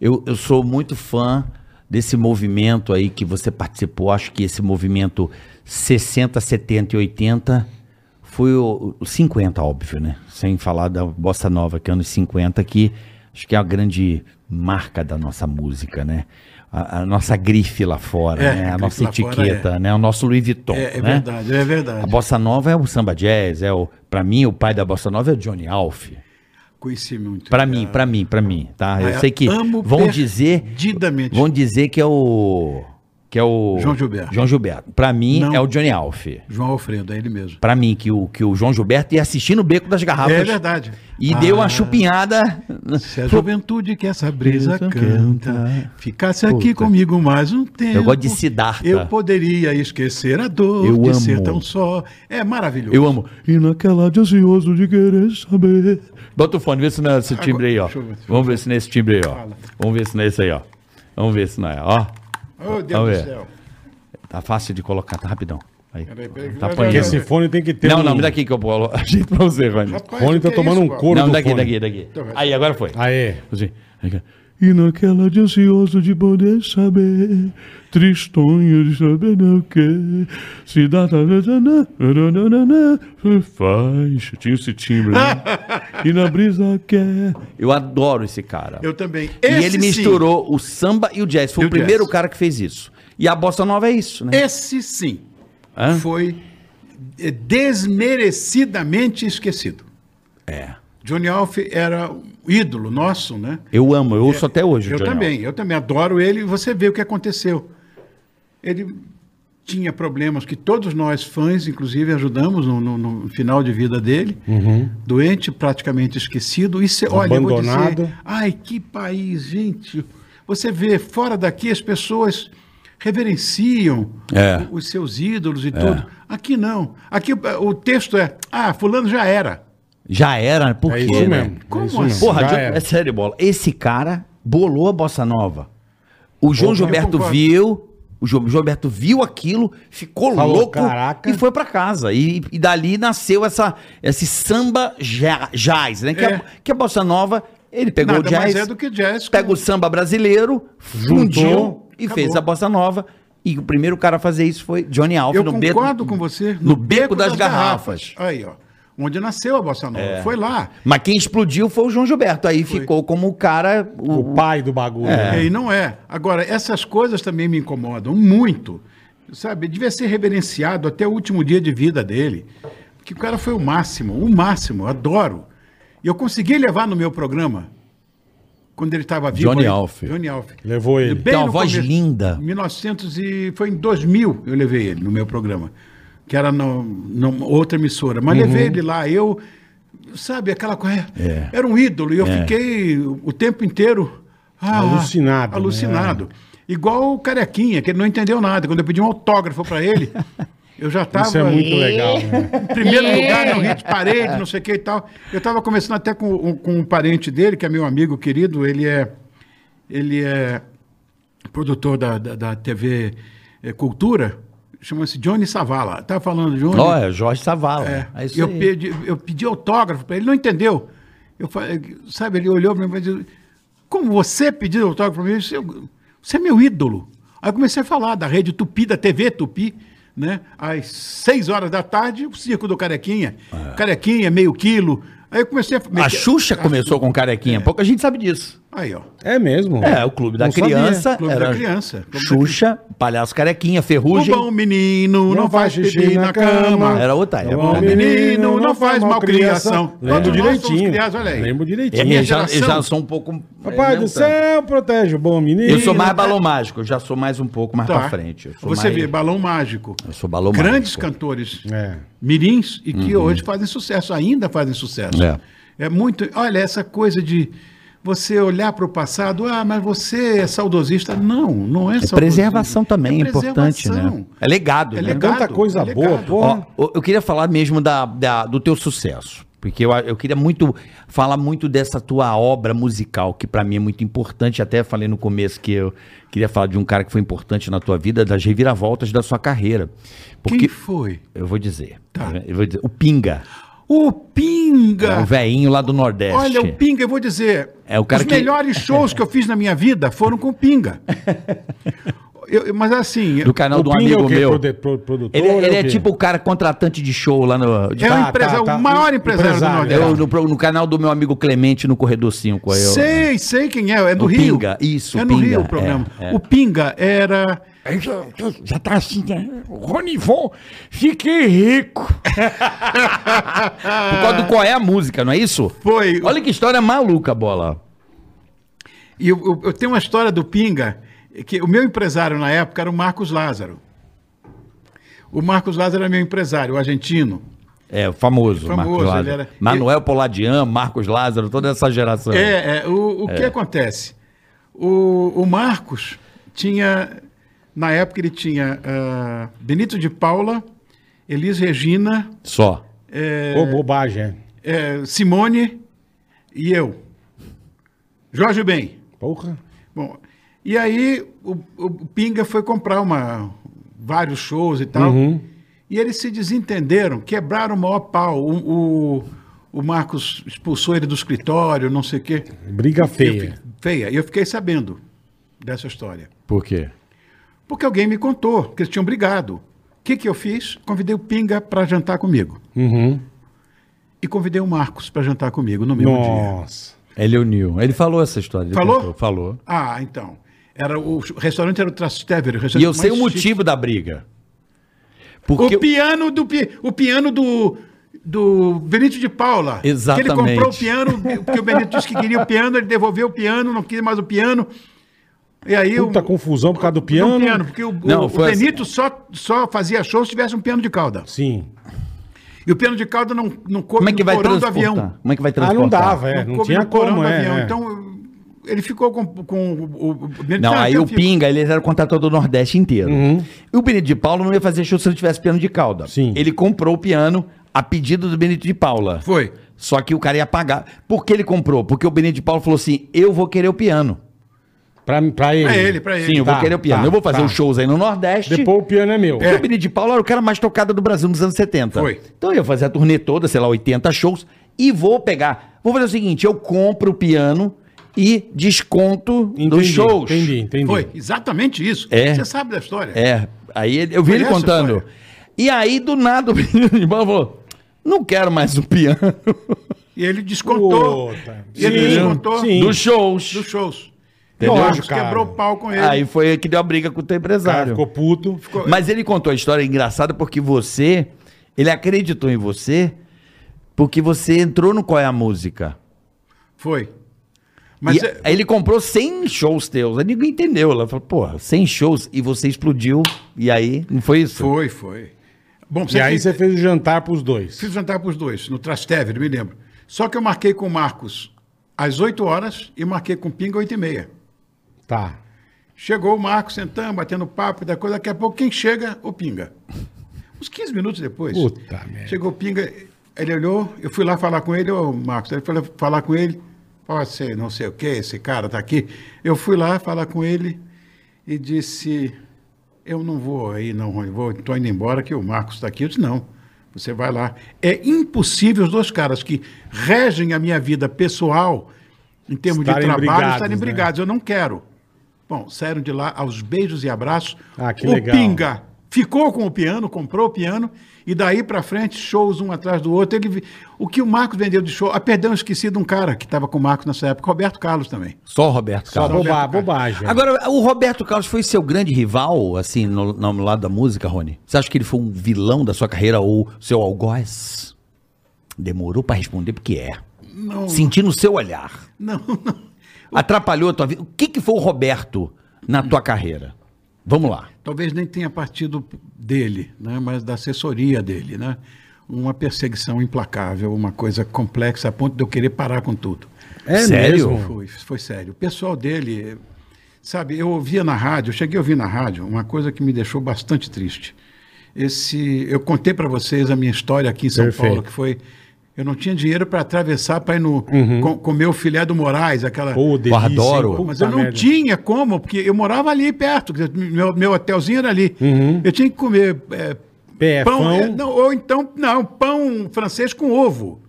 Eu, eu sou muito fã desse movimento aí que você participou. Acho que esse movimento 60, 70 e 80 foi o, o 50, óbvio, né? Sem falar da Bossa Nova, que é anos 50, que acho que é a grande marca da nossa música, né? A, a nossa grife lá fora, É, né? A grife nossa lá fora, etiqueta, né? O nosso Louis Vuitton. É, é né? verdade, é verdade. A bossa nova é o samba jazz, é o para mim o pai da bossa nova é o Johnny Alf. Conheci muito. Para cara. mim, para mim, para mim, tá? Eu Ah, sei que amo vão dizer, perdidamente. vão dizer que é o que é o João Gilberto. João Gilberto. Para mim Não. é o Johnny Alf. João Alfredo, é ele mesmo. Para mim que o que o João Gilberto ia assistir no beco das Tá, garrafas. É verdade. E deu uma Ah. chupinhada. Se a juventude que essa brisa canta ficasse aqui comigo mais um tempo. Eu gosto de Siddhartha. Eu poderia esquecer a dor Eu de amo. ser tão só. É maravilhoso. Eu amo. E naquela de ansioso de querer saber. Bota o fone, vê se não é esse timbre aí, ó. deixa eu ver. Vamos ver se não é esse timbre aí, ó. Fala. Vamos ver se não é esse aí, ó. Vamos ver se não é, ó. Oh, Deus Vamos do ver. céu. Tá fácil de colocar, tá rapidão. Aí. Peraí, peraí, Tá vai, apanhando. Porque vai, esse vai. fone tem que ter Não, um- não, me dá aqui que eu polo. (laughs) Ajeito pra você, Rony. Rapaz, Rony o tá que é tomando isso, um cara? couro Não, do daqui, fone. daqui, daqui. Então Aí, agora foi. Aê. Assim. Aí, E naquela de ansioso de poder saber, tristonho de saber não que, se dá tananana, nananana, faz, tinha esse timbre, (laughs) né? E na brisa que é, Eu adoro esse cara. Eu também. E Esse ele sim. misturou o samba e o jazz. Foi E o o jazz. primeiro cara que fez isso. E a bossa nova é isso, né? Esse sim Hã? foi eh, desmerecidamente esquecido. É. Johnny Alf era um ídolo nosso, né? Eu amo, eu ouço até hoje. o Eu Johnny Alf. também, eu também adoro ele. e Você vê o que aconteceu. Ele tinha problemas que todos nós fãs, inclusive, ajudamos no, no- no final de vida dele. Uhum. Doente, praticamente esquecido. E cê, olha, eu vou Abandonado. dizer, ai, que país, gente. Você vê fora daqui as pessoas reverenciam É. o- os seus ídolos e tudo. Aqui não. Aqui o, o texto é, ah, fulano já era. Já era, por É quê? isso né? mesmo. Como é isso mesmo. assim? Porra, Já John- era. é sério, bola. Esse cara bolou a bossa nova. O João eu Gilberto concordo. viu, o João João Gilberto viu aquilo, ficou Falou, louco "Caraca." e foi pra casa. E, e dali nasceu essa, esse samba ja- jazz, né? Que, é. É. a, que a bossa nova, ele pegou Nada o jazz, mais é do que jazz. pega com- o samba brasileiro, fundiu e acabou. fez a bossa nova. E o primeiro cara a fazer isso foi Johnny Alf Eu no Beco. concordo com você. no Beco das Garrafas. É. Aí, ó. Onde nasceu a Bossa Nova. Foi lá. Mas quem explodiu foi o João Gilberto. Aí ficou como o cara. o- O pai do bagulho. né? E não é. Agora, essas coisas também me incomodam muito. Sabe, devia ser reverenciado até o último dia de vida dele. Porque o cara foi o máximo, o máximo, adoro. E eu consegui levar no meu programa quando ele estava vivo. Johnny ele- Alf. Johnny Alf. Levou ele. Bem Tem uma no voz linda. 1900 e foi em 2000 eu levei ele no meu programa, que era no, numa outra emissora. Mas levei ele lá, eu, sabe, aquela coisa. Uhum. É. Era um ídolo e eu fiquei o o tempo inteiro ah, Alucinado, né? Alucinado. Igual o Carequinha, que ele não entendeu nada. Quando eu pedi um autógrafo (laughs) para ele, eu já estava. Isso é muito legal, né? Primeiro lugar no hit parede, não sei o que e tal. Eu tava conversando até com, um- com um parente dele, que é meu amigo querido, ele é, ele é produtor da, da, da TV eh, Cultura, chama-se Johnny Savala. Tava falando, Johnny. Ó, é Jorge Savala. É, É isso eu, aí. pedi, eu pedi autógrafo para ele, não entendeu. Eu falei, sabe, ele olhou para mim e disse, como você pediu autógrafo para mim? Eu disse, "Eu- Você é meu ídolo. Aí eu comecei a falar da rede Tupi, da TV Tupi, né? Às seis horas da tarde, o circo do Carequinha. Carequinha, meio quilo. Aí eu comecei a... É. A Xuxa começou com É. carequinha. Pouca gente sabe disso. Aí, ó. É mesmo? É, o Clube da Não sabia. Criança. Clube era da Criança. Clube da Xuxa, Palhaço Carequinha, O Ferrugem. bom um menino não faz xixi na cama. Era outra É um época, O né? bom menino não faz malcriação. Lembro Todos nós somos direitinho. criados, olha aí. Lembro É, direitinho. minha eu já, eu geração. já sou um pouco. é, Papai nem do tanto. céu, protege o bom menino. Eu sou mais balão mágico, eu já sou mais um pouco mais Tá. pra frente. Eu sou Você mais- vê, Balão Mágico. Eu sou balão Grandes mágico. cantores É. mirins e que hoje fazem sucesso, ainda fazem sucesso. Uhum. É. É muito. Olha, essa coisa de você olhar para o passado, ah, mas você é saudosista. Não, não é, É saudosista. preservação também, é importante, né? preservação. É legado, É né? legado. Tanta coisa legado. boa, porra. Ó, um eu- eu queria falar mesmo da, da- do teu sucesso. Porque eu, eu queria muito falar muito dessa tua obra musical, que pra mim é muito importante. Até falei no começo que eu queria falar de um cara que foi importante na tua vida, das reviravoltas da sua carreira. Porque Quem foi? eu vou dizer, Tá. eu vou dizer, o Pinga, O Pinga! É o velhinho lá do Nordeste. Olha, o Pinga, eu vou dizer. É o cara os que- melhores shows que eu fiz na minha vida foram com (laughs) o Pinga. Eu- eu- mas assim. do canal O de um Pinga é o amigo quê? meu. Produ- pro- produtor, Ele, é o ele é quê? tipo o cara contratante de show lá no. de- É Tá, o, empresário, tá, tá. o maior empresário, Empresário, do Eu- Nordeste. no, pro- no canal do meu amigo Clemente no Corredor 5. aí eu- Sei, sei quem é. É do O Rio. Pinga, isso, É o no Pinga, Rio o programa. é, é. O Pinga era. Aí já, já- já tá assim, né? Ronivon, fiquei rico. Por causa do qual é a música, não é isso? Foi. Olha que história maluca, bola. E eu, eu- eu tenho uma história do Pinga, que o meu empresário na época era o Marcos Lázaro. O Marcos Lázaro era meu empresário, o argentino. É, famoso, Famoso, Marcos ele Lázaro. era- Manuel Poladian, Marcos Lázaro, toda essa geração. É, é, o, o que acontece? O, o Marcos tinha, na época ele tinha ah, Benito de Paula, Elis Regina, Só. Ô, bobagem, é. eh, Simone e eu. Jorge Bem. Porra. Bom, e aí o, o Pinga foi comprar uma, vários shows e tal. Uhum. E eles se desentenderam, quebraram o maior pau. O, o, o Marcos expulsou ele do escritório, não sei o quê. Briga feia. Feia. E eu fiquei sabendo dessa história. Por quê? Porque alguém me contou que eles tinham brigado. O que, que eu fiz? Convidei o Pinga para jantar comigo. Uhum. E convidei o Marcos para jantar comigo no mesmo dia. Nossa. Ele uniu. Ele falou essa história. ele Falou? contou, Falou. Ah, então. Era o, o restaurante era o Trastevere. E eu sei o motivo da briga. Porque é O piano do pi- o piano do do Benito de Paula. Exatamente. Que ele comprou o piano, porque o Benito disse que queria o piano, ele devolveu o piano, não queria mais o piano. E aí Puta o confusão por causa do piano. não, um piano, porque o, Não, o- o foi assim. Benito só só fazia show se tivesse um piano de cauda. Sim. E o piano de cauda não não coube como é que no vai porão do transportar? avião. Como é que vai Ah, transportar? não dava, é. Não, coube tinha no porão como, do é. avião. é. Então ele ficou com, com o, o Benito Não, Ah, aí então o fica. Pinga, ele era o contrator do Nordeste inteiro. E o Benito de Paula não ia fazer show se ele tivesse piano de cauda. Uhum. Sim. Ele comprou o piano a pedido do Benito de Paula. Foi. Só que o cara ia pagar. Por que ele comprou? Porque o Benito de Paulo falou assim: eu vou querer o piano. Pra, pra ele. Pra ele, pra ele. Sim, eu Tá, vou querer o piano. tá, eu vou fazer tá. os shows aí no Nordeste. Depois o piano é meu. Porque o Benito de Paulo era o cara mais tocado do Brasil nos anos 70. Foi. Então eu ia fazer a turnê toda, sei lá, 80 shows, e vou pegar. Vou fazer o seguinte: eu compro o piano e desconto dos shows. Entendi, entendi. Foi, exatamente isso. É. Você sabe da história. É, aí ele- eu vi ele Conhece a contando. história? E aí, do nada, (laughs) o menino de bola falou: não quero mais o piano E ele descontou. Puta. E ele Sim, descontou sim. dos shows. dos shows. Entendeu? O Marcos Cara. quebrou o pau com ele. Aí foi que deu a briga com o teu O cara empresário. ficou puto. Mas ele contou a história engraçada porque você, ele acreditou em você, porque você entrou no Qual é a Música. Foi. Mas E é- aí ele comprou 100 shows teus. Aí ninguém entendeu. Ela falou, porra, 100 shows e você explodiu. E aí, não foi isso? Foi, foi. Bom, E aí fez- você fez o jantar pros dois. Fiz jantar para os dois, no Trastevere, me lembro. Só que eu marquei com o Marcos às 8 horas e marquei com o Pinga 8 e meia. Tá. Chegou o Marcos sentando, batendo papo, da coisa. Daqui a pouco, quem chega? O Pinga. Uns 15 minutos depois. Puta merda. Chegou o Pinga, ele olhou, eu fui lá falar com ele, ô Marcos, ele falou, falar com ele, pode ser não sei o que, esse cara tá aqui. Eu fui lá falar com ele e disse, eu não vou aí não, Rony, vou, tô indo embora que o Marcos está aqui. Eu disse, não, você vai lá. É impossível os dois caras que regem a minha vida pessoal, em termos Estarem de trabalho, brigados, estarem né? brigados, eu não quero. Bom, saíram de lá aos beijos e abraços. Ah, que o legal. Pinga Tá. Ficou com o piano, comprou o piano, e daí pra frente, shows um atrás do outro. Ele, vi- o que o Marcos vendeu de show. Ah, perdão, esqueci de um cara que estava com o Marcos nessa época, Roberto Carlos também. (laughs) Só o Roberto Só Carlos. boba- bobagem. Agora, o Roberto Carlos foi seu grande rival, assim, no, no lado da música, Rony? Você acha que ele foi um vilão da sua carreira ou seu algoz? Demorou pra responder porque é. Não, Sentindo o seu olhar. não, não. Atrapalhou a tua vida. O que, que foi o Roberto na tua carreira? Vamos lá. Talvez nem tenha partido dele, né, mas da assessoria dele. Né? Uma perseguição implacável, uma coisa complexa a ponto de eu querer parar com tudo. É Sério? mesmo? Foi, foi sério. O pessoal dele, sabe, eu ouvia na rádio, eu cheguei a ouvir na rádio uma coisa que me deixou bastante triste. Esse, eu contei para vocês a minha história aqui em São Perfeito. Paulo, que foi eu não tinha dinheiro para atravessar para ir no co- comer o filé do Moraes, aquela Pô, delícia, hein? adoro. Puta mas eu não merda. tinha como, porque eu morava ali perto, quer dizer, meu, meu hotelzinho era ali. Eu tinha que comer é, Pé, pão, pão. é, não, ou então, não, pão francês com ovo.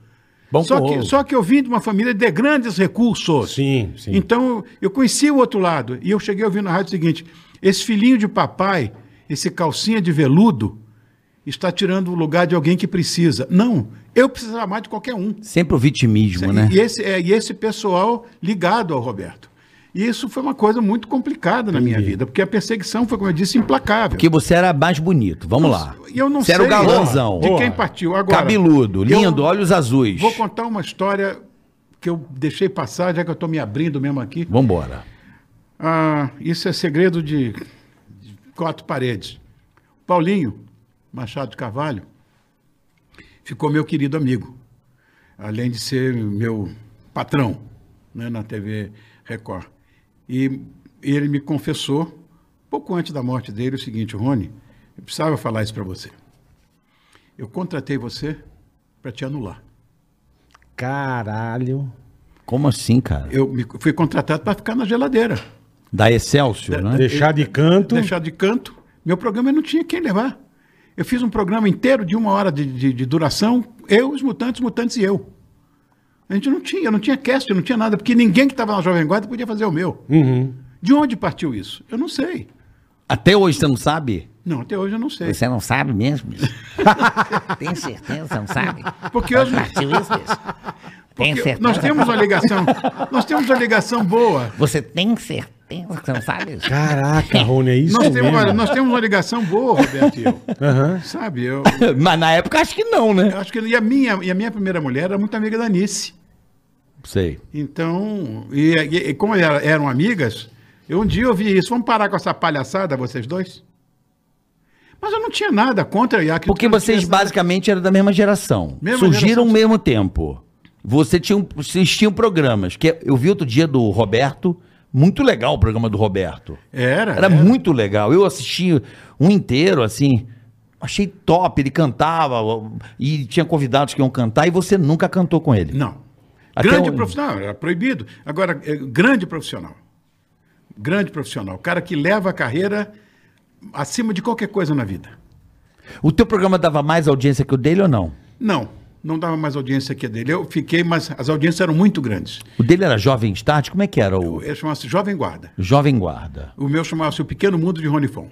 Bom só, com que, ovo. só que eu vim de uma família de grandes recursos. Sim, sim. Então, eu conheci o outro lado. E eu cheguei a ouvir na rádio o seguinte: esse filhinho de papai, esse calcinha de veludo, está tirando o lugar de alguém que precisa. Não, eu precisava mais de qualquer um. Sempre o vitimismo, E- né? E esse, é, e esse pessoal ligado ao Roberto. E isso foi uma coisa muito complicada na minha vida, porque a perseguição foi, como eu disse, implacável. Porque você era mais bonito. Vamos lá. E eu não você era o sei galãozão. de quem Porra. partiu. Agora, Cabeludo, eu lindo, olhos azuis. Vou contar uma história que eu deixei passar, já que eu estou me abrindo mesmo aqui. Vambora. Ah, isso é segredo de, de quatro paredes. Paulinho Machado de Carvalho ficou meu querido amigo, além de ser meu patrão né, na TV Record. E ele me confessou, pouco antes da morte dele, o seguinte: Rony, eu precisava falar isso para você. Eu contratei você para te anular. Caralho. Como assim, cara? Eu me- fui contratado para ficar na geladeira, Da Excelsior, né? Deixar de canto. deixar de canto. Meu programa não tinha quem levar. Eu fiz um programa inteiro de uma hora de, de- de duração, eu, os mutantes, os mutantes e eu. A gente não tinha, eu não tinha cast, eu não tinha nada, porque ninguém que estava na Jovem Guarda podia fazer o meu. De onde partiu isso? Eu não sei. Até hoje você não sabe? Não, até hoje eu não sei. Você não sabe mesmo? bicho? Tem certeza, não sabe? Porque hoje Partiu isso, bicho? Tem porque certeza? nós temos uma ligação, nós temos uma ligação boa. Você tem certeza que você não sabe? bicho? Caraca, Rony, é isso Nós mesmo? temos, olha, nós temos uma ligação boa, Roberto e eu. Sabe, eu, (laughs) Mas na época acho que não, né? eu acho que e a minha, e a minha primeira mulher era muito amiga da Nice. Sei. Então, e, e- e como era- eram amigas, eu um dia ouvi isso. Vamos parar com essa palhaçada, vocês dois? Mas eu não tinha nada contra a Iac. Porque vocês basicamente eram da mesma geração. Mesma Surgiram geração. ao mesmo tempo. Você tinha, um- vocês tinham programas. que é, Eu vi outro dia do Roberto. Muito legal o programa do Roberto. Era. Era muito legal. Eu assisti um inteiro, assim. Achei top. Ele cantava. E tinha convidados que iam cantar. E você nunca cantou com ele. Não. Até grande o- profissional, era proibido. Agora, é, grande profissional. Grande profissional. O cara que leva a carreira acima de qualquer coisa na vida. O teu programa dava mais audiência que o dele ou não? Não, não dava mais audiência que a dele. Eu fiquei, mas as audiências eram muito grandes. O dele era Jovem Start? Como é que era o Ele chamava-se Jovem Guarda. Jovem Guarda? O meu chamava-se O Pequeno Mundo de Rony Fon.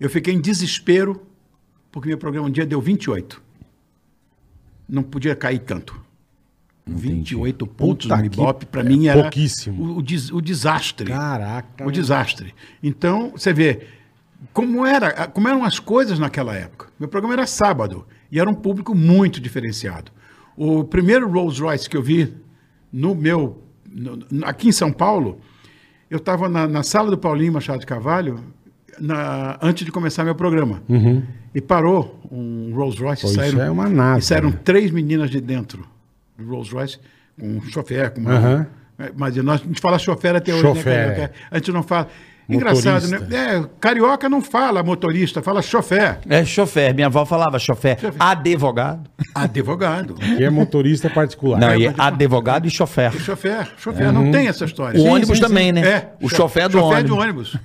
Eu fiquei em desespero, porque meu programa um dia deu 28. Não podia cair tanto. 28 pontos Puta no que- Ibope, para é mim, era pouquíssimo. O, o des- o desastre. Caraca. O desastre. Então, você vê como, era, como eram as coisas naquela época. Meu programa era sábado e era um público muito diferenciado. O primeiro Rolls Royce que eu vi no meu no- no- aqui em São Paulo, eu estava na, na sala do Paulinho Machado de Carvalho na- antes de começar meu programa. E parou um Rolls Royce. Uhum. Pô, isso é uma nave, e saíram né? três meninas de dentro do Rolls Royce, com um chofer, com uma. Aham. Mas nós, a gente fala chofer até hoje, Chofer, né? é. carioca? A gente não fala. Motorista. Engraçado, né? É, carioca não fala motorista, fala chofer. É chofer. Minha avó falava chofer. Advogado. Advogado. Que é motorista particular. Não, e é advogado e chofer. chofer, chofer, Uhum. não tem essa história. O ônibus sim, também, né? É. O chofer do chofer ônibus. de ônibus.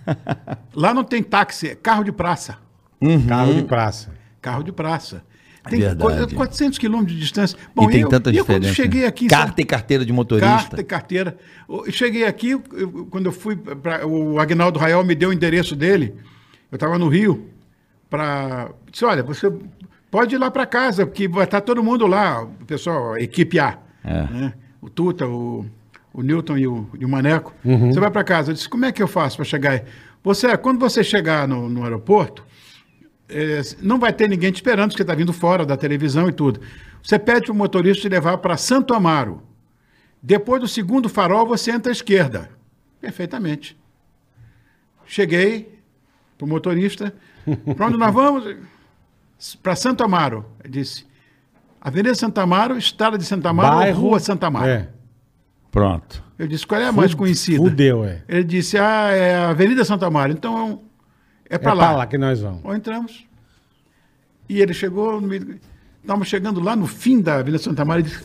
Lá não tem táxi, é carro de praça. um Carro de praça. Carro de praça. Tem Verdade. co- 400 quilômetros de distância. Bom, e tem eu, tanta eu diferença. né? quando cheguei aqui... em São- Carta e carteira de motorista. Carta e carteira. Eu cheguei aqui, eu- eu- quando eu fui para o Agnaldo Raiol me deu o endereço dele. Eu estava no Rio para disse, olha, você pode ir lá para casa porque vai estar todo mundo lá, o pessoal, a equipe A, né? O Tuta, o, o Newton e o, e o Maneco. Você vai para casa. Eu disse, como é que eu faço para chegar? aí? Você, quando você chegar no- no aeroporto, é, não vai ter ninguém te esperando, porque você está vindo fora da televisão e tudo. Você pede para o motorista te levar para Santo Amaro. Depois do segundo farol, você entra à esquerda. Perfeitamente. Cheguei para (laughs) o motorista. Para onde nós vamos? Para Santo Amaro. Ele disse, Avenida Santo Amaro, Estrada de Santo Amaro, Rua Santo Amaro. É. Pronto. Eu disse, qual é a mais conhecida? Fudeu, é. Ele disse, ah, é a Avenida Santo Amaro. Então, é É pra para lá. lá que nós vamos. Ou entramos. E ele chegou, no meio- estávamos chegando lá no fim da Avenida Santa Maria. Ele disse,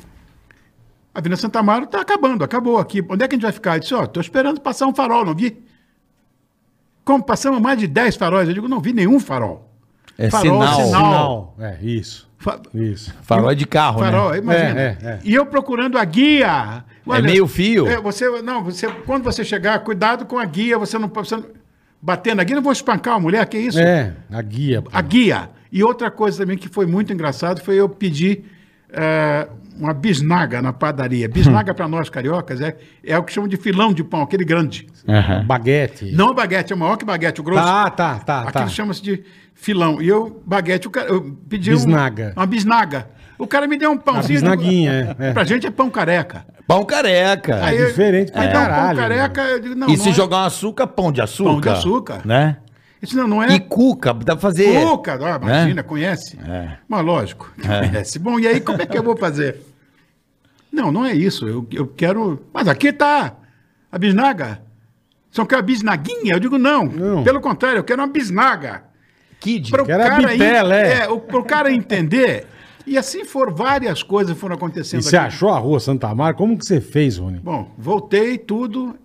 a Avenida Santa Maria está acabando, acabou aqui. Onde é que a gente vai ficar? Ele disse, ó, estou esperando passar um farol, não vi? Como passamos mais de 10 faróis, eu digo, não vi nenhum farol. É Farol, sinal. sinal. Sinal. É, isso. Fa- Isso. Farol é de carro, farol, né? imagina. É, é, é. E eu procurando a guia. meio fio. é, você, não, você, quando você chegar, cuidado com a guia, você não pode... Bater na guia, não vou espancar a mulher, que isso? É, a guia. pô. a guia. E outra coisa também que foi muito engraçado foi eu pedir eh, uma bisnaga na (laughs) padaria. Bisnaga para nós cariocas é, é o que chamam de filão de pão, aquele grande. Baguete. Não a baguete, é maior que baguete, o grosso. Tá, tá, tá, Aquilo tá. chama-se de filão. E eu, baguete, o cara, eu pedi um- Bisnaga. uma bisnaga. O cara me deu um pãozinho. Uma bisnaguinha, é, é. Pra gente é pão careca. Pão careca. Aí eu- diferente pra me dá um pão caralho, né? careca, eu digo, não, e não se é. jogar um açúcar, pão de açúcar. Pão de açúcar. Né? Isso não, não é. E cuca, dá pra fazer. Cuca, ah, imagina, conhece? Mas lógico, que conhece. Bom, e aí como é que eu vou fazer? Não, não é isso. Eu, eu quero. Mas aqui tá a bisnaga. Só quer a bisnaguinha? Eu digo não. Não. Pelo contrário, eu quero uma bisnaga. Kid. Para o Quero a cara, en- bitela, é. é, o- pro cara entender. E assim foram várias coisas foram acontecendo. E você achou a rua Santa Mara? Como que você fez, Rony? Bom, voltei tudo.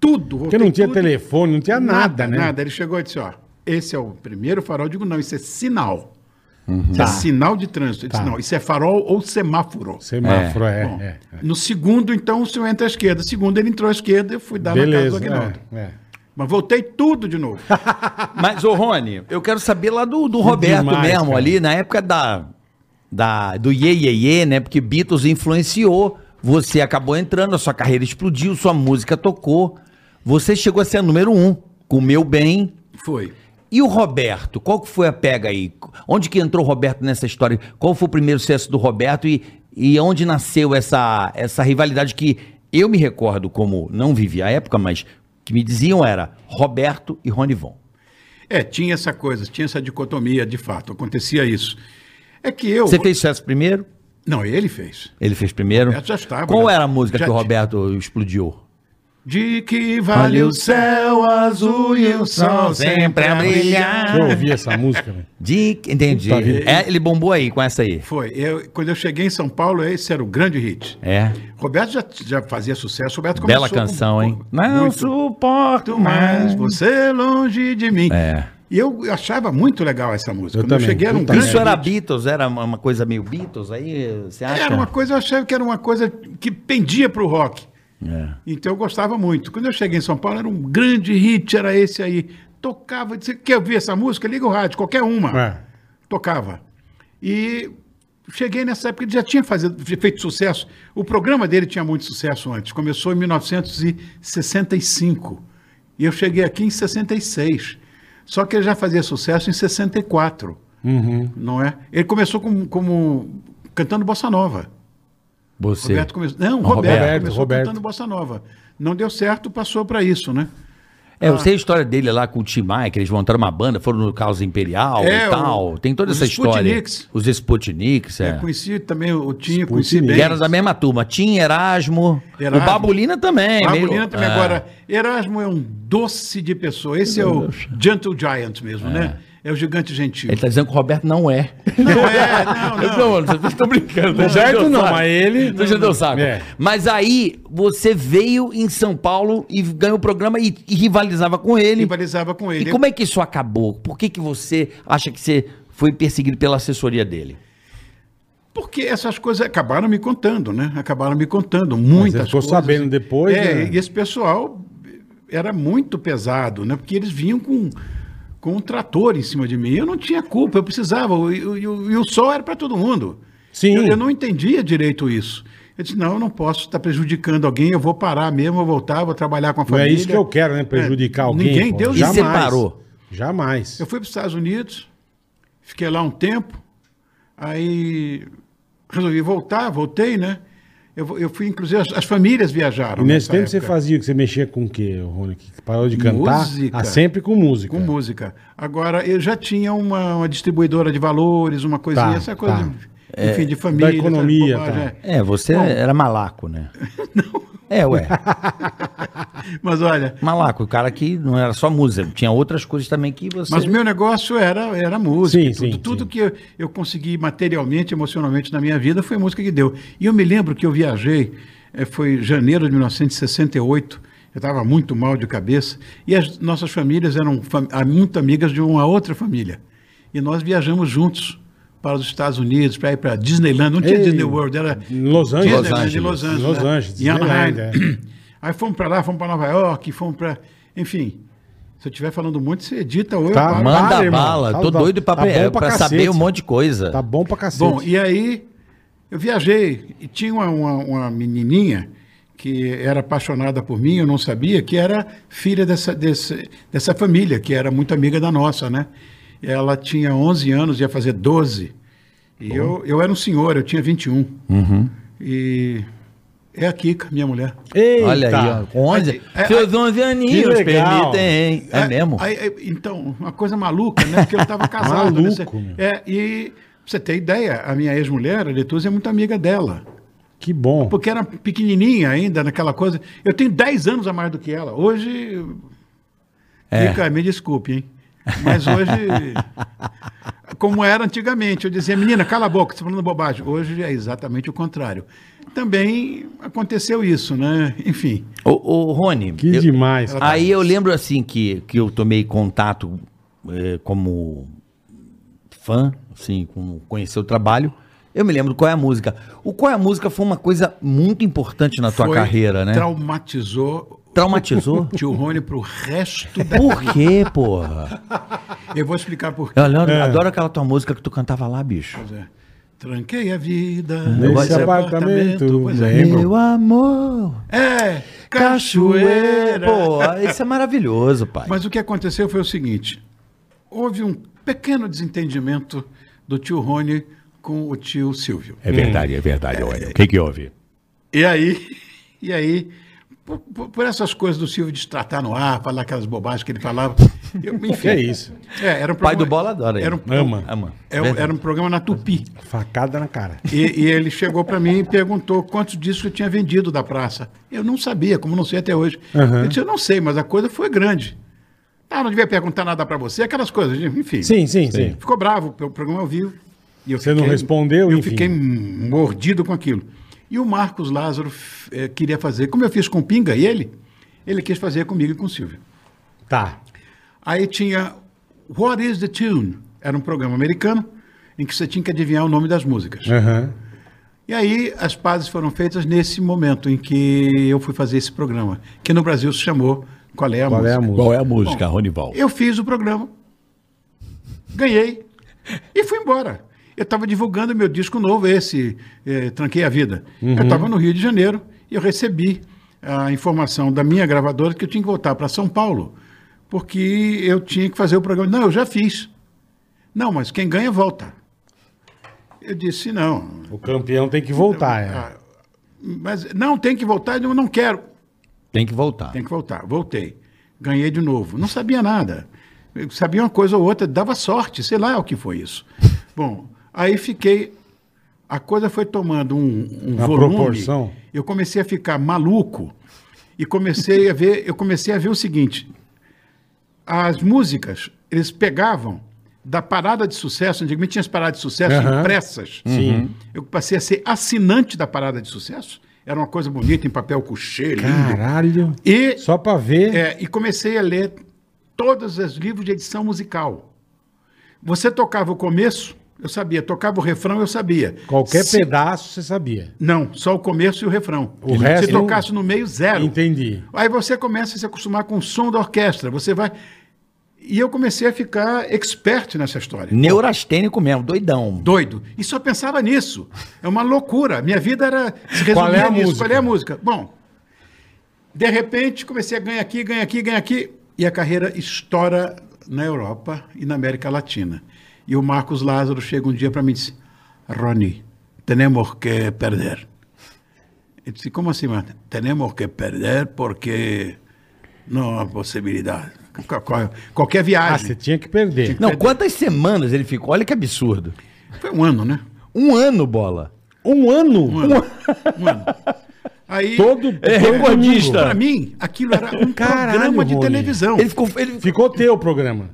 Tudo. Porque voltei não tinha tudo. telefone, não tinha nada, né? Nada. Ele chegou e disse: ó, esse é o primeiro farol. Eu digo: não, isso é sinal. Isso é sinal de trânsito. Ele disse: não, isso é farol ou semáforo. Semáforo, é. Bom, é, é. No segundo, então, o senhor entra à esquerda. Segundo, ele entrou à esquerda, eu fui dar Beleza. na casa do Aguinaldo. é, é. Mas voltei tudo de novo. (laughs) Mas, ô Rony, eu quero saber lá do, do Roberto Demais, mesmo, cara. ali, na época da, da, do Ye Ye Ye, né? Porque Beatles influenciou. Você acabou entrando, a sua carreira explodiu, sua música tocou. Você chegou a ser a número um, comeu bem. Foi. E o Roberto? Qual que foi a pega aí? Onde que entrou o Roberto nessa história? Qual foi o primeiro sucesso do Roberto e, e onde nasceu essa, essa rivalidade que eu me recordo como, não vivi a época, mas que me diziam era Roberto e Ronivon. É, tinha essa coisa, tinha essa dicotomia, de fato. Acontecia isso. É que eu. Você fez sucesso primeiro? Não, ele fez. Ele fez primeiro? Roberto já estava, Qual né? era a música Já que o tinha. Roberto explodiu? De que vale o céu azul e o sol sempre a brilhar. Deixa eu ouvir essa música, né? (laughs) velho. De... Entendi. Puta vida. É, ele bombou aí com essa aí. Foi. Eu, quando eu cheguei em São Paulo, esse era o grande hit. É. Roberto já, já fazia sucesso. Roberto Bela começou com- canção, com- hein? Não muito, suporto mas você longe de mim. É. E eu achava muito legal essa música. Eu Quando eu também. cheguei era um Puta grande Isso era hit. Beatles? Era uma uma coisa meio Beatles aí? Você acha? Era uma coisa, eu achava que era uma coisa que pendia para o rock. É. Então eu gostava muito. Quando eu cheguei em São Paulo, era um grande hit, era esse aí. Tocava, disse, quer ouvir essa música? Liga o rádio, qualquer uma. É. Tocava. E cheguei nessa época, ele já tinha fazido- feito sucesso. O programa dele tinha muito sucesso antes. Começou em 1965. E eu cheguei aqui em 66. Só que ele já fazia sucesso em Uhum. 64. Não é? Ele começou como, como cantando bossa nova. Você. Roberto começou. Não, Roberto, Roberto, começou Roberto. cantando Bossa Nova. Não deu certo, passou para isso, né? É, eu sei a história dele lá com o Tim Maia, que eles montaram uma banda, foram no Caos Imperial É, e o- tal. Tem toda os essa história. Sputniks. Os Sputniks. É. Conheci também o Tinha, conheci E bem. eram da mesma turma. Tim, Erasmo, Erasmo. O Babulina também. Babulina meio- também. É. Agora, Erasmo é um doce de pessoa. Esse é o Gentle Giant mesmo, né? É o gigante gentil. Ele tá dizendo que o Roberto não é. Não é, (laughs) não, não. Não, não, vocês estão brincando. né? Roberto Deu não, saco. mas ele- Você já deu saco. É. Mas aí você veio em São Paulo e ganhou o programa e, e rivalizava com ele. Rivalizava com ele. E como é que isso acabou? Por que, que você acha que você foi perseguido pela assessoria dele? Porque essas coisas acabaram me contando, né? Acabaram me contando muitas você ficou coisas. sabendo depois, É, né? e esse pessoal era muito pesado, né? Porque eles vinham com, com um trator em cima de mim. Eu não tinha culpa, eu precisava. E o- e o- e o sol era para todo mundo. Sim. Eu, eu não entendia direito isso. Eu disse, não, eu não posso estar prejudicando alguém, eu vou parar mesmo, eu vou voltar, vou trabalhar com a Não família. é isso que eu quero, né? Prejudicar É, alguém. ninguém, pô. Deus E separou? Jamais. Eu fui para os Estados Unidos, fiquei lá um tempo, aí resolvi voltar, voltei, né? Eu, vo- eu fui, inclusive, as, as famílias viajaram. E nesse nessa tempo você época, fazia, que você mexia com o quê, Rony? Que parou de cantar? Música. Ah, sempre com música. Com música. Agora, eu já tinha uma, uma distribuidora de valores, uma coisinha, Tá, essa coisa, tá. enfim, de família. essa economia, bobagem, tá. é. É, você era malaco, (laughs) né? É, ué. Mas olha, Malaco, o cara que não era só música, tinha outras coisas também que você. Mas o meu negócio era, era música. Sim, e tudo sim, tudo sim. que eu, eu consegui materialmente, emocionalmente na minha vida foi música que deu. E eu me lembro que eu viajei, eh, foi janeiro de 1968, eu estava muito mal de cabeça, e as nossas famílias eram fam- ah, muito amigas de uma outra família. E nós viajamos juntos para os Estados Unidos, para ir para Disneyland. Não tinha Ei, Disney World, era em Los Angeles. Disneyland em Los Angeles. Los Angeles. Los né? Angeles, é Em Anaheim. Disneyland, (clears throat) Aí fomos para lá, fomos para Nova York, fomos para... Enfim, se eu estiver falando muito, você edita ou eu... Tá, paro. Manda Para, irmão. bala. Tá- Tô tá- doido pra, tá bom pra pra cacete. saber um monte de coisa. Tá bom pra cacete. Bom, e aí eu viajei e tinha uma, uma, uma menininha que era apaixonada por mim, eu não sabia, que era filha dessa, desse, dessa família, que era muito amiga da nossa, né? Ela tinha 11 anos, ia fazer 12. E eu, eu era um senhor, eu tinha 21. Uhum. E é a Kika, minha mulher. Eita. Olha aí, ó. com 11. É, é, seus 11 aninhos legal. permitem, hein? É, mesmo? aí- aí- então, uma coisa maluca, né? Porque eu (laughs) estava casado. né? Você- Maluco, meu. É, e pra você ter ideia, a minha ex-mulher, a Letúcia, é muito amiga dela. Que bom. porque era pequenininha ainda, naquela coisa. Eu tenho 10 anos a mais do que ela. Hoje. É. Fica, me desculpe, hein? Mas hoje. (laughs) como era antigamente. Eu dizia, menina, cala a boca, você tá falando bobagem. Hoje é exatamente o contrário. Também aconteceu isso, né? Enfim. Ô, ô, Rony. Que eu- demais. cara. Aí eu lembro assim que, que eu tomei contato eh, como fã, assim, com conhecer o trabalho. Eu me lembro do qual é a música. O qual é a música foi uma coisa muito importante na tua foi- carreira, né? Traumatizou (laughs) Traumatizou? o tio Rony (laughs) pro resto da. Por quê, porra? Eu vou explicar por quê. Eu adoro, É. adoro aquela tua música que tu cantava lá, bicho. Tranquei a vida. Nesse nesse apartamento, Pois é. lembro. Meu amor, É, cachoeira. cachoeira. Pô, isso é maravilhoso, pai. Mas o que aconteceu foi o seguinte: houve um pequeno desentendimento do tio Rony com o tio Silvio. É verdade, é verdade, olha. O que que houve? E aí, e aí, por, por- por essas coisas do Silvio de se tratar no ar, falar aquelas bobagens que ele falava, eu, enfim. Que é isso? É, era um pai programa- do Bola adora. ele. Era um, Ama. Ama. é um- era um programa na Tupi. Facada na cara. E, e ele chegou para mim e perguntou quantos discos eu tinha vendido da praça. Eu não sabia, como não sei até hoje. Aham. Eu disse, eu não sei, mas a coisa foi grande. Ah, não devia perguntar nada para você, aquelas coisas, enfim. Sim, sim, sim. Ficou bravo pelo programa ao vivo. E eu Você não respondeu, Eu enfim. fiquei mordido com aquilo. E o Marcos Lázaro eh, queria fazer, como eu fiz com o Pinga e ele, ele quis fazer comigo e com o Silvio. Tá. Aí tinha What is the Tune? Era um programa americano em que você tinha que adivinhar o nome das músicas. Aham. E aí as pazes foram feitas nesse momento em que eu fui fazer esse programa, que no Brasil se chamou Qual é a Qual é música? a música? Qual é a música, Ronival? Eu fiz o programa, ganhei e fui embora. Eu estava divulgando meu disco novo, esse eh, Tranquei a Vida. Eu estava no Rio de Janeiro e eu recebi a informação da minha gravadora que eu tinha que voltar para São Paulo, porque eu tinha que fazer o programa. Não, eu já fiz. Não, mas quem ganha volta. Eu disse, não, O campeão tem que voltar, é. ah, Mas não tem que voltar, eu não quero. Tem que voltar. Tem que voltar. Voltei. Ganhei de novo. Não sabia nada. Eu sabia uma coisa ou outra, dava sorte, sei lá o que (laughs) foi isso. Bom, aí fiquei. A coisa foi tomando um, um Uma volume. proporção. Eu comecei a ficar maluco e comecei a ver, eu comecei a ver o seguinte: as músicas, eles pegavam da parada de sucesso, antigamente tinha as paradas de sucesso Aham. Uhum. impressas. Sim. Eu passei a ser assinante da parada de sucesso. Era uma coisa bonita, em papel couchê, lindo. Caralho. E Só pra ver. é, e comecei a ler todos os livros de edição musical. Você tocava o começo, eu sabia. Tocava o refrão, eu sabia. Qualquer Se- pedaço você sabia. Não, só o começo e o refrão. O resto- Se tocasse no meio, zero. Entendi. Aí você começa a se acostumar com o som da orquestra. Você vai... E eu comecei a ficar expert nessa história. Neurastênico mesmo, doidão. Doido. E só pensava nisso. É uma loucura. Minha vida era. Se resumia Qual é a nisso. música? Qual é a música? Bom, de repente comecei a ganhar aqui, ganhar aqui, ganhar aqui. E a carreira estoura na Europa e na América Latina. E o Marcos Lázaro chega um dia para mim e diz: Rony, tenemos que perder. Eu disse: Como assim, Marta? Tenemos que perder porque não há possibilidade. Qual- qual- Qualquer Ah, viagem. você tinha que perder. Não, quantas semanas ele ficou? Olha que absurdo. Foi um ano, né? Um ano, bola. Um ano? Um ano. Um ano. Aí, Todo É todo recordista. domingo. Pra mim, aquilo era um Caralho, programa de Rony. televisão. Ele ficou. ele- Hum, Ficou teu o programa.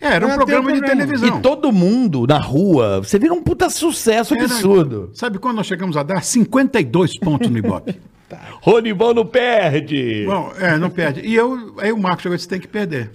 É, era um Ah, programa tem um de programa. televisão. E todo mundo na rua, você vira um puta sucesso Era- absurdo. Sabe quando nós chegamos a dar 52 pontos (laughs) no Ibope? Ronivon não perde! Bom, é, não perde. E eu, aí o Marcos chegou e disse, tem que perder.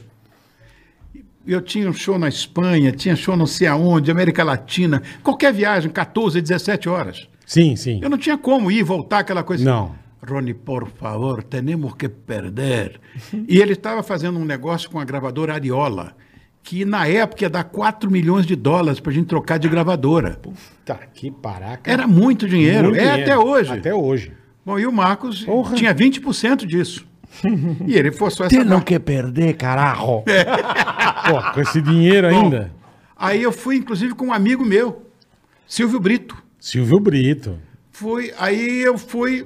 E Eu tinha um show na Espanha, tinha show não sei aonde, América Latina, qualquer viagem, 14, 17 horas. Sim, sim. Eu não tinha como ir e voltar aquela coisa. Não. Rony, por favor, temos que perder. e ele estava fazendo um negócio com a gravadora Ariola, que na época ia dar 4 milhões de dólares para a gente trocar de gravadora. Puta Tá, que paraca. Era muito dinheiro, Muito é dinheiro. até hoje. Até hoje. Bom, e o Marcos Porra. tinha 20% disso. e ele forçou essa Você não barra. quer perder, caralho. Pô, com esse dinheiro ainda. Aí eu fui, inclusive, com um amigo meu, Silvio Brito. Silvio Brito. Fui, aí eu fui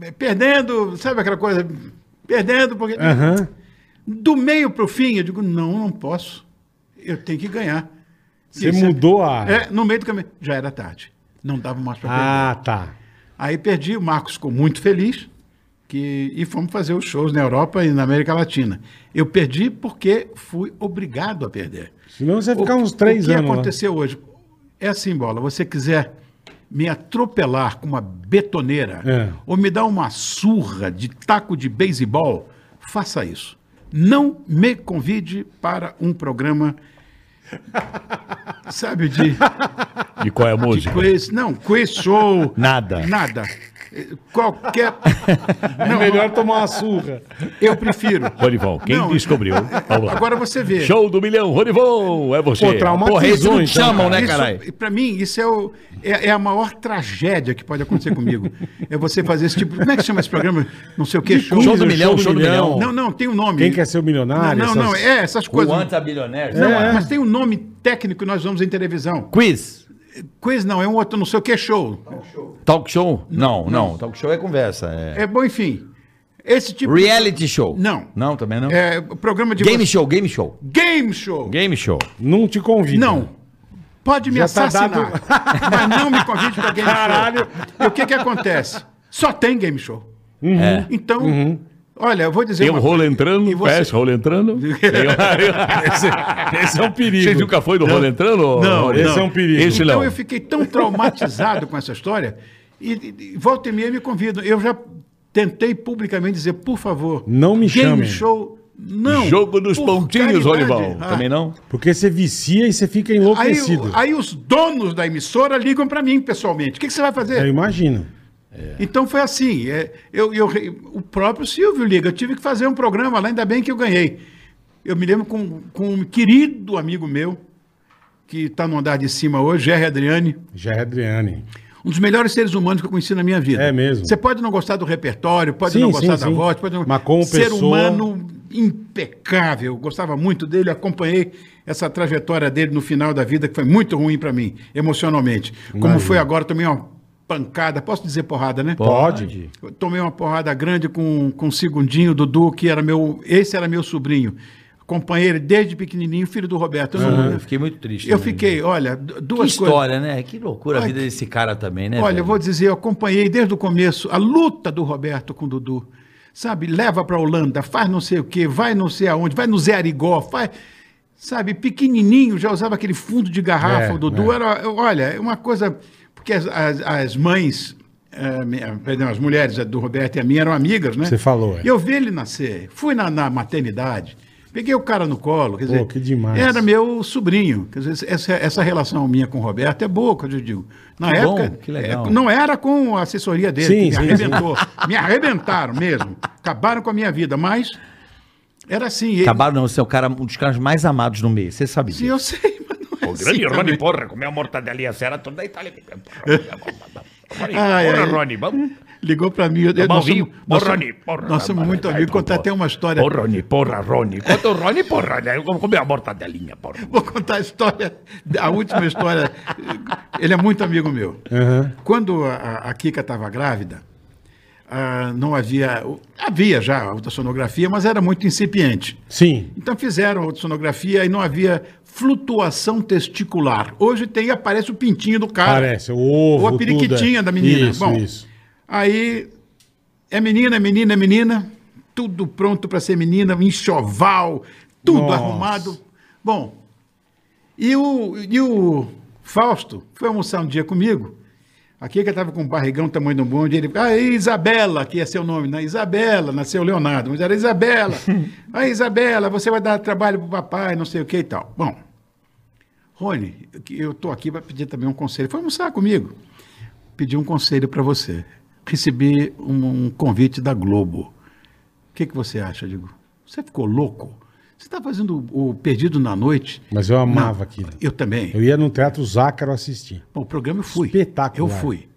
eh, perdendo, sabe aquela coisa? Perdendo, porque. Aham. Do meio para o fim, eu digo, não, não posso. Eu tenho que ganhar. Você E mudou a. É, no meio do caminho. Já era tarde. Não dava mais para perder. Ah, tá. Aí perdi, o Marcos ficou muito feliz. Que, e fomos fazer os shows na Europa e na América Latina. Eu perdi porque fui obrigado a perder. Senão você ia O ficar que- uns três O que anos. lá. aconteceu hoje? É assim, Bola, você quiser me atropelar com uma betoneira É. ou me dar uma surra de taco de beisebol, faça isso. Não me convide para um programa, (laughs) sabe, de, E qual é a de música? quiz, não, quiz (laughs) show. Né? Nada. Nada. Eh, Qualquer... (laughs) É melhor tomar uma surra. Eu prefiro. Ronivon, quem Não. descobriu? Vamos lá. Agora você vê. Show do milhão, Ronivon! É você. Pô, traumatizou, Porra, esse não te então, chamam, né, Isso, caralho? Pra mim, isso é, o- é- é a maior tragédia que pode acontecer comigo. É você fazer esse tipo. Como é que chama esse programa? Não sei o que, show. Show do milhão, show do milhão. Não, não, tem um nome. Quem quer ser o milionário? Não, não, não, essas- é essas coisas. a bilionaire? Não, É. Mas tem um nome técnico que nós vamos em televisão. Quiz. Quiz não, é um outro não sei o que show. Talk show? Não, não. Talk show é conversa. é. É bom, enfim. Esse tipo. Reality show? Não. Não, também não. É, programa de. Game show, game show. Game show. Game show. Não te convido. Não. Pode me Já tá assassinar, dado- (laughs) mas não me convide para game Caralho. show. E o que que acontece? Só tem game show. É. Então, olha, eu vou dizer Uhum. Tem um uma rolo coisa. entrando, E você- conhece rolo (laughs) entrando? um- esse, é um perigo. Você nunca foi do rolo entrando? ô, Não, Rony? esse é um perigo. Esse não. Então eu fiquei tão traumatizado com essa história e, e- e volta e meia me convidam. Eu já tentei publicamente dizer, por favor, Não me game chamem. show não. Jogo dos por pontinhos, caridade. Ronival. Ah, Também não? é Porque você vicia e você fica Aí, enlouquecido. aí os donos da emissora ligam para mim pessoalmente. O que, que você vai fazer? Eu imagino. Então foi assim. é, eu, eu re- o próprio Silvio Liga, eu tive que fazer um programa lá, ainda bem que eu ganhei. Eu me lembro com, com um querido amigo meu, que está no andar de cima hoje, Jerry Adriani, Já é Adriane. um dos melhores seres humanos que eu conheci na minha vida. É mesmo. Você pode não gostar do repertório, pode Sim, não gostar sim, da sim. voz, pode não... Mas como ser pessoa- humano impecável. Eu Gostava muito dele, acompanhei essa trajetória dele no final da vida que foi muito ruim para mim, emocionalmente. Como foi agora também uma pancada, posso dizer porrada, né? Pode. Eu tomei uma porrada grande com, com o Segundinho Dudu, que era meu. Esse era meu sobrinho. Companheiro desde pequenininho, filho do Roberto. Eu, não- Eu fiquei muito triste. Uhum. né? eu também. fiquei, olha, du- Que duas coisas. história, né? Que loucura a Olha, vida desse cara também, né? Olha, eu velho? vou dizer, eu acompanhei desde o começo a luta do Roberto com o Dudu. Sabe, leva para Holanda, faz não sei o quê, vai não sei aonde, vai no Zé Arigó, faz. Sabe, pequenininho, já usava aquele fundo de garrafa, É, o Dudu. é. Era, eu- olha, é uma coisa. Porque as, as- as mães, eh, minha- perdão, as mulheres eh, do Roberto e a minha eram amigas, né? Você falou, é. E eu vi ele nascer, fui na, na maternidade, peguei o cara no colo, quer dizer. que demais. Era meu sobrinho. Quer dizer, essa, essa relação minha com o Roberto é boa, que eu digo. Na Que bom, época, que legal. é, não era com a assessoria dele, Sim, que me sim, arrebentou. Me arrebentaram mesmo. Acabaram com a minha vida, mas era assim. ele- Acabaram, não, você é o cara, um dos caras mais amados no meio, você sabe Sim, disso. eu sei, mas não é O grande assim Rony, também. porra, comeu a mortadelinha serra toda da Itália. Rony, Ai, porra, ai. Rony, vamos. Ligou pra mim. Eu, Tomar nós um vinho. somos, nós Ô, somos- Rony, porra, nós somos vai, muito vai, amigos. vai, Contar porra. até uma história. Ô, Rony, porra, Rony. Conta o Rony, porra, né? comeu a mortadelinha, porra. Vou contar a história, a última história. Ele é muito amigo meu. Aham. Quando a- a, a Kika estava grávida, ah, não havia. Havia já a ultrassonografia, mas era muito incipiente. Sim. Então fizeram a ultrassonografia e não havia flutuação testicular. Hoje tem, aparece o pintinho do cara. Parece, o ovo, Ou a periquitinha tudo, é. da menina. Isso, Bom, isso. aí é menina, é menina, é menina. Tudo pronto para ser menina, um enxoval, tudo Nossa. arrumado. Bom, e o, e o Fausto foi almoçar um dia comigo. Aqui que eu estava com um barrigão tamanho do bonde, ele, ah, e Isabela, que é seu nome, né? Isabela, nasceu Leonardo, mas era Isabela. Ah, Isabela, você vai dar trabalho pro papai, não sei o que e tal. Bom, Rony, eu que- eu tô aqui para pedir também um conselho. Foi almoçar comigo. Pedi um conselho para você. Recebi um, um convite da Globo. O que, que você acha? Eu digo, você ficou louco? Você está fazendo o, o Perdido na Noite? Mas eu amava Não, aquilo. Eu também. Eu ia no Teatro Zácaro assistir. Bom, o programa eu fui. Espetacular. Eu fui.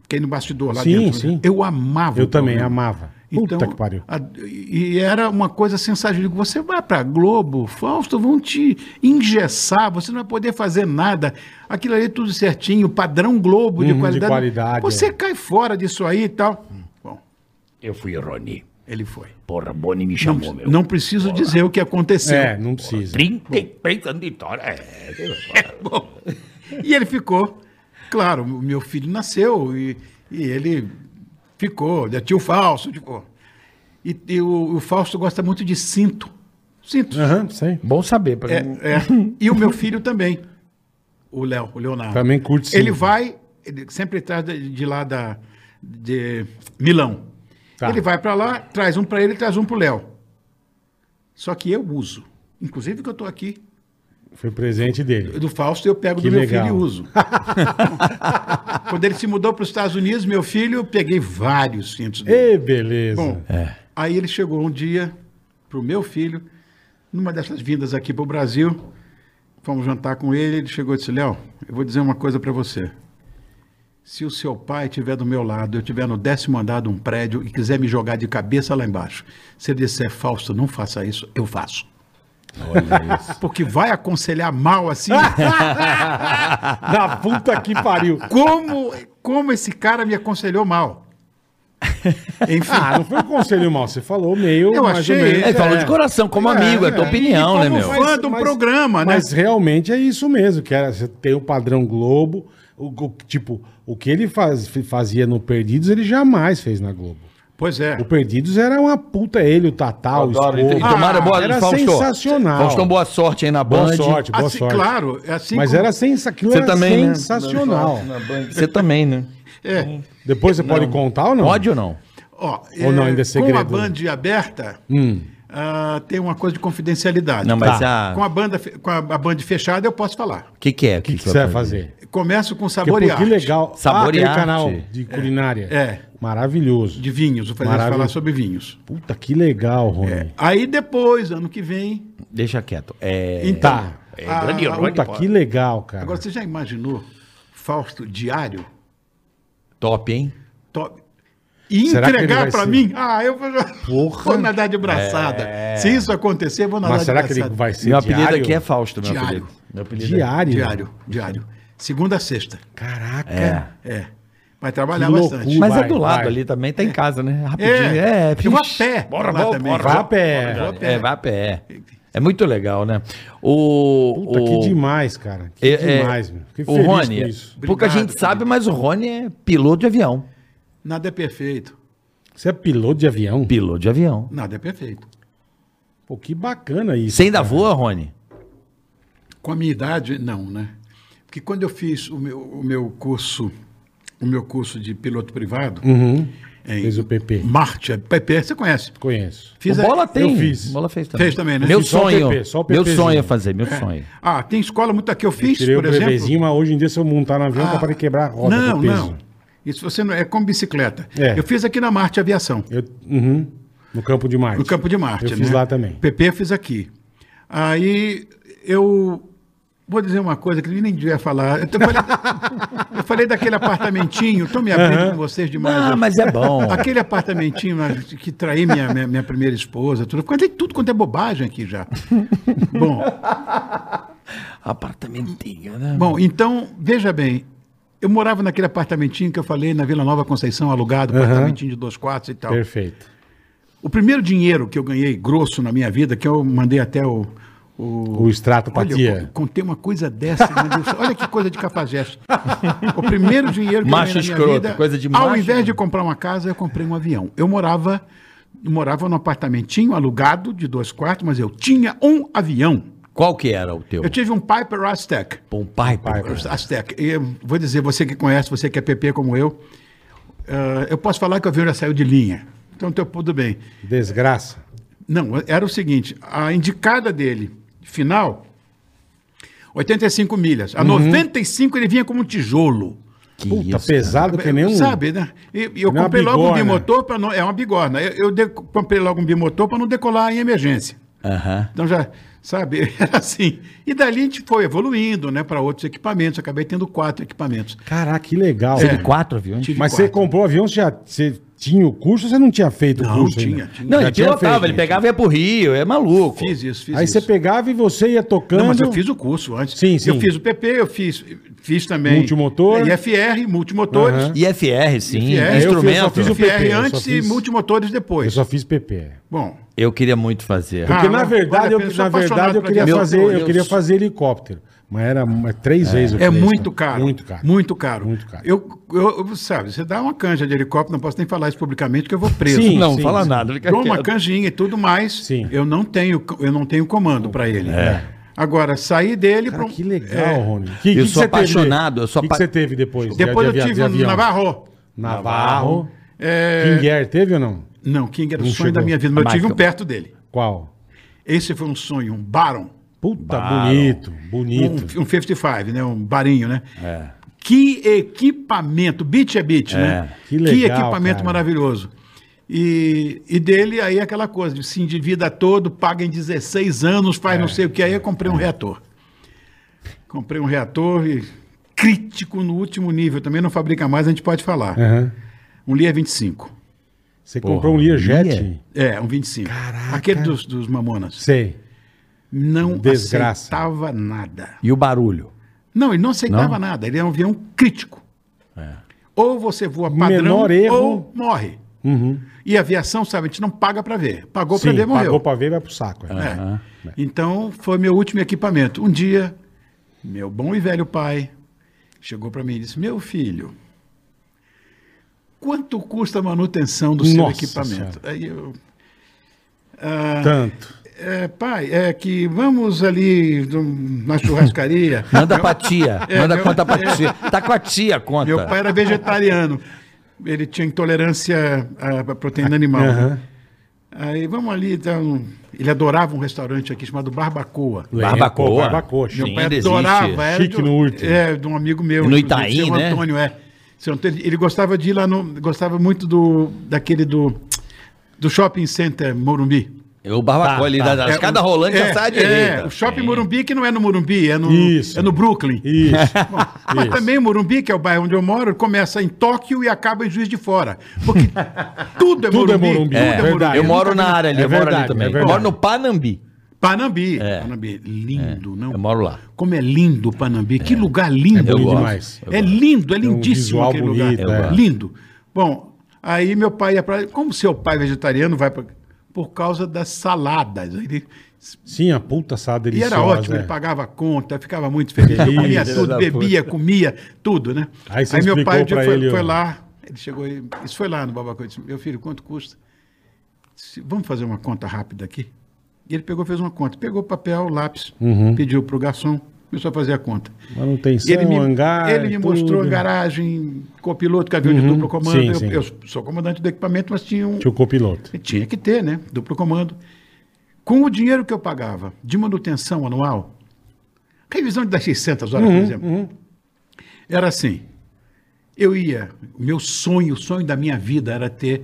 Fiquei no bastidor lá Sim, dentro. sim. Eu amava Eu o também programa. amava. Então, Puta que pariu. a- e era uma coisa sensacional. Eu digo, Você vai para Globo, Fausto, vão te engessar, você não vai poder fazer nada. Aquilo ali é tudo certinho, padrão Globo de Uhum, de qualidade. qualidade, você é. cai fora disso aí e tal. Bom, Eu fui, Rony. ele foi. Porra, Boni me Não, chamou, meu. não preciso dizer o que aconteceu. É, não precisa. 33 anos de história. É, E ele ficou. Claro, o meu filho nasceu e, e ele ficou. Já tinha o Fausto, ficou. E, e o, o Fausto gosta muito de cinto. Cinto. Aham, sei. Bom saber. Pra... É, é. E o meu filho também. O Léo, o Leonardo. Também curte cinto. Ele vai, ele sempre traz de, de lá da, de Milão. Tá. Ele vai pra lá, traz um pra ele, traz um pro Léo. Só que eu uso. Inclusive que eu tô aqui, Foi presente dele. do Fausto, eu pego Que do meu legal. (laughs) filho e uso. Quando ele se mudou para os Estados Unidos, meu filho, eu peguei vários cintos dele. Ê, beleza. Bom, aí ele chegou um dia pro meu filho, numa dessas vindas aqui pro Brasil, fomos jantar com ele, ele chegou e disse, Léo, eu vou dizer uma coisa para você. Se o seu pai estiver do meu lado, eu estiver no décimo andar de um prédio e quiser me jogar de cabeça lá embaixo, se ele disser, Fausto, não faça isso, eu faço. (laughs) Porque vai aconselhar mal (laughs) assim... Da puta que pariu. como, como esse cara me aconselhou (laughs) mal. Enfim, Ah, não foi um conselho mal. Você falou meio. Eu mais achei- ou menos, É, Ele falou de coração, como amigo, é, tua opinião, né, como meu? fã do programa, né? Mas realmente é isso mesmo, que era, você tem o padrão Globo, o, o- tipo, o que ele faz- fazia no Perdidos, ele jamais fez na Globo. Pois é. O Perdidos era uma puta, ele, o Tatá, o Adoro, Escobar. ele tem- E tomara Ah, então, boa, era Fausto. sensacional. Faustão, boa sorte aí na Band. Boa sorte, boa Assim, sorte. Claro, é assim Mas como- era, sensa... aquilo Você era também, né? sensacional. Você também, né? um é. Depois você pode contar ou não? Pode ou não? Ó, Ou não, ainda é Com segredo, a né? Hum. Band aberta, ah, tem uma coisa de confidencialidade. Não, mas Tá. a- Com a, banda, fe- com a, a Band fechada, eu posso falar. O que, que é? O O que, que você vai fazer? Começo com Porque, pô, saborear que legal. Ah, Saborear. aquele canal de culinária. É. Maravilhoso. de vinhos, vou fazer Maravilha. falar sobre vinhos. Puta, que legal, Rony. É. Aí depois, ano que vem. Deixa quieto. É... Então, Tá. a- grande a- herói. Puta, que legal, cara. Agora, você já imaginou Fausto Diário? Top, hein? top. E Será que ele entregar vai pra ser? mim, ah, eu vou, vou nadar de braçada. Se isso acontecer, vou nadar É. Mas será de que ele braçada. vai ser Meu diário? apelido aqui é Fausto, meu Diário. apelido. Meu apelido é- diário. Diário, diário. Segunda a sexta. Caraca. É. Vai trabalhar Que bastante. loucura. Mas é Vai, do lado vai. ali também, tá em casa, né? Rapidinho. É, É, eu vou a fixe. pé. Bora, lá bora, também. bora, Vá a pé. Vou a pé. É, vai a pé. É muito legal, né? O, Puta, o, que demais, cara. Que é, é, demais, meu. Fiquei o feliz Rony, é- com isso. pouca Obrigado, gente querido. sabe, mas o Rony é piloto de avião. Nada é perfeito. Você é piloto de avião? Piloto de avião. Nada é perfeito. Pô, que bacana isso. Você ainda voa, Rony? Com a minha idade, não, né? Porque quando eu fiz o meu, o meu curso, o meu curso de piloto privado, Uhum. em Fez o PP. Marte, é PP, você conhece. Conheço. Fiz o a- Bola tem. eu fiz. O Bola fez também. Fez também, né? Meu Fiz só o sonho. PP, só o meu PPzinho. sonho é fazer, meu sonho. Ah, tem escola muita que eu fiz, Tirei o por exemplo. bebezinho, mas hoje em dia se eu montar no avião, Ah, dá para quebrar a roda não, do peso. não. Isso você não é como bicicleta. É. Eu fiz aqui na Marte Aviação, Eu, uhum, no campo de Marte. no Campo de Marte. Eu fiz né? lá também. PP eu fiz aqui. Aí eu vou dizer uma coisa que nem devia falar. Eu, tô- eu falei, (laughs) eu falei daquele apartamentinho, estou me abrindo com vocês demais. Ah, hoje. mas é (laughs) bom. Aquele apartamentinho lá que traí minha, minha, minha primeira esposa, tudo. Contei tudo quanto é bobagem aqui (laughs) já. Bom, Apartamentinho, né? Bom, então, veja bem. Eu morava naquele apartamentinho que eu falei na Vila Nova Conceição, alugado, apartamentinho de dois quartos e tal. Perfeito. O primeiro dinheiro que eu ganhei grosso na minha vida, que eu mandei até o. o... O Olha, eu estratopatia. contei uma coisa dessa, meu Deus, olha que coisa de cafajeste. O primeiro dinheiro que Macho eu ganhei na minha escroto, vida, coisa de ao macho, invés né? de comprar uma casa, eu comprei um avião. Eu morava, morava num apartamentinho alugado de dois quartos, mas eu tinha um avião. Qual que era o teu? Eu tive um Piper Aztec. Bom, pai, pai. Azteca. E eu vou dizer, você que conhece, você que é PP como eu, eh, eu posso falar que o avião já saiu de linha. Então, teu, tudo bem. Desgraça. Tá Não, era o seguinte, a indicada dele, final, 85 milhas. A Uhum. 95 ele vinha como um tijolo. Que Puta, isso, pesado que nem um... Sabe, né? E, e eu nem uma comprei logo um bigorna. bimotor para não... É uma bigorna. Eu, eu de- comprei logo um bimotor para não decolar em emergência. cara. Aham. Então já, sabe, (laughs) era assim. E dali a gente foi evoluindo, né, para outros equipamentos. Acabei tendo quatro equipamentos. Caraca, que legal. É. Teve quatro aviões? Tive Mas quatro. você comprou o avião, você já você tinha o curso ou você não tinha feito o Não, curso tinha, ainda? tinha. Não, Já ele pilotava, feito. ele pegava e ia pro Rio, é maluco. Fiz isso, fiz Aí isso. você pegava e você ia tocando. Não, mas eu fiz o curso antes. Sim, sim. Eu fiz o PP, eu fiz, fiz também. Multimotor. IFR, multimotores. Aham. IFR, sim. IFR. Eu instrumento. fiz Eu, o IFR PP, eu antes só fiz- e multimotores Eu depois. só fiz PP. Bom, queria muito fazer. Ah, Porque na olha, verdade, eu eu, sou na verdade apaixonado eu por queria avião. fazer, Meu eu Deus. queria fazer helicóptero, mas era é, três vezes o é preço. muito caro. Muito caro. Muito caro. Muito caro. Eu, eu, eu- sabe, você dá uma canja de helicóptero, não posso nem falar isso publicamente, que eu vou preso. Sim, não, sim, fala sim. nada. Fica Dou uma quieto. canjinha e tudo mais. Sim. É. Eu não tenho, eu não tenho comando para ele. né? Agora, sair dele Cara, pra um- que legal, é. Rony. Que, Eu que sou você teve? apaixonado, eu sou O que, apa- que você teve depois? de- Depois de avia- eu tive de um avião? Navarro. Navarro. É, King Air teve ou não? Não, King era o Não sonho da chegou. minha vida, mas eu tive um Michael. perto dele. Qual? Esse foi um sonho, um Baron. Puta, Baron. bonito, Um, bonito. É. um 55, né? Um barinho, né? Que equipamento! Beat é beat, né? Que legal, equipamento cara. maravilhoso. E, e dele aí aquela coisa de se endivida todo, paga em 16 anos, faz É. não sei o que. Aí eu comprei um reator. Comprei um reator e crítico no último nível. Também não fabrica mais, a gente pode falar. Aham. Um Lia 25. Você comprou um Learjet? Lear? É, um 25. Caraca. Aquele dos, dos mamonas. Sei. não Desgraça. aceitava nada. E o barulho? Não, ele não aceitava nada. Ele é um avião crítico. Ou você voa padrão É. Menor erro. Uhum. ou morre. E a aviação, sabe, a gente não paga para ver. Pagou para Sim, ver, morreu. pagou pra ver, vai pro saco. é. É. Então, foi meu último equipamento. Um dia, meu bom e velho pai chegou para mim e disse: Meu filho, quanto custa a manutenção do seu Nossa equipamento? Aí eu. Tanto. "É, pai, é que vamos ali num- (laughs) na churrascaria. Manda pra tia. É, manda meu- conta pra tia. Tá com a tia, conta. Meu pai era vegetariano. Ele tinha intolerância à à proteína animal. Aham. né? Aí vamos ali, dar um- ele adorava um restaurante aqui chamado Barbacoa. Barbacoa. Pô, barbacoa. Meu Meu chique. pai ainda adorava. existe. Era Chique de, um- no último. É, de um amigo meu. No inclusive, Itaim, seu né? Antônio, é. Seu Antônio, ele gostava de ir lá no... Gostava muito do, daquele do... Do Shopping Center Morumbi. É O barbacoa Tá, ali tá. da, da escada rolante já sai então. à direita. É, o Shopping Morumbi que não é no Morumbi, é no, Isso. é no Brooklyn. Isso. Mas Isso. também Morumbi, que é o bairro onde eu moro, começa em Tóquio e acaba em Juiz de Fora. (laughs) Porque tudo é Tudo é Morumbi. Morumbi, tudo é verdade. Eu moro Nunca na área ali, É eu moro ali verdade, é também. Eu verdade. moro no Panambi. vi- Panambi. Panambi, lindo, não? Eu moro lá. Como é lindo o Panambi, que lugar lindo. Eu gosto. demais. É lindo, é um lindíssimo visual aquele bonito, lugar. é. Lindo. Bom, aí meu pai ia pra. Como seu pai é vegetariano vai pra. Por causa das saladas. Ele- Sim, a puta assada e deliciosa. era ótimo, é. ele pagava a conta, ficava muito feliz. Eu Delícia. comia tudo, bebia, comia, tudo, né? Aí você meu pai um explicou dia pra foi, ele, foi ó. lá, ele chegou e. Isso foi lá no Babacô. eu Disse, meu filho, quanto custa? Disse, Vamos fazer uma conta rápida aqui? E ele pegou, fez uma conta. Pegou papel, lápis, Uhum. pediu pro garçom, começou a fazer a conta. Manutenção, E ele me, é um hangar. é ele me tudo. mostrou a garagem, copiloto, que havia de duplo comando. Sim, eu, sim. eu sou comandante do equipamento, mas tinha um. Tinha o copiloto. Tinha que ter, né? Duplo comando. Com o dinheiro que eu pagava de manutenção anual, revisão das 600 horas, Uhum, por exemplo, era assim. Eu ia, o meu sonho, o sonho da minha vida era ter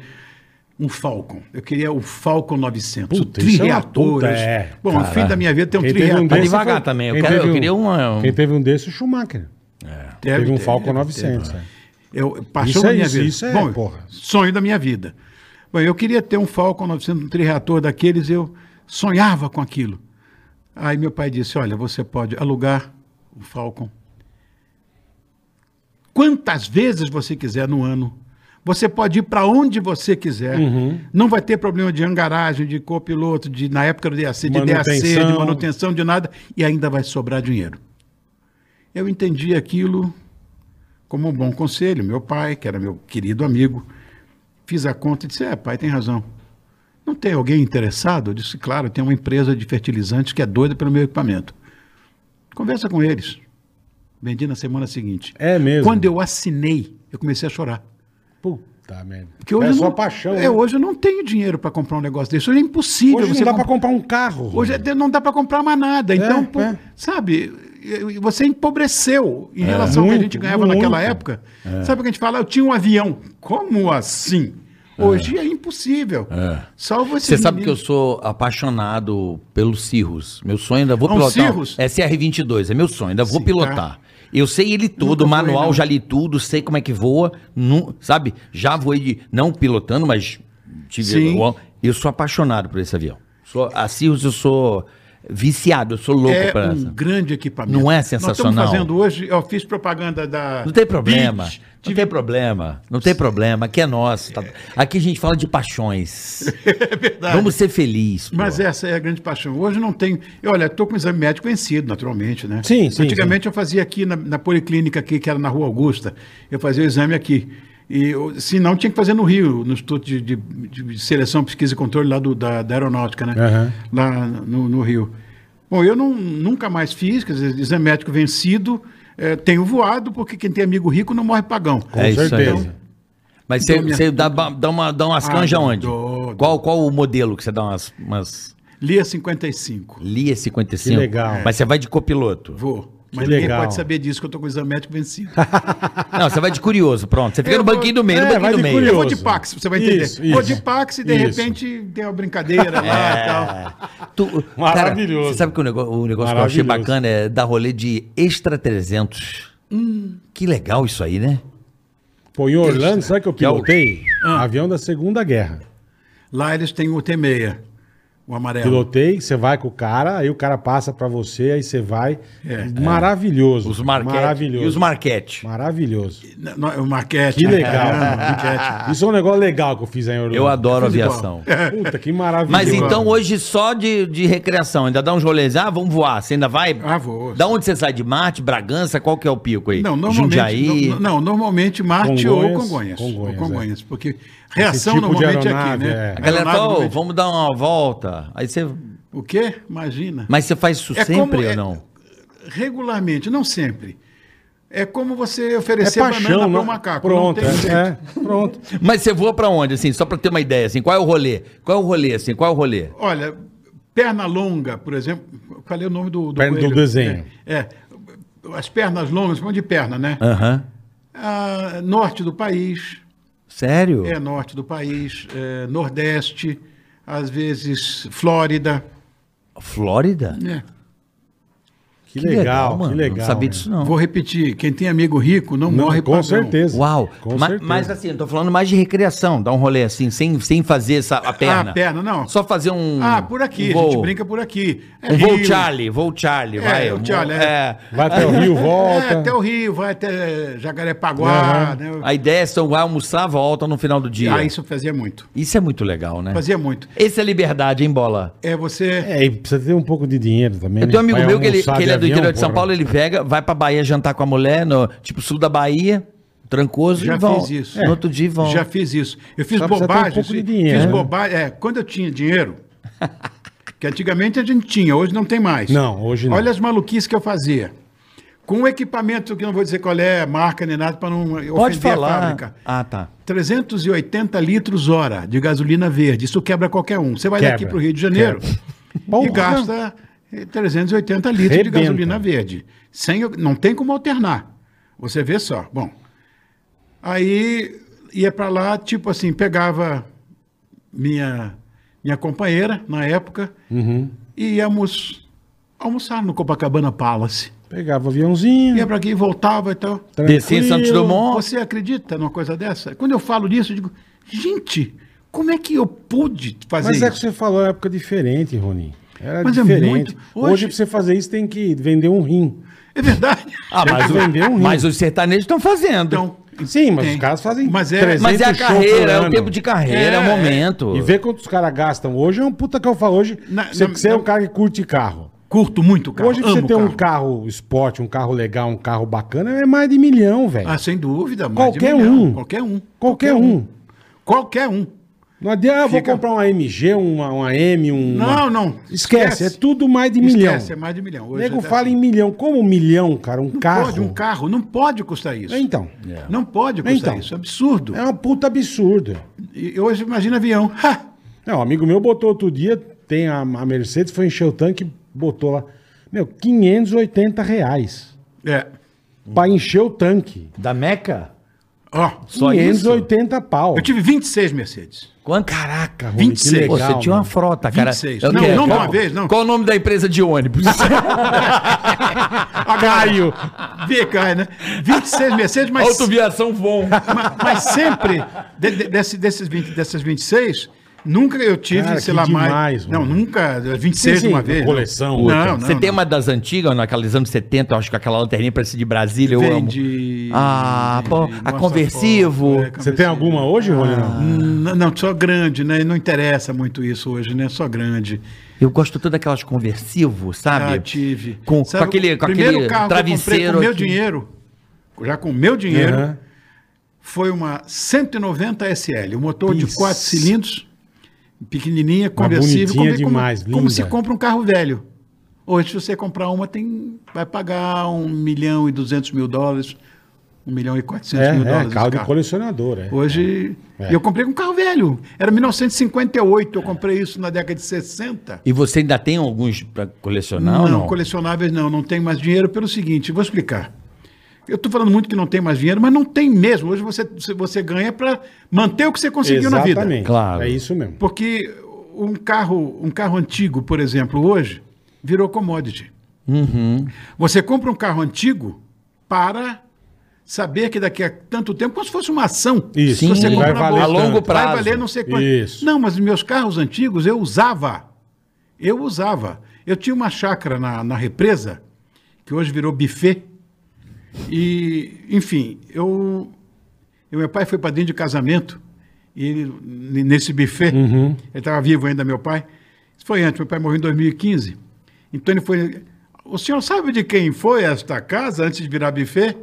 um Falcon. Eu queria o Falcon 900, o Puta, isso é uma trireator. puta, é. Bom, no fim da minha vida tem um Quem teve um trireator. desse devagar foi- também, eu quem quero- eu teve queria uma- um- Quem teve um desse, o Schumacher. Deve teve um ter, Falcon deve ter. 900. é. Eu, paixão Isso da é minha isso, vida. isso é, Bom, porra. sonho da minha vida. Bom, eu queria ter um Falcon 900, um trireator daqueles, eu sonhava com aquilo. Aí meu pai disse, olha, você pode alugar o Falcon quantas vezes você quiser no ano. Você pode ir para onde você quiser. Não vai ter problema de hangaragem, de copiloto, de na época do DAC, de DAC, de Manutenção. manutenção, de nada, e ainda vai sobrar dinheiro. Eu entendi aquilo como um bom conselho. Meu pai, que era meu querido amigo, fiz a conta e disse: É, pai, tem razão. Não tem alguém interessado? Eu disse: Claro, tem uma empresa de fertilizantes que é doida pelo meu equipamento. Conversa com eles. Vendi na semana seguinte. É mesmo? Quando eu assinei, eu comecei a chorar. é. Puta merda. Porque hoje é eu sua não, paixão. É, né? hoje eu não tenho dinheiro para comprar um negócio desse. Hoje é impossível. Hoje você não dá pra comprar comprar- um carro. Hoje é até não dá para comprar mais nada. Então, pô, é. sabe, e- e você empobreceu É, em relação ao que a Muito, gente ganhava muito. naquela época. Sabe o que a gente fala? Eu tinha um avião. Como assim? Hoje é, impossível. Salvo esse Você sabe que eu sou apaixonado pelos Cirrus. Meu sonho ainda vou Ah, um pilotar. Cirrus? É CR22, é meu sonho, ainda vou Sim, tá. pilotar. Eu sei ele todo, Nunca o voei, manual, não. já li tudo, sei como é que voa, nu- sabe? Já voei de, não pilotando, mas tive Sim. eu, sou apaixonado por esse avião. Sou, a Cirrus eu sou viciado, eu sou louco É pra um essa. grande equipamento. Não é Nós sensacional? estamos fazendo hoje, eu fiz propaganda da. Não tem problema. Beats, Não tem problema. Não tem problema. Aqui é nosso. tá- Aqui a gente fala de paixões. (laughs) é verdade. Vamos ser felizes. pô. Mas essa é a grande paixão. Hoje não tenho. Eu, olha, estou com exame médico vencido, naturalmente, né? Sim, sim, Antigamente eu fazia aqui na, na policlínica aqui, que era na Rua Augusta. Eu fazia o exame aqui. E eu- se não, tinha que fazer no Rio, no Instituto de, de- de Seleção, Pesquisa e Controle lá do- da, da Aeronáutica, né? Aham. Lá no, no Rio. Bom, eu não, nunca mais fiz, quer dizer, exame médico vencido. eh, tenho voado, porque quem tem amigo rico não morre pagão. Com É isso aí. certeza. Mas você, Então, minha- você dá, ba- dá, uma, dá umas Ah, canjas dou, onde? dou. Qual, qual o modelo que você dá umas. umas... Lia 55. Lia 55. Que legal. Mas você vai de copiloto. Vou. Mas Que ninguém legal. pode saber disso, que eu estou com o exame médico vencido. Não, você vai de curioso, pronto. Você fica Eu no vou- banquinho do meio, É, no vai banquinho do de meio. curioso. Eu vou de Pax, você vai entender. Isso, Vou isso. de Pax e de Isso. repente tem uma brincadeira lá É. e tal. Tu- Maravilhoso. Cara, você sabe que o negócio, o negócio que eu achei Maravilhoso. bacana é dar rolê de extra 300. Hum. Que legal isso aí, né? Pô, em Orlando, sabe que eu Que é o- pilotei? Ah. Avião da Segunda Guerra. Lá eles têm o T6, o amarelo. Pilotei, você vai com o cara, aí o cara passa pra você, aí você vai. É. Maravilhoso. Os Marquete. Maravilhoso. E os Marquete. Maravilhoso. Na- na- O Marquete. Que né? legal. Caramba, Marquete. Isso é um negócio legal que eu fiz aí em Orlando. Eu adoro Fiz igual. aviação. Puta, que maravilhoso. Mas então hoje só de, de recreação, ainda dá uns rolês, ah, vamos voar, você ainda vai? Ah, vou. Da onde você sai de Marte, Bragança, qual que é o pico aí? Não, normalmente, Jundiaí, no- não, normalmente Marte Congonhas, ou Congonhas. Congonhas, é. ou Congonhas porque Esse reação tipo de normalmente é aqui, aeronave, né? é. a galera Aeronave, fala, "Ô, normalmente- vamos dar uma volta, aí você, O quê? Imagina. mas você faz isso É como- sempre é- ou não? Regularmente, não sempre. É como você é oferecer paixão, banana para não... é? um macaco. Pronto, não tem jeito. é, é, pronto. Mas você voa pra onde, assim, só pra ter uma ideia, assim, qual é o rolê? Qual é o rolê, assim, qual é o rolê? Olha, perna longa, por exemplo, qual é o nome do, do, Perna do coelho? desenho. É, é. as pernas longas, vão de perna, né? Aham. Ah, norte do país, Sério? é norte do país, é, nordeste, às vezes Flórida, Flórida? né? Que, legal, que legal. Não sabia disso, não. Vou repetir, quem tem amigo rico não, Não, morre com padrão. certeza. Uau. Com Ma- certeza. Mas assim, eu tô falando mais de recreação, dar um rolê assim, sem, sem fazer essa, a perna. Ah, perna, não. Só fazer um. Ah, por aqui, um a voo, gente brinca por aqui. É Um voo Rio, Charlie, voo Charlie, É, vai. o um- Charlie, é. é. Vai até o Rio, É, volta. até o Rio, vai até Jacarepaguá, né? A ideia é só vai almoçar, volta no final do dia. Ah, isso... isso eu fazia muito. é muito legal, né? Fazia muito. Essa é liberdade, hein, bola? É você. É, e precisa ter um pouco de dinheiro também. Eu né? tenho um amigo Vai meu que ele, almoçar que ele é do avião, interior de São porra. Paulo, ele pega, vai pra Bahia jantar com a mulher, no, tipo sul da Bahia, trancoso, Já e vão. fiz isso. No outro dia vão. Já fiz isso. Eu fiz Só precisa ter um bobagem. pouco de fiz- dinheiro, fiz né? bobagem. É, quando eu tinha dinheiro, que antigamente a gente tinha, hoje não tem mais. Não, hoje não. Olha as maluquices que eu fazia. Com um equipamento que eu não vou dizer qual é, marca nem nada, para não Pode ofender a falar. fábrica. ah, tá. 380 litros hora de gasolina verde. Isso quebra qualquer um. Você vai Quebra. daqui para o Rio de Janeiro e Porra. gasta eh, 380 litros de Rebenta. gasolina verde. Sem, não tem como alternar. Você vê só. Bom, aí ia para lá, tipo assim, pegava minha, minha companheira na época Uhum. e íamos almoçar no Copacabana Palace. Pegava o aviãozinho. Ia para aqui, voltava e é tal. Descer em Santos tranquilo. Dumont. Você acredita numa coisa dessa? Quando eu falo disso, eu digo, gente, como é que eu pude fazer Mas é que isso? você falou, é época diferente, Ronin. Era Mas é diferente. muito- Hoje... hoje- pra você fazer isso, tem que vender um rim. É verdade. Ah, Tem mas, que o- vender um rim. mas os sertanejos estão fazendo. Então, Sim, mas tem. os caras fazem Mas é- 300 mas é a show carreira, por é o ano. tempo de carreira, é, o É, momento. E ver quanto os caras gastam hoje é um puta que eu falo hoje. Na- você na- você é na- um cara que curte carro. curto muito o carro. hoje pra você amo ter um carro. carro esporte, um carro legal, um carro bacana, é mais de milhão, velho. Ah, sem dúvida. mais de Qualquer milhão. um. Qualquer um. Qualquer um. Qualquer um. Não adianta, ah, eu vou Fica- comprar uma MG, uma, uma M, um. Não, não. Esquece, é tudo mais de milhão. Esquece, é mais de milhão. O Hoje nego é fala em milhão. Como um milhão, cara? Um carro. Pode, um carro não pode custar isso. Então. Não pode custar Então. isso. É absurdo. É uma puta absurdo. E hoje, imagina avião. Ha! Não, um amigo meu botou outro dia, tem a, a Mercedes, foi encher o tanque, botou lá. Meu, 580 reais. É. Pra encher o tanque. Da Meca? Ó, Só isso? 580 pau. eu tive 26 Mercedes. Quanto? Caraca, Rony, 26. Pô, legal, você tinha mano. uma frota, cara. 26. Eu Não, quero. não de uma Qual- vez, não. Qual o nome da empresa de (laughs) ônibus? Agaio. VK, né? 26 (laughs) Mercedes, mas Autoviação Von. Mas, mas sempre, de- de- desse- desses 20, dessas 26, nunca eu tive, Cara, sei que lá, demais, mais. Não, mano. nunca. 26 Sim, de uma sim, vez. coleção, não. outra. Não, não, Você tem não. uma das antigas, naqueles anos 70, eu acho que aquela lanterninha parece de Brasília, eu amo. Vendi- Ah, pô, vendi, a nossa, conversivo. pô, é, Você tem alguma hoje, Rony? não? Não, não, só grande, né? E Não interessa muito isso hoje, né? Só grande. Eu gosto todas aquelas conversivo, sabe? Ah, tive. Com, Sabe, com aquele, com o primeiro aquele carro que eu comprei travesseiro. com meu aqui. dinheiro, já com meu dinheiro, Aham. foi uma 190 SL, um motor de Isso. quatro cilindros, pequenininha, conversível, bonitinha comprei como- demais, como, linda. se compra um carro velho. Hoje, se você comprar uma, tem, vai pagar um milhão e duzentos mil dólares, um milhão e quatrocentos mil É, é, dólares. carro esse de colecionador, é. Hoje, e eu comprei com um carro velho. Era 1958, eu comprei isso na década de 60. E você ainda tem alguns pra colecionar ou não? colecionáveis não, não tem mais dinheiro pelo seguinte, vou explicar. Eu estou falando muito que não tem mais dinheiro, mas não tem mesmo. Hoje você, você ganha para manter o que você conseguiu na vida. Exatamente. Claro. É isso mesmo. Porque um carro, um carro antigo, por exemplo, hoje, virou commodity. Uhum. Você compra um carro antigo para saber que daqui a tanto tempo, como se fosse uma ação. Isso, Se você Sim, vai compra na valer bolsa, a longo tanto. prazo. Vai valer não sei quanto. Isso. Não, mas meus carros antigos eu usava. Eu usava. Eu tinha uma chácara na, na represa, que hoje virou buffet. E, enfim, eu, eu- meu pai foi padrinho de casamento. E ele, n- nesse buffet, ele estava vivo ainda, meu pai. Isso foi antes, meu pai morreu em 2015. Então ele foi. O senhor sabe de quem foi esta casa antes de virar buffet?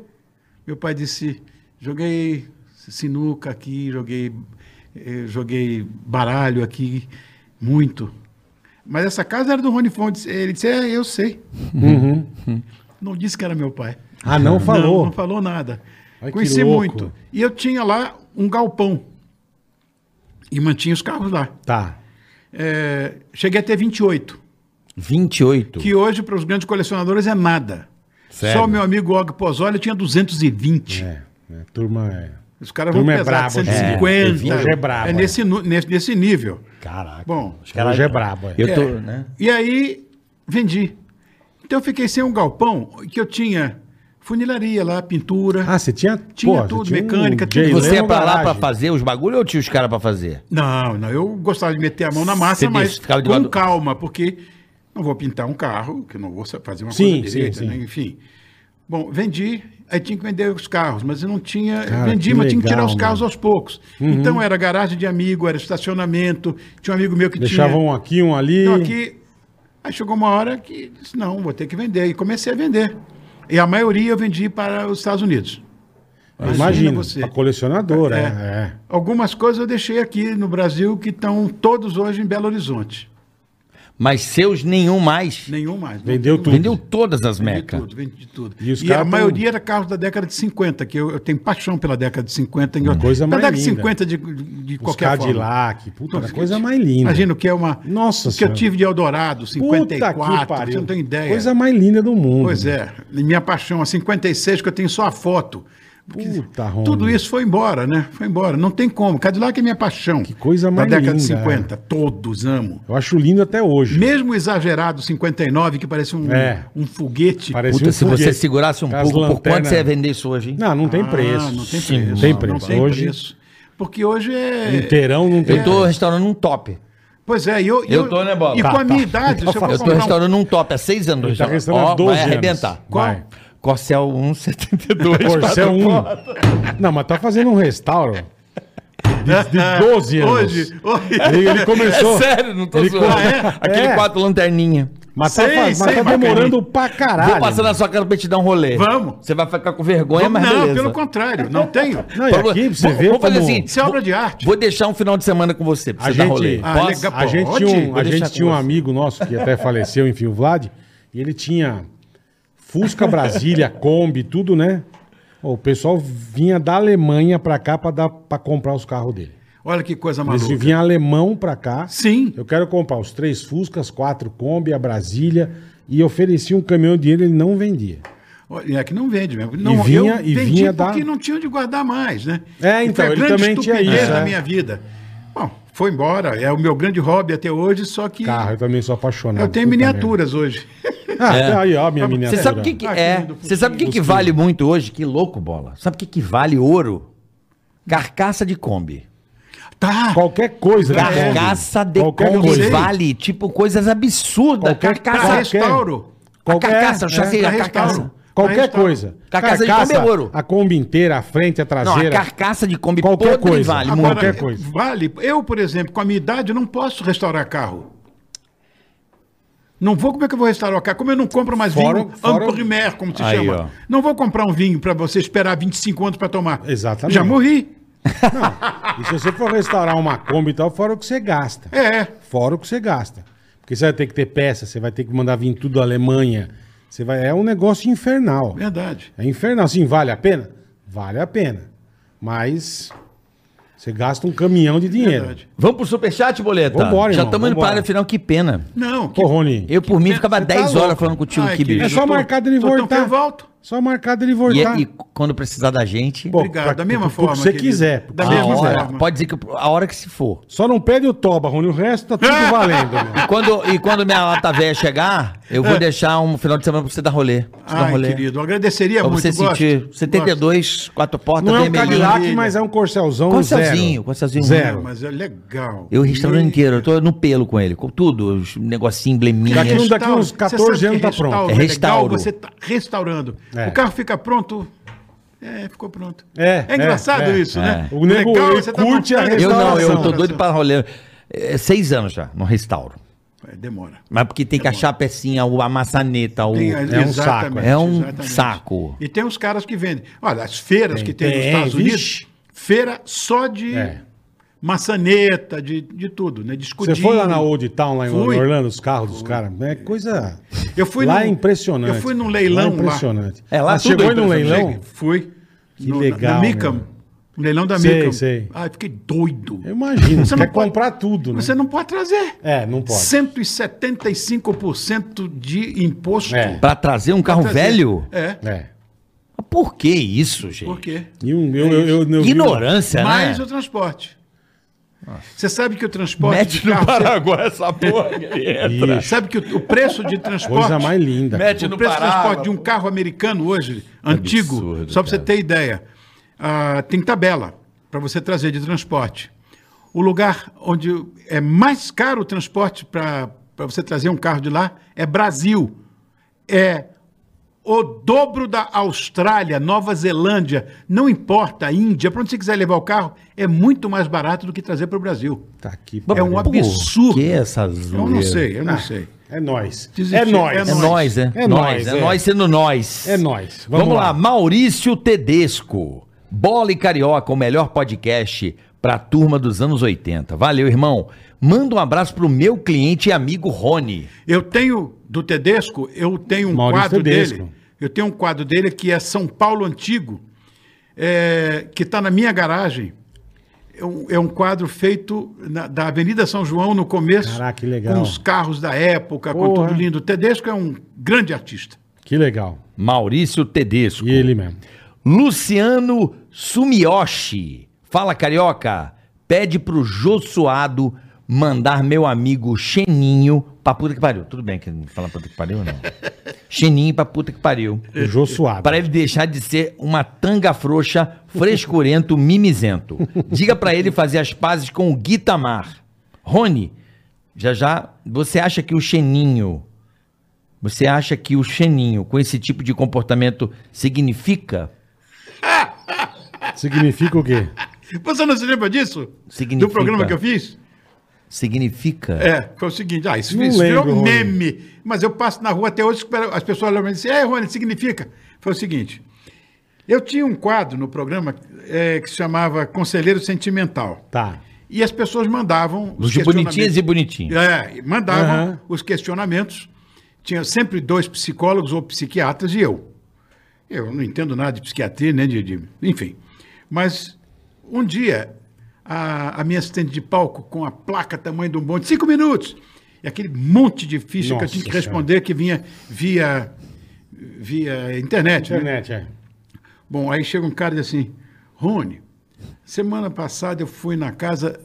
Meu pai disse: joguei sinuca aqui, joguei, eh, joguei baralho aqui, muito. Mas essa casa era do Rony Fontes. Ele disse: é, eu sei. Não disse que era meu pai. Ah, não falou. Não, não falou nada. Ai, que Conheci louco. muito. E eu tinha lá um galpão. E mantinha os carros lá. Tá. É, cheguei a ter 28, 28. que hoje para os grandes colecionadores é nada. Só o meu amigo Og Pozzoli tinha 220. É, é, turma é. Os caras vão Turma é pesar braba, de 150. hoje é brabo, É nesse, nu- nesse, nesse nível. Caraca. Bom, né? Os caras hoje é brabo, é. Eu tô, É. né? E aí, vendi. Então eu fiquei sem um galpão que eu tinha funilaria lá, pintura. Ah, você tinha? um Tinha você tudo, mecânica, tudo. J-Lo Você no ia é pra lá pra garagem. fazer os bagulho ou tinha os caras pra fazer? Não, não, eu gostava de meter a mão na massa, Você mas disse, ficava com debaixo do- calma, porque não vou pintar um carro, que eu não vou sa- fazer uma Sim, coisa sim, direita, sim. né? enfim. Bom, vendi, aí tinha que vender os carros, mas eu não tinha, Cara, vendi, que mas tinha que tirar legal, os carros mano. Uhum. aos poucos. Então era garagem de amigo, era estacionamento, tinha um amigo meu que tinha... Deixava um aqui, um ali. Então aqui, aí chegou uma hora que disse, não, vou ter que vender, e comecei a vender. E a maioria eu vendi para os Estados Unidos. Imagina, você. pra colecionadora. É. é. Algumas coisas eu deixei aqui no Brasil que estão todos hoje em Belo Horizonte. Mas seus nenhum mais. Nenhum mais. não Vendeu tem tudo. mais. Vendeu todas as Vendi mecas. tudo, vendi tudo. E E, os a caras tão- maioria era carros da década de 50, que eu, eu tenho paixão pela década de 50. Uma coisa mais década de linda. 50 de, de Os qualquer forma. Cadillac, puta, Então, era gente, coisa mais linda. Imagina o que é uma... Nossa o que eu Senhora. tive de Eldorado, 54, Puta que pariu. você não tem ideia. Coisa mais linda do mundo. Pois é, e minha paixão, a 56, que eu tenho só a foto. Puta, Porque Rony. Tudo isso foi embora, né? Foi embora. Não tem como. Cadillac é minha paixão. Que coisa mais Da década linda, é. de 50. Todos amo. Eu acho lindo até hoje. Mesmo o exagerado 59, que parece um, É. um foguete. Parecia Puta, um se você foguete. segurasse um Com as pouco, por quanto lanternas. você ia vender isso hoje, hein? Não, não tem Ah, preço. Não tem Sim, preço. Não tem preço. Não tem hoje, preço. Porque hoje é. inteirão não tem Eu tô restaurando um top. Pois é, e eu. e Eu tô, né, Bola? E Tá, com a minha idade, se eu for Eu tô comprar um restaurando um top há seis anos. Ele tá já. restaurando há 12 vai anos. arrebentar. Qual? Vai. Corsel (laughs) 172. Corcel 1. Não, mas tá fazendo um restauro. De, (laughs) de 12 anos. Hoje. hoje. Ele, ele começou. (laughs) É sério, não tô Ele zoando. co- É? (laughs) Aquele É. quatro lanterninha. Mas tá, Sei, fa- mas sei, tá bacaninha. demorando pra caralho. Vou passar na sua cara pra te dar um rolê. Vamos. Você vai ficar com é vergonha, mas não, beleza. pelo contrário, não tenho. Não, e aqui pra você Vamos- ver vamos fazer como- assim, Isso é obra de arte. Vou deixar um final de semana com você pra A você dar rolê. gente, Ah, Posso? legal, a gente pode? tinha um, Vou a deixar gente tinha um amigo nosso que até faleceu, enfim, o Vlad, e ele tinha Fusca Brasília, Kombi, tudo, né? Ô, O pessoal vinha da Alemanha pra cá pra, dar, pra comprar os carros dele. Olha que coisa Eles maluca. vinham alemão pra cá. Sim. Eu quero comprar os três Fuscas, quatro Kombi, a Brasília, e oferecia um caminhão de dinheiro, ele não vendia. Olha, É que não vende mesmo. Não, vinha- eu e vendi vinha da- porque não tinha onde guardar mais, né? É, então, E foi a ele grande também tinha estupidez isso, da é. minha vida. Bom, foi embora. É o meu grande hobby até hoje, só que Carro, eu também sou apaixonado. eu tenho Puta miniaturas hoje. (laughs) merda. Ah, É. tá aí, ó, minha Você miniatura. Você sabe o que, que Ah, é? querido, Você sabe o que, que filho. vale muito hoje? Que louco, bola. Sabe o que, que vale ouro? Carcaça de Kombi. Tá. Qualquer coisa, né, Kombi? Carcaça de Qualquer Kombi coisa. vale, tipo, coisas absurdas. Qualquer Pra carcaça. restauro. A carcaça, é, o chassi, é, a restauro. carcaça. Qualquer Aí está. coisa. Carcaça de Kombi é ouro. A Kombi inteira, a frente, a Não, a traseira. carcaça de Kombi podre Qualquer coisa. vale Agora- muito. qualquer coisa. Vale. Eu, por exemplo, com a minha idade, não posso restaurar carro. Não vou, como é que eu vou restaurar o carro? Como eu não compro mais Fora- vinho fora- Ampurimer, como se Aí, ó. chama. Não vou comprar um vinho para você esperar 25 anos para tomar. Exatamente. Já morri. E se você for restaurar uma Kombi e tal, fora o que você gasta. É. Fora o que você gasta. Porque você vai ter que ter peça, você vai ter que mandar vir tudo da Alemanha. Você vai... É um negócio infernal. Verdade. É infernal. Sim, vale a pena? Vale a pena. Mas você gasta um caminhão de é. dinheiro. Verdade. Vamos pro superchat, boleta? Vambora, Já irmão, estamos indo para vambora. a área final, que pena. Não, que Pô, Rony, Eu, por mim, ficava Você tá 10 horas louco. falando contigo que Ai, querido, é bicho. só tô- marcar dele tô tão voltar. eu volto. Só marcar E, dele é, voltar. e quando precisar da gente, Pô, é Obrigado, pra- da pro- mesma pro que forma, você querido. quiser. pro Da que a você mesma quiser. hora- forma. pode dizer que a hora que se for. Só não perde o toba, Rony. O resto tá (laughs) tudo valendo. meu. Quando, e quando minha lata velha chegar, eu vou deixar um final de semana pra você dar rolê. Pra Você dar um Ai, rolê. querido, eu agradeceria pra muito. você gosto, sentir. gosto. 72, quatro portas, Não é um vermelhinho. Cadillac, Maravilha. mas é um Corcelzão Corcelzinho, zero. Corcelzinho. É, Zero. mas é legal. Eu restaurando inteiro, eu tô no pelo com ele, com tudo, os negocinho, embleminha. Daqui um- Restauro, daqui uns você 14 sabe que anos tá pronto. restauro É legal, restauro. você tá restaurando. É. O carro fica pronto. É, ficou pronto. É, é, engraçado é. isso, né? É. O nego, ele curte a Eu não, eu restauração. tô doido pra rolê. É, seis anos já, no restauro. pra... É, Demora. Mas porque tem que achar a pecinha, o- a maçaneta, o... É Tem- um exatamente, saco, é um exatamente. saco. E tem uns caras que vendem. Olha, as feiras que tem nos tem, Estados Unidos, vixe. feira só de É. maçaneta, de, de tudo, né? De Você escudinho. foi lá na Old Town, lá em Fui. Orlando, os carros dos caras. É coisa. Eu fui lá num- é impressionante. eu fui num leilão Lá é impressionante. É, lá Ah, tudo chegou é aí num impressionante. leilão? Fui. Que na- legal, Na Micam. meu. O leilão da Sei, Micam. sei. Ah, eu fiquei doido. Eu imagino. Você Você não quer pode- comprar tudo, né? Você não pode trazer. É, não pode. 175% de imposto. É. Pra trazer um carro Trazer. velho? É. É. Mas Por que isso, gente? Por quê? E um, eu, eu, eu, eu vi um- Ignorância, né? Mais o transporte. Você sabe que o transporte Mete de no carro... Paraguai, essa porra. (laughs) Ixi, Sabe que o, o preço de transporte... coisa mais linda. Mete o no preço de Pará. transporte de um carro americano hoje, antigo, É absurdo, só para você cara. ter ideia, ah, tem tabela para você trazer de transporte. O lugar onde é mais caro o transporte para você trazer um carro de lá é Brasil. É o dobro da Austrália, Nova Zelândia, não importa, a Índia, para onde você quiser levar o carro, é muito mais barato do que trazer para o Brasil. Tá aqui, É um Por absurdo. que essa Eu não zoeira? sei, eu não sei. É nós. Desistir. É nós. É É nós, né? É nós, nós, é é. nós sendo nós. É nós. Vamos, Vamos lá. lá. Maurício Tedesco. Bola e Carioca, o melhor podcast pra turma dos anos 80. Valeu, irmão. Manda um abraço pro meu cliente e amigo Rony. Eu tenho, do Tedesco, eu tenho um Maurício quadro Tedesco. dele. Eu tenho um quadro dele que é São Paulo Antigo, é, que está na minha garagem. É um, é um quadro feito na- da Avenida São João no começo. Caraca, que legal. Com os carros da época, com Porra. tudo lindo. O Tedesco é um grande artista. Que legal. Maurício Tedesco. E ele mesmo. Luciano Sumioshi. Fala, Carioca. Pede pro Josuado mandar meu amigo Xeninho pra puta que pariu. Tudo bem que não fala puta que pariu, não. Xeninho pra puta que pariu. O Jô Suado. Para ele deixar de ser uma tanga frouxa, frescurento, mimizento. Diga pra ele fazer as pazes com o Guitamar. Rony, já já, você acha que o Xeninho, você acha que o Xeninho com esse tipo de comportamento significa? Significa o quê? Você não se lembra disso? Significa. Do programa que eu fiz? Significa? É, foi o seguinte. Ah, isso, Não isso virou lembro, um Rony. meme. Mas eu passo na rua até hoje, espero- as pessoas olham e dizem, é, Rony, significa? Foi o seguinte. Eu tinha um quadro no programa eh, que se chamava Conselheiro Sentimental. Tá. E as pessoas mandavam... Os de bonitinhas e bonitinhos. É, mandavam Aham. os questionamentos. Tinha sempre dois psicólogos ou psiquiatras e eu. Eu não entendo nada de psiquiatria, nem de. de- enfim. Mas um dia, a, a minha assistente de palco, com a placa tamanho de um bonde, cinco minutos, e aquele monte de ficha que eu Nossa tinha que Senhora. responder, que vinha via, via internet. né? Internet, é. Bom, aí chega um cara e diz assim: Rony, semana passada eu fui na casa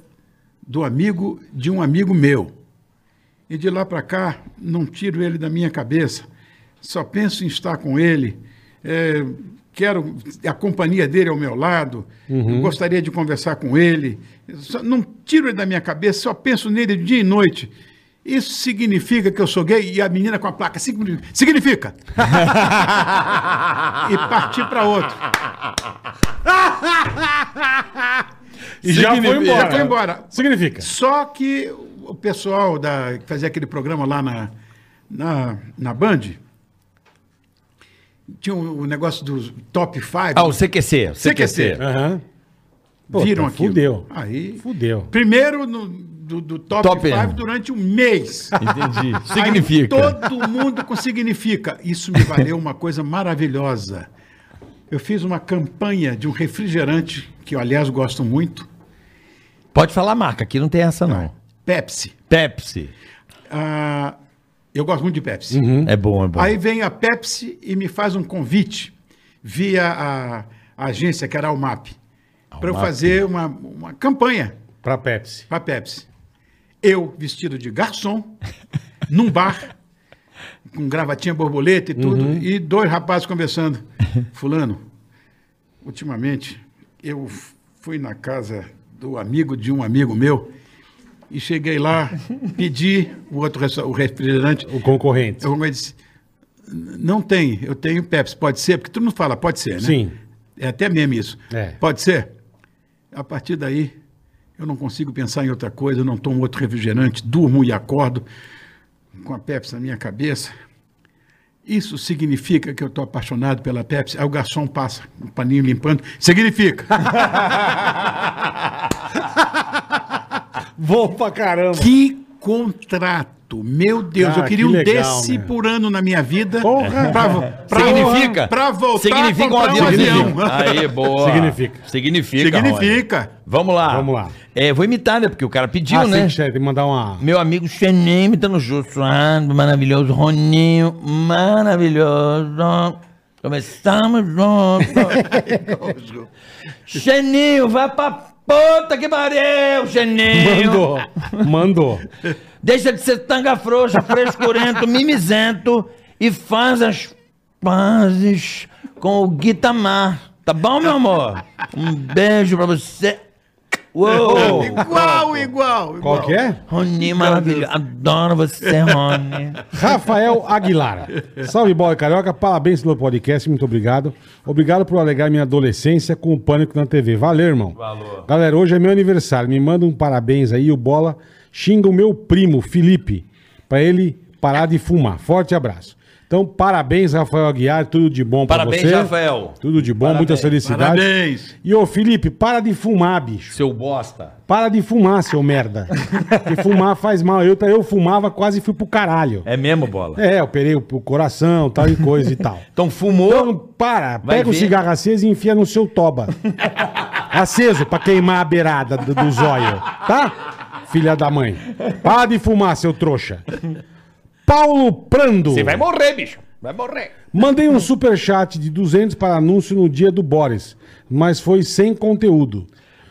do amigo de um amigo meu. E de lá para cá, não tiro ele da minha cabeça. Só penso em estar com ele. É, quero a companhia dele ao meu lado. Eu gostaria de conversar com ele. Só- não tiro ele da minha cabeça, só penso nele dia e noite. Isso significa que eu sou gay e a menina com a placa. "Signi- Significa! e partir para outro. E já foi embora. Já foi embora. Significa. Só que o pessoal da, que fazia aquele programa lá na, na, na Band tinha o o negócio dos top 5. Ah, o CQC. o CQC. Aham. Pô, viram tá, aquilo. Fudeu. Aí, Fudeu. primeiro no- do, do top Top 5 um. durante (laughs) um mês. Entendi. Ah. Aí Significa. todo mundo com significa. Isso me valeu uma coisa maravilhosa. Eu fiz uma campanha de um refrigerante, que eu, aliás, gosto muito, Pode falar a marca, aqui não tem essa não. Pepsi. Pepsi. Ah, eu gosto muito de Pepsi. É bom, é bom. Hum? Aí vem a Pepsi e me faz um convite via a, a agência, que era a UMAP, para eu fazer uma, uma campanha Pra Pepsi. para Pepsi. Eu, vestido de garçom, num bar, com gravatinha borboleta e tudo, e dois rapazes conversando. (laughs) Fulano, ultimamente eu f- fui na casa do amigo de um amigo meu e cheguei lá, pedi o outro resta- o refrigerante. O concorrente. Eu disse, não tem, eu tenho Pepsi, pode ser? Porque tu não fala, pode ser, né? Sim. É até meme isso. É. Pode ser? A partir daí, eu não consigo pensar em outra coisa, eu não tomo outro refrigerante, durmo e acordo com a Pepsi na minha cabeça. Isso significa que eu estou apaixonado pela Pepsi? Aí o garçom passa um paninho limpando. Significa! Vou pra caramba. que contrato! Meu Deus, Cara, eu queria Ah, que um legal, desse meu. por ano na minha vida. Porra. Pra, vo- pra- Significa? Pra voltar Significa a comprar um avião. (laughs) Aí, boa. Significa. Significa. Rony. Significa. Vamos lá. Vamos lá. É, vou imitar, né? Porque o cara pediu, Ah, né? sim, chefe, tem que mandar uma. Meu amigo Xenem, tá no Jussuando, maravilhoso. Roninho, maravilhoso. Começamos juntos. Xeninho, vai pra Puta que pariu, Geninho! Mandou. Mandou. Deixa de ser tanga frouxa, frescurento, mimizento e faz as pazes com o Guitamar. Tá bom, meu amor? Um beijo pra você. Uou! Igual, igual, igual. Qual que é? Rony maravilhoso. Adoro você, Rony. Rafael Aguilar. Salve, bola carioca. Parabéns pelo podcast, muito obrigado. Obrigado por alegar minha adolescência com o pânico na TV. Valeu, irmão. Valeu. Galera, hoje é meu aniversário. Me manda um parabéns aí. O Bola xinga o meu primo, Felipe, pra ele parar de fumar. Forte abraço. Então, parabéns, Rafael Aguiar. Tudo de bom pra Parabéns, você. Rafael. Tudo de bom, muita felicidade. Parabéns. E ô, Felipe, para de fumar, bicho. Seu bosta. Para de fumar, seu merda. Porque fumar faz mal. Eu, eu fumava, quase fui pro caralho. É mesmo, bola? É, operei o, o coração, tal e (laughs) coisa e tal. Então fumou. Então, para, Vai pega o ver. cigarro aceso e enfia no (laughs) seu toba. aceso, pra queimar a beirada do, do zóio, tá? Filha da mãe. Para de fumar, seu trouxa. Paulo Prando. Você vai morrer, bicho. Vai morrer. Mandei um superchat de 200 para anúncio no dia do Boris, mas foi sem conteúdo.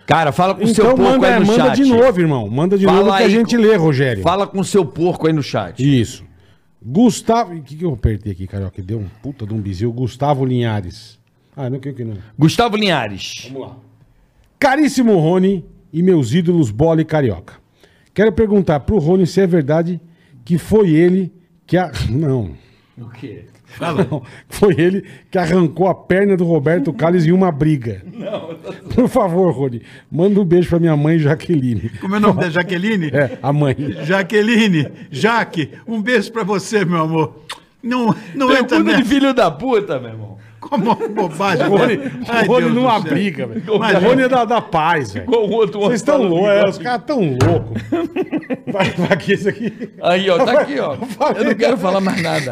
Cara, fala com o seu Então porco manda, aí no manda chat. de novo, irmão. Manda de Fala novo que a aí, gente lê, Rogério. Fala com o seu porco aí no chat. Isso. Gustavo. O que, que eu apertei aqui, carioca? Deu um puta de um bizil. Gustavo Linhares. Ah, não quero que não. Gustavo Linhares. Caríssimo Rony e meus ídolos bola e carioca. Quero perguntar pro Rony se é verdade que foi ele que a. (laughs) Não. O quê? Não, foi ele que arrancou a perna do Roberto Calles em uma briga. Não. Por favor, Rony, manda um beijo pra minha mãe Jaqueline. Como é o nome da Jaqueline? É, a mãe. Jaqueline, Jaque, um beijo pra você, meu amor. Não, não um entra Pergunta de nessa. filho da puta, meu irmão. Como bobagem. O Rony, né? o Ai, Rony Deus do numa céu. briga, velho. O Imagina. Rony é da, da paz, velho. Igual o outro Vocês estão loucos, é, os caras tão loucos. Vai, vai aqui, isso aqui. Aí, ó, tá aqui, ó. falei. Eu não quero falar mais nada.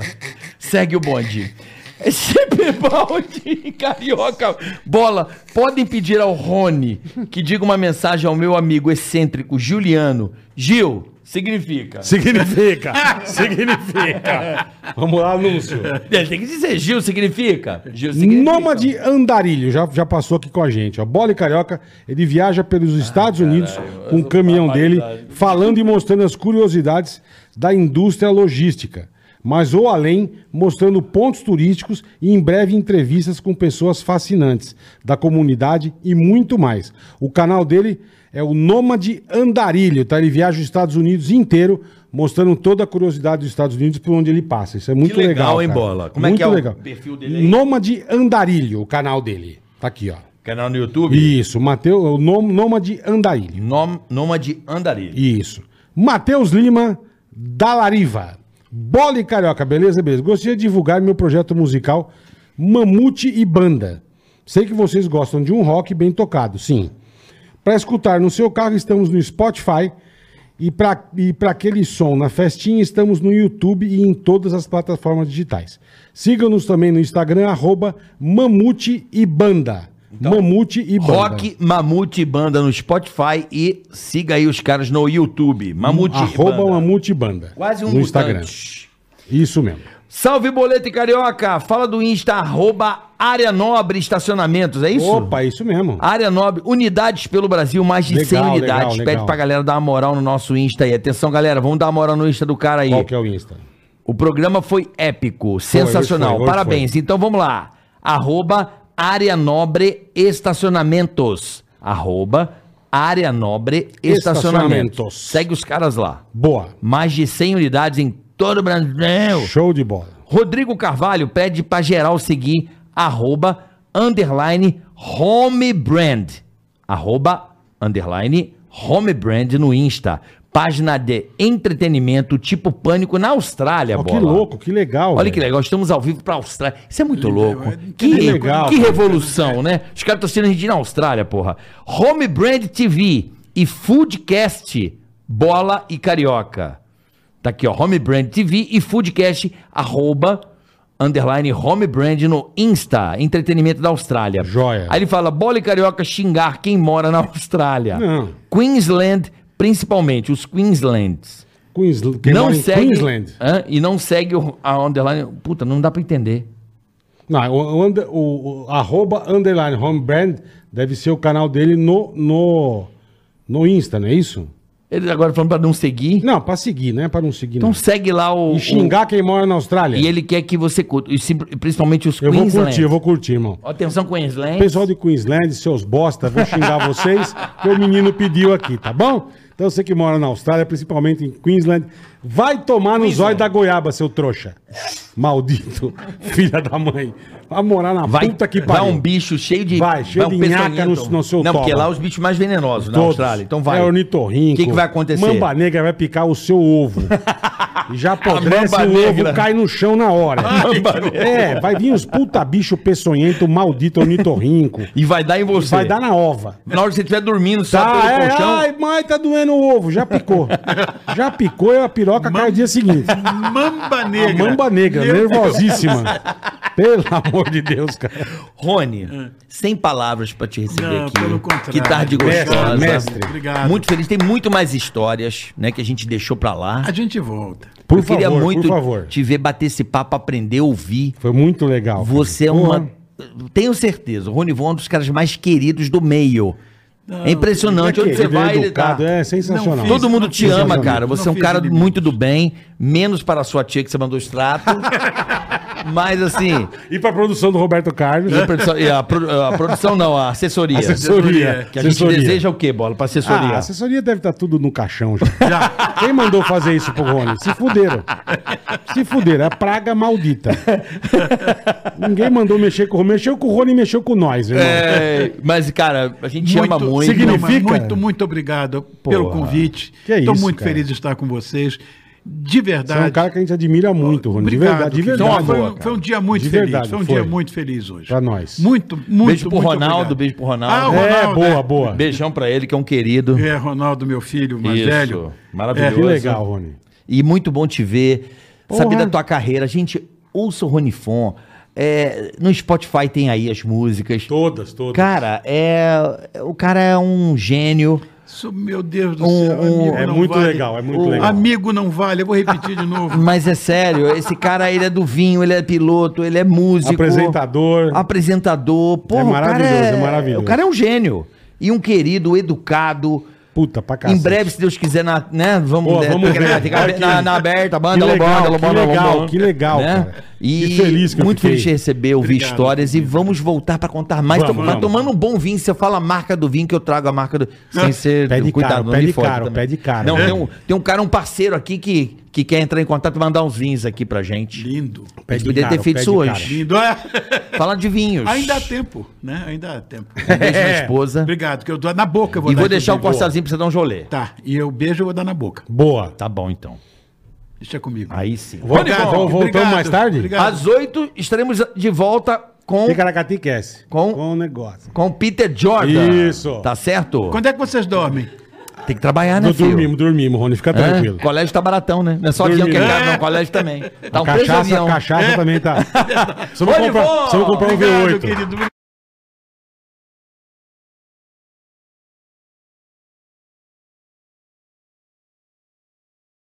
Segue o bonde. CP Balde e (laughs) Carioca Bola, podem pedir ao Rony que diga uma mensagem ao meu amigo excêntrico Juliano. Gil, significa. Significa. (laughs) Significa. Vamos lá, anúncio. Ele tem que dizer Gil, significa. Gil, significa. Nômade Andarilho, já, já passou aqui com a gente. Ó. Bola e Carioca, ele viaja pelos Estados Unidos com o caminhão dele, falando e mostrando as curiosidades da indústria logística. Mas ou além, mostrando pontos turísticos e em breve entrevistas com pessoas fascinantes da comunidade e muito mais. O canal dele é o Nômade Andarilho, tá? Ele viaja os Estados Unidos inteiro, mostrando toda a curiosidade dos Estados Unidos por onde ele passa. Isso é muito legal, legal. hein, cara. Bola? Como é muito que é o legal. perfil dele aí? Nômade Andarilho, o canal dele. Tá aqui, ó. Canal no YouTube. Isso, Mateu, o nom- Nômade Andarilho. Nom, Nômade Andarilho. Isso. Matheus Lima, Dalariva. Bola e Carioca, beleza? Beleza. Gostaria de divulgar meu projeto musical Mamute e Banda. Sei que vocês gostam de um rock bem tocado, sim. Para escutar no seu carro, estamos no Spotify. E para e pra aquele som na festinha, estamos no YouTube e em todas as plataformas digitais. Sigam-nos também no Instagram, arroba Mamute e Banda. Mamute e Banda. Então, Rock Mamute Banda no Spotify e siga aí os caras no YouTube. Mamute arroba Banda. Mamute e Banda. Quase um No Instagram. mutante. Isso mesmo. Salve Boleto e Carioca! Fala do Insta, arroba Área Nobre Estacionamentos, é isso? Opa, isso mesmo. Área Nobre, unidades pelo Brasil, mais de Legal, 100 legal, unidades. legal. Pede pra galera dar uma moral no nosso Insta aí. Atenção, galera, vamos dar uma moral no Insta do cara aí. Qual que é o Insta? O programa foi épico, sensacional. hoje foi, hoje Parabéns. Então vamos lá. Arroba Área Nobre Estacionamentos. Arroba Área Nobre Estacionamentos. Estacionamentos. Segue os caras lá. Boa. Mais de 100 unidades em todo o Brasil. Show de bola. Rodrigo Carvalho pede pra geral seguir arroba underline homebrand. Arroba underline homebrand no Insta. Página de entretenimento tipo pânico na Austrália, Ó, bola. que louco, que legal. É Olha que velho. legal, estamos ao vivo pra Austrália. Isso é muito louco. Que, que legal, que cara. revolução, né? Os caras estão sendo a gente na Austrália, porra. Home Brand TV e Foodcast Bola e Carioca. Tá aqui, ó. Home Brand TV e Foodcast, arroba, underline Home Brand no Insta, entretenimento da Austrália. Joia. Aí ele fala, Bola e Carioca xingar quem mora na (laughs) Austrália. Não. Queensland, principalmente, os Queenslands Queensl- quem não mora em segue Queensland. Hã? e não segue o- a underline. Puta, não dá pra entender. Não, o, o under- o- o arroba underline home brand deve ser o canal dele no, no, no Insta, não é isso? Ele agora falando pra não seguir. Não, pra seguir, né? Pra não seguir. Então não. segue lá o. E xingar quem mora na Austrália. o- e ele quer que você curta. E se- principalmente os Eu vou Queensland. curtir, eu vou curtir, irmão. Atenção, Queensland. Pessoal de Queensland, seus bosta, vou (laughs) xingar vocês, que o menino pediu aqui, tá bom? Então você que mora na Austrália, principalmente em Queensland, vai tomar no zóio da goiaba, seu trouxa. Maldito, (laughs) filha da mãe. Vai morar na Vai, puta que vai pariu. um bicho cheio de. um Vai, cheio de nhaca peçonhento. no- no seu Não, porque toba. lá é os bichos mais venenosos na Todos. Austrália. Então vai. É ornitorrinco. O que, que vai acontecer? Mamba negra vai picar o (laughs) seu ovo. E já apodrece mamba o negra. ovo cai no chão na (laughs) hora. é, vai vir uns puta bicho peçonhento, maldito ornitorrinco. E vai dar em você. Vai dar na ova. Na hora que você estiver dormindo, só Tá, pelo é, colchão. ai, mãe, tá doendo o ovo. Já picou. já picou e a piroca cai no dia seguinte. Mamba A negra. mamba negra, nervosíssima. Pelo amor de Deus, cara. Rony, sem palavras pra te receber Hum. Não, aqui. pelo contrário. Que tarde Mestre, gostosa. mestre. Obrigado. Muito feliz. Tem muito mais histórias, né, que a gente deixou pra lá. A gente volta. Por Eu favor, queria muito por favor. te ver bater esse papo, aprender, ouvir. Foi muito legal. cara. Você é Porra. uma. Tenho certeza, o Rony Von é um dos caras mais queridos do meio. é impressionante. Onde você Querido, vai, ele tá. educado, É sensacional. Não fiz. Todo mundo te fiz ama, inimigo, cara. não Você é um fiz cara inimigos. muito do bem, menos para a sua tia que você mandou extrato. Mas assim, E pra produção do Roberto (laughs) Carlos. e a produção, e a pro- a produção não, a assessoria. Assessoria. Que a gente Assessoria. deseja o quê, bola? Para Ah, assessoria. a assessoria deve estar tudo no caixão (laughs) já. Quem mandou fazer isso pro Rony? Se fuderam. Se fuderam. É a praga maldita. Ninguém mandou mexer com o Rony. Mexeu com o Rony e mexeu com nós, irmão. É, mas, cara, a gente ama muito. significa- não, mas muito, muito obrigado pelo convite. que é Estou isso, muito cara. feliz de estar com vocês. De Você é um verdade. cara que a gente admira muito, Rony. Obrigado, de verdade, de querido. verdade. Foi, um- Boa, cara. foi um dia muito De feliz. verdade, foi um foi. dia muito feliz hoje. Pra nós. Muito, muito. Beijo pro muito Ronaldo, obrigado. beijo pro Ronaldo. Ah, o É, Ronaldo, boa, boa. Beijão para ele, que é um querido. É, Ronaldo, meu filho, mais Isso, velho. maravilhoso. é, Que legal, Rony. E muito bom te ver. Porra. Saber da tua carreira. Gente, ouça o Ronifon. É, no Spotify tem aí as músicas. Todas, todas. Cara, é, o cara é um gênio. Isso, meu Deus do Um- céu. um- amigo É não muito vale. legal, é muito legal. Amigo não vale, eu vou repetir (laughs) de novo. Mas é sério, esse cara, ele é do vinho, ele é piloto, ele é músico. Apresentador. Apresentador. Porra, o cara maravilhoso, é maravilhoso. O cara é um gênio. E um querido, educado. Puta, pra cacete. Em breve, se Deus quiser, na, né? Vamos, Pô, né, vamos ver. na, na, na aberta, banda, Que legal, lobanda, que lobanda, legal, lobanda. que legal, Né? cara. E Que feliz que eu muito fiquei. feliz de receber, ouvir Obrigado, histórias e vamos voltar pra contar mais. Vamos, Tá vamos. tomando um bom vinho, você fala a marca do vinho que eu trago a marca do (laughs) sem ser Pede cuidado, caro, não pede me fode caro, também. pede caro. Não, É. tem um, tem um cara, um parceiro aqui que que quer entrar em contato e mandar uns vinhos aqui pra gente. Lindo. A gente Pede poderia ter caro, feito pede isso caro. hoje. Lindo. (laughs) É. Fala de vinhos. Ainda há tempo, né? Ainda (laughs) há tempo. Beijo na É. esposa. Obrigado, que eu dou na boca. eu E dar vou deixar o inclusive. corsazinho pra você dar um jolê. Tá, e eu beijo eu vou dar na boca. Boa. Tá bom, então. Deixa comigo. Aí sim. Volta- Obrigado, Voltamos obrigado, mais tarde? obrigado. Às oito estaremos de volta com Ticaracati esquece. Com- Com o negócio. com Peter Jordan. Isso. Tá certo? Quando é que vocês dormem? Tem que trabalhar, né, Não, filho? dormimos, dormimos, Rony. Fica Hã? tranquilo. colégio tá baratão, né? Não é só avião que é Dormimos. caro, não. Colégio também. Tá um preço cachaça, avião. cachaça também tá. Precisamos Olha, comprar, vó! precisamos comprar um V8. querido.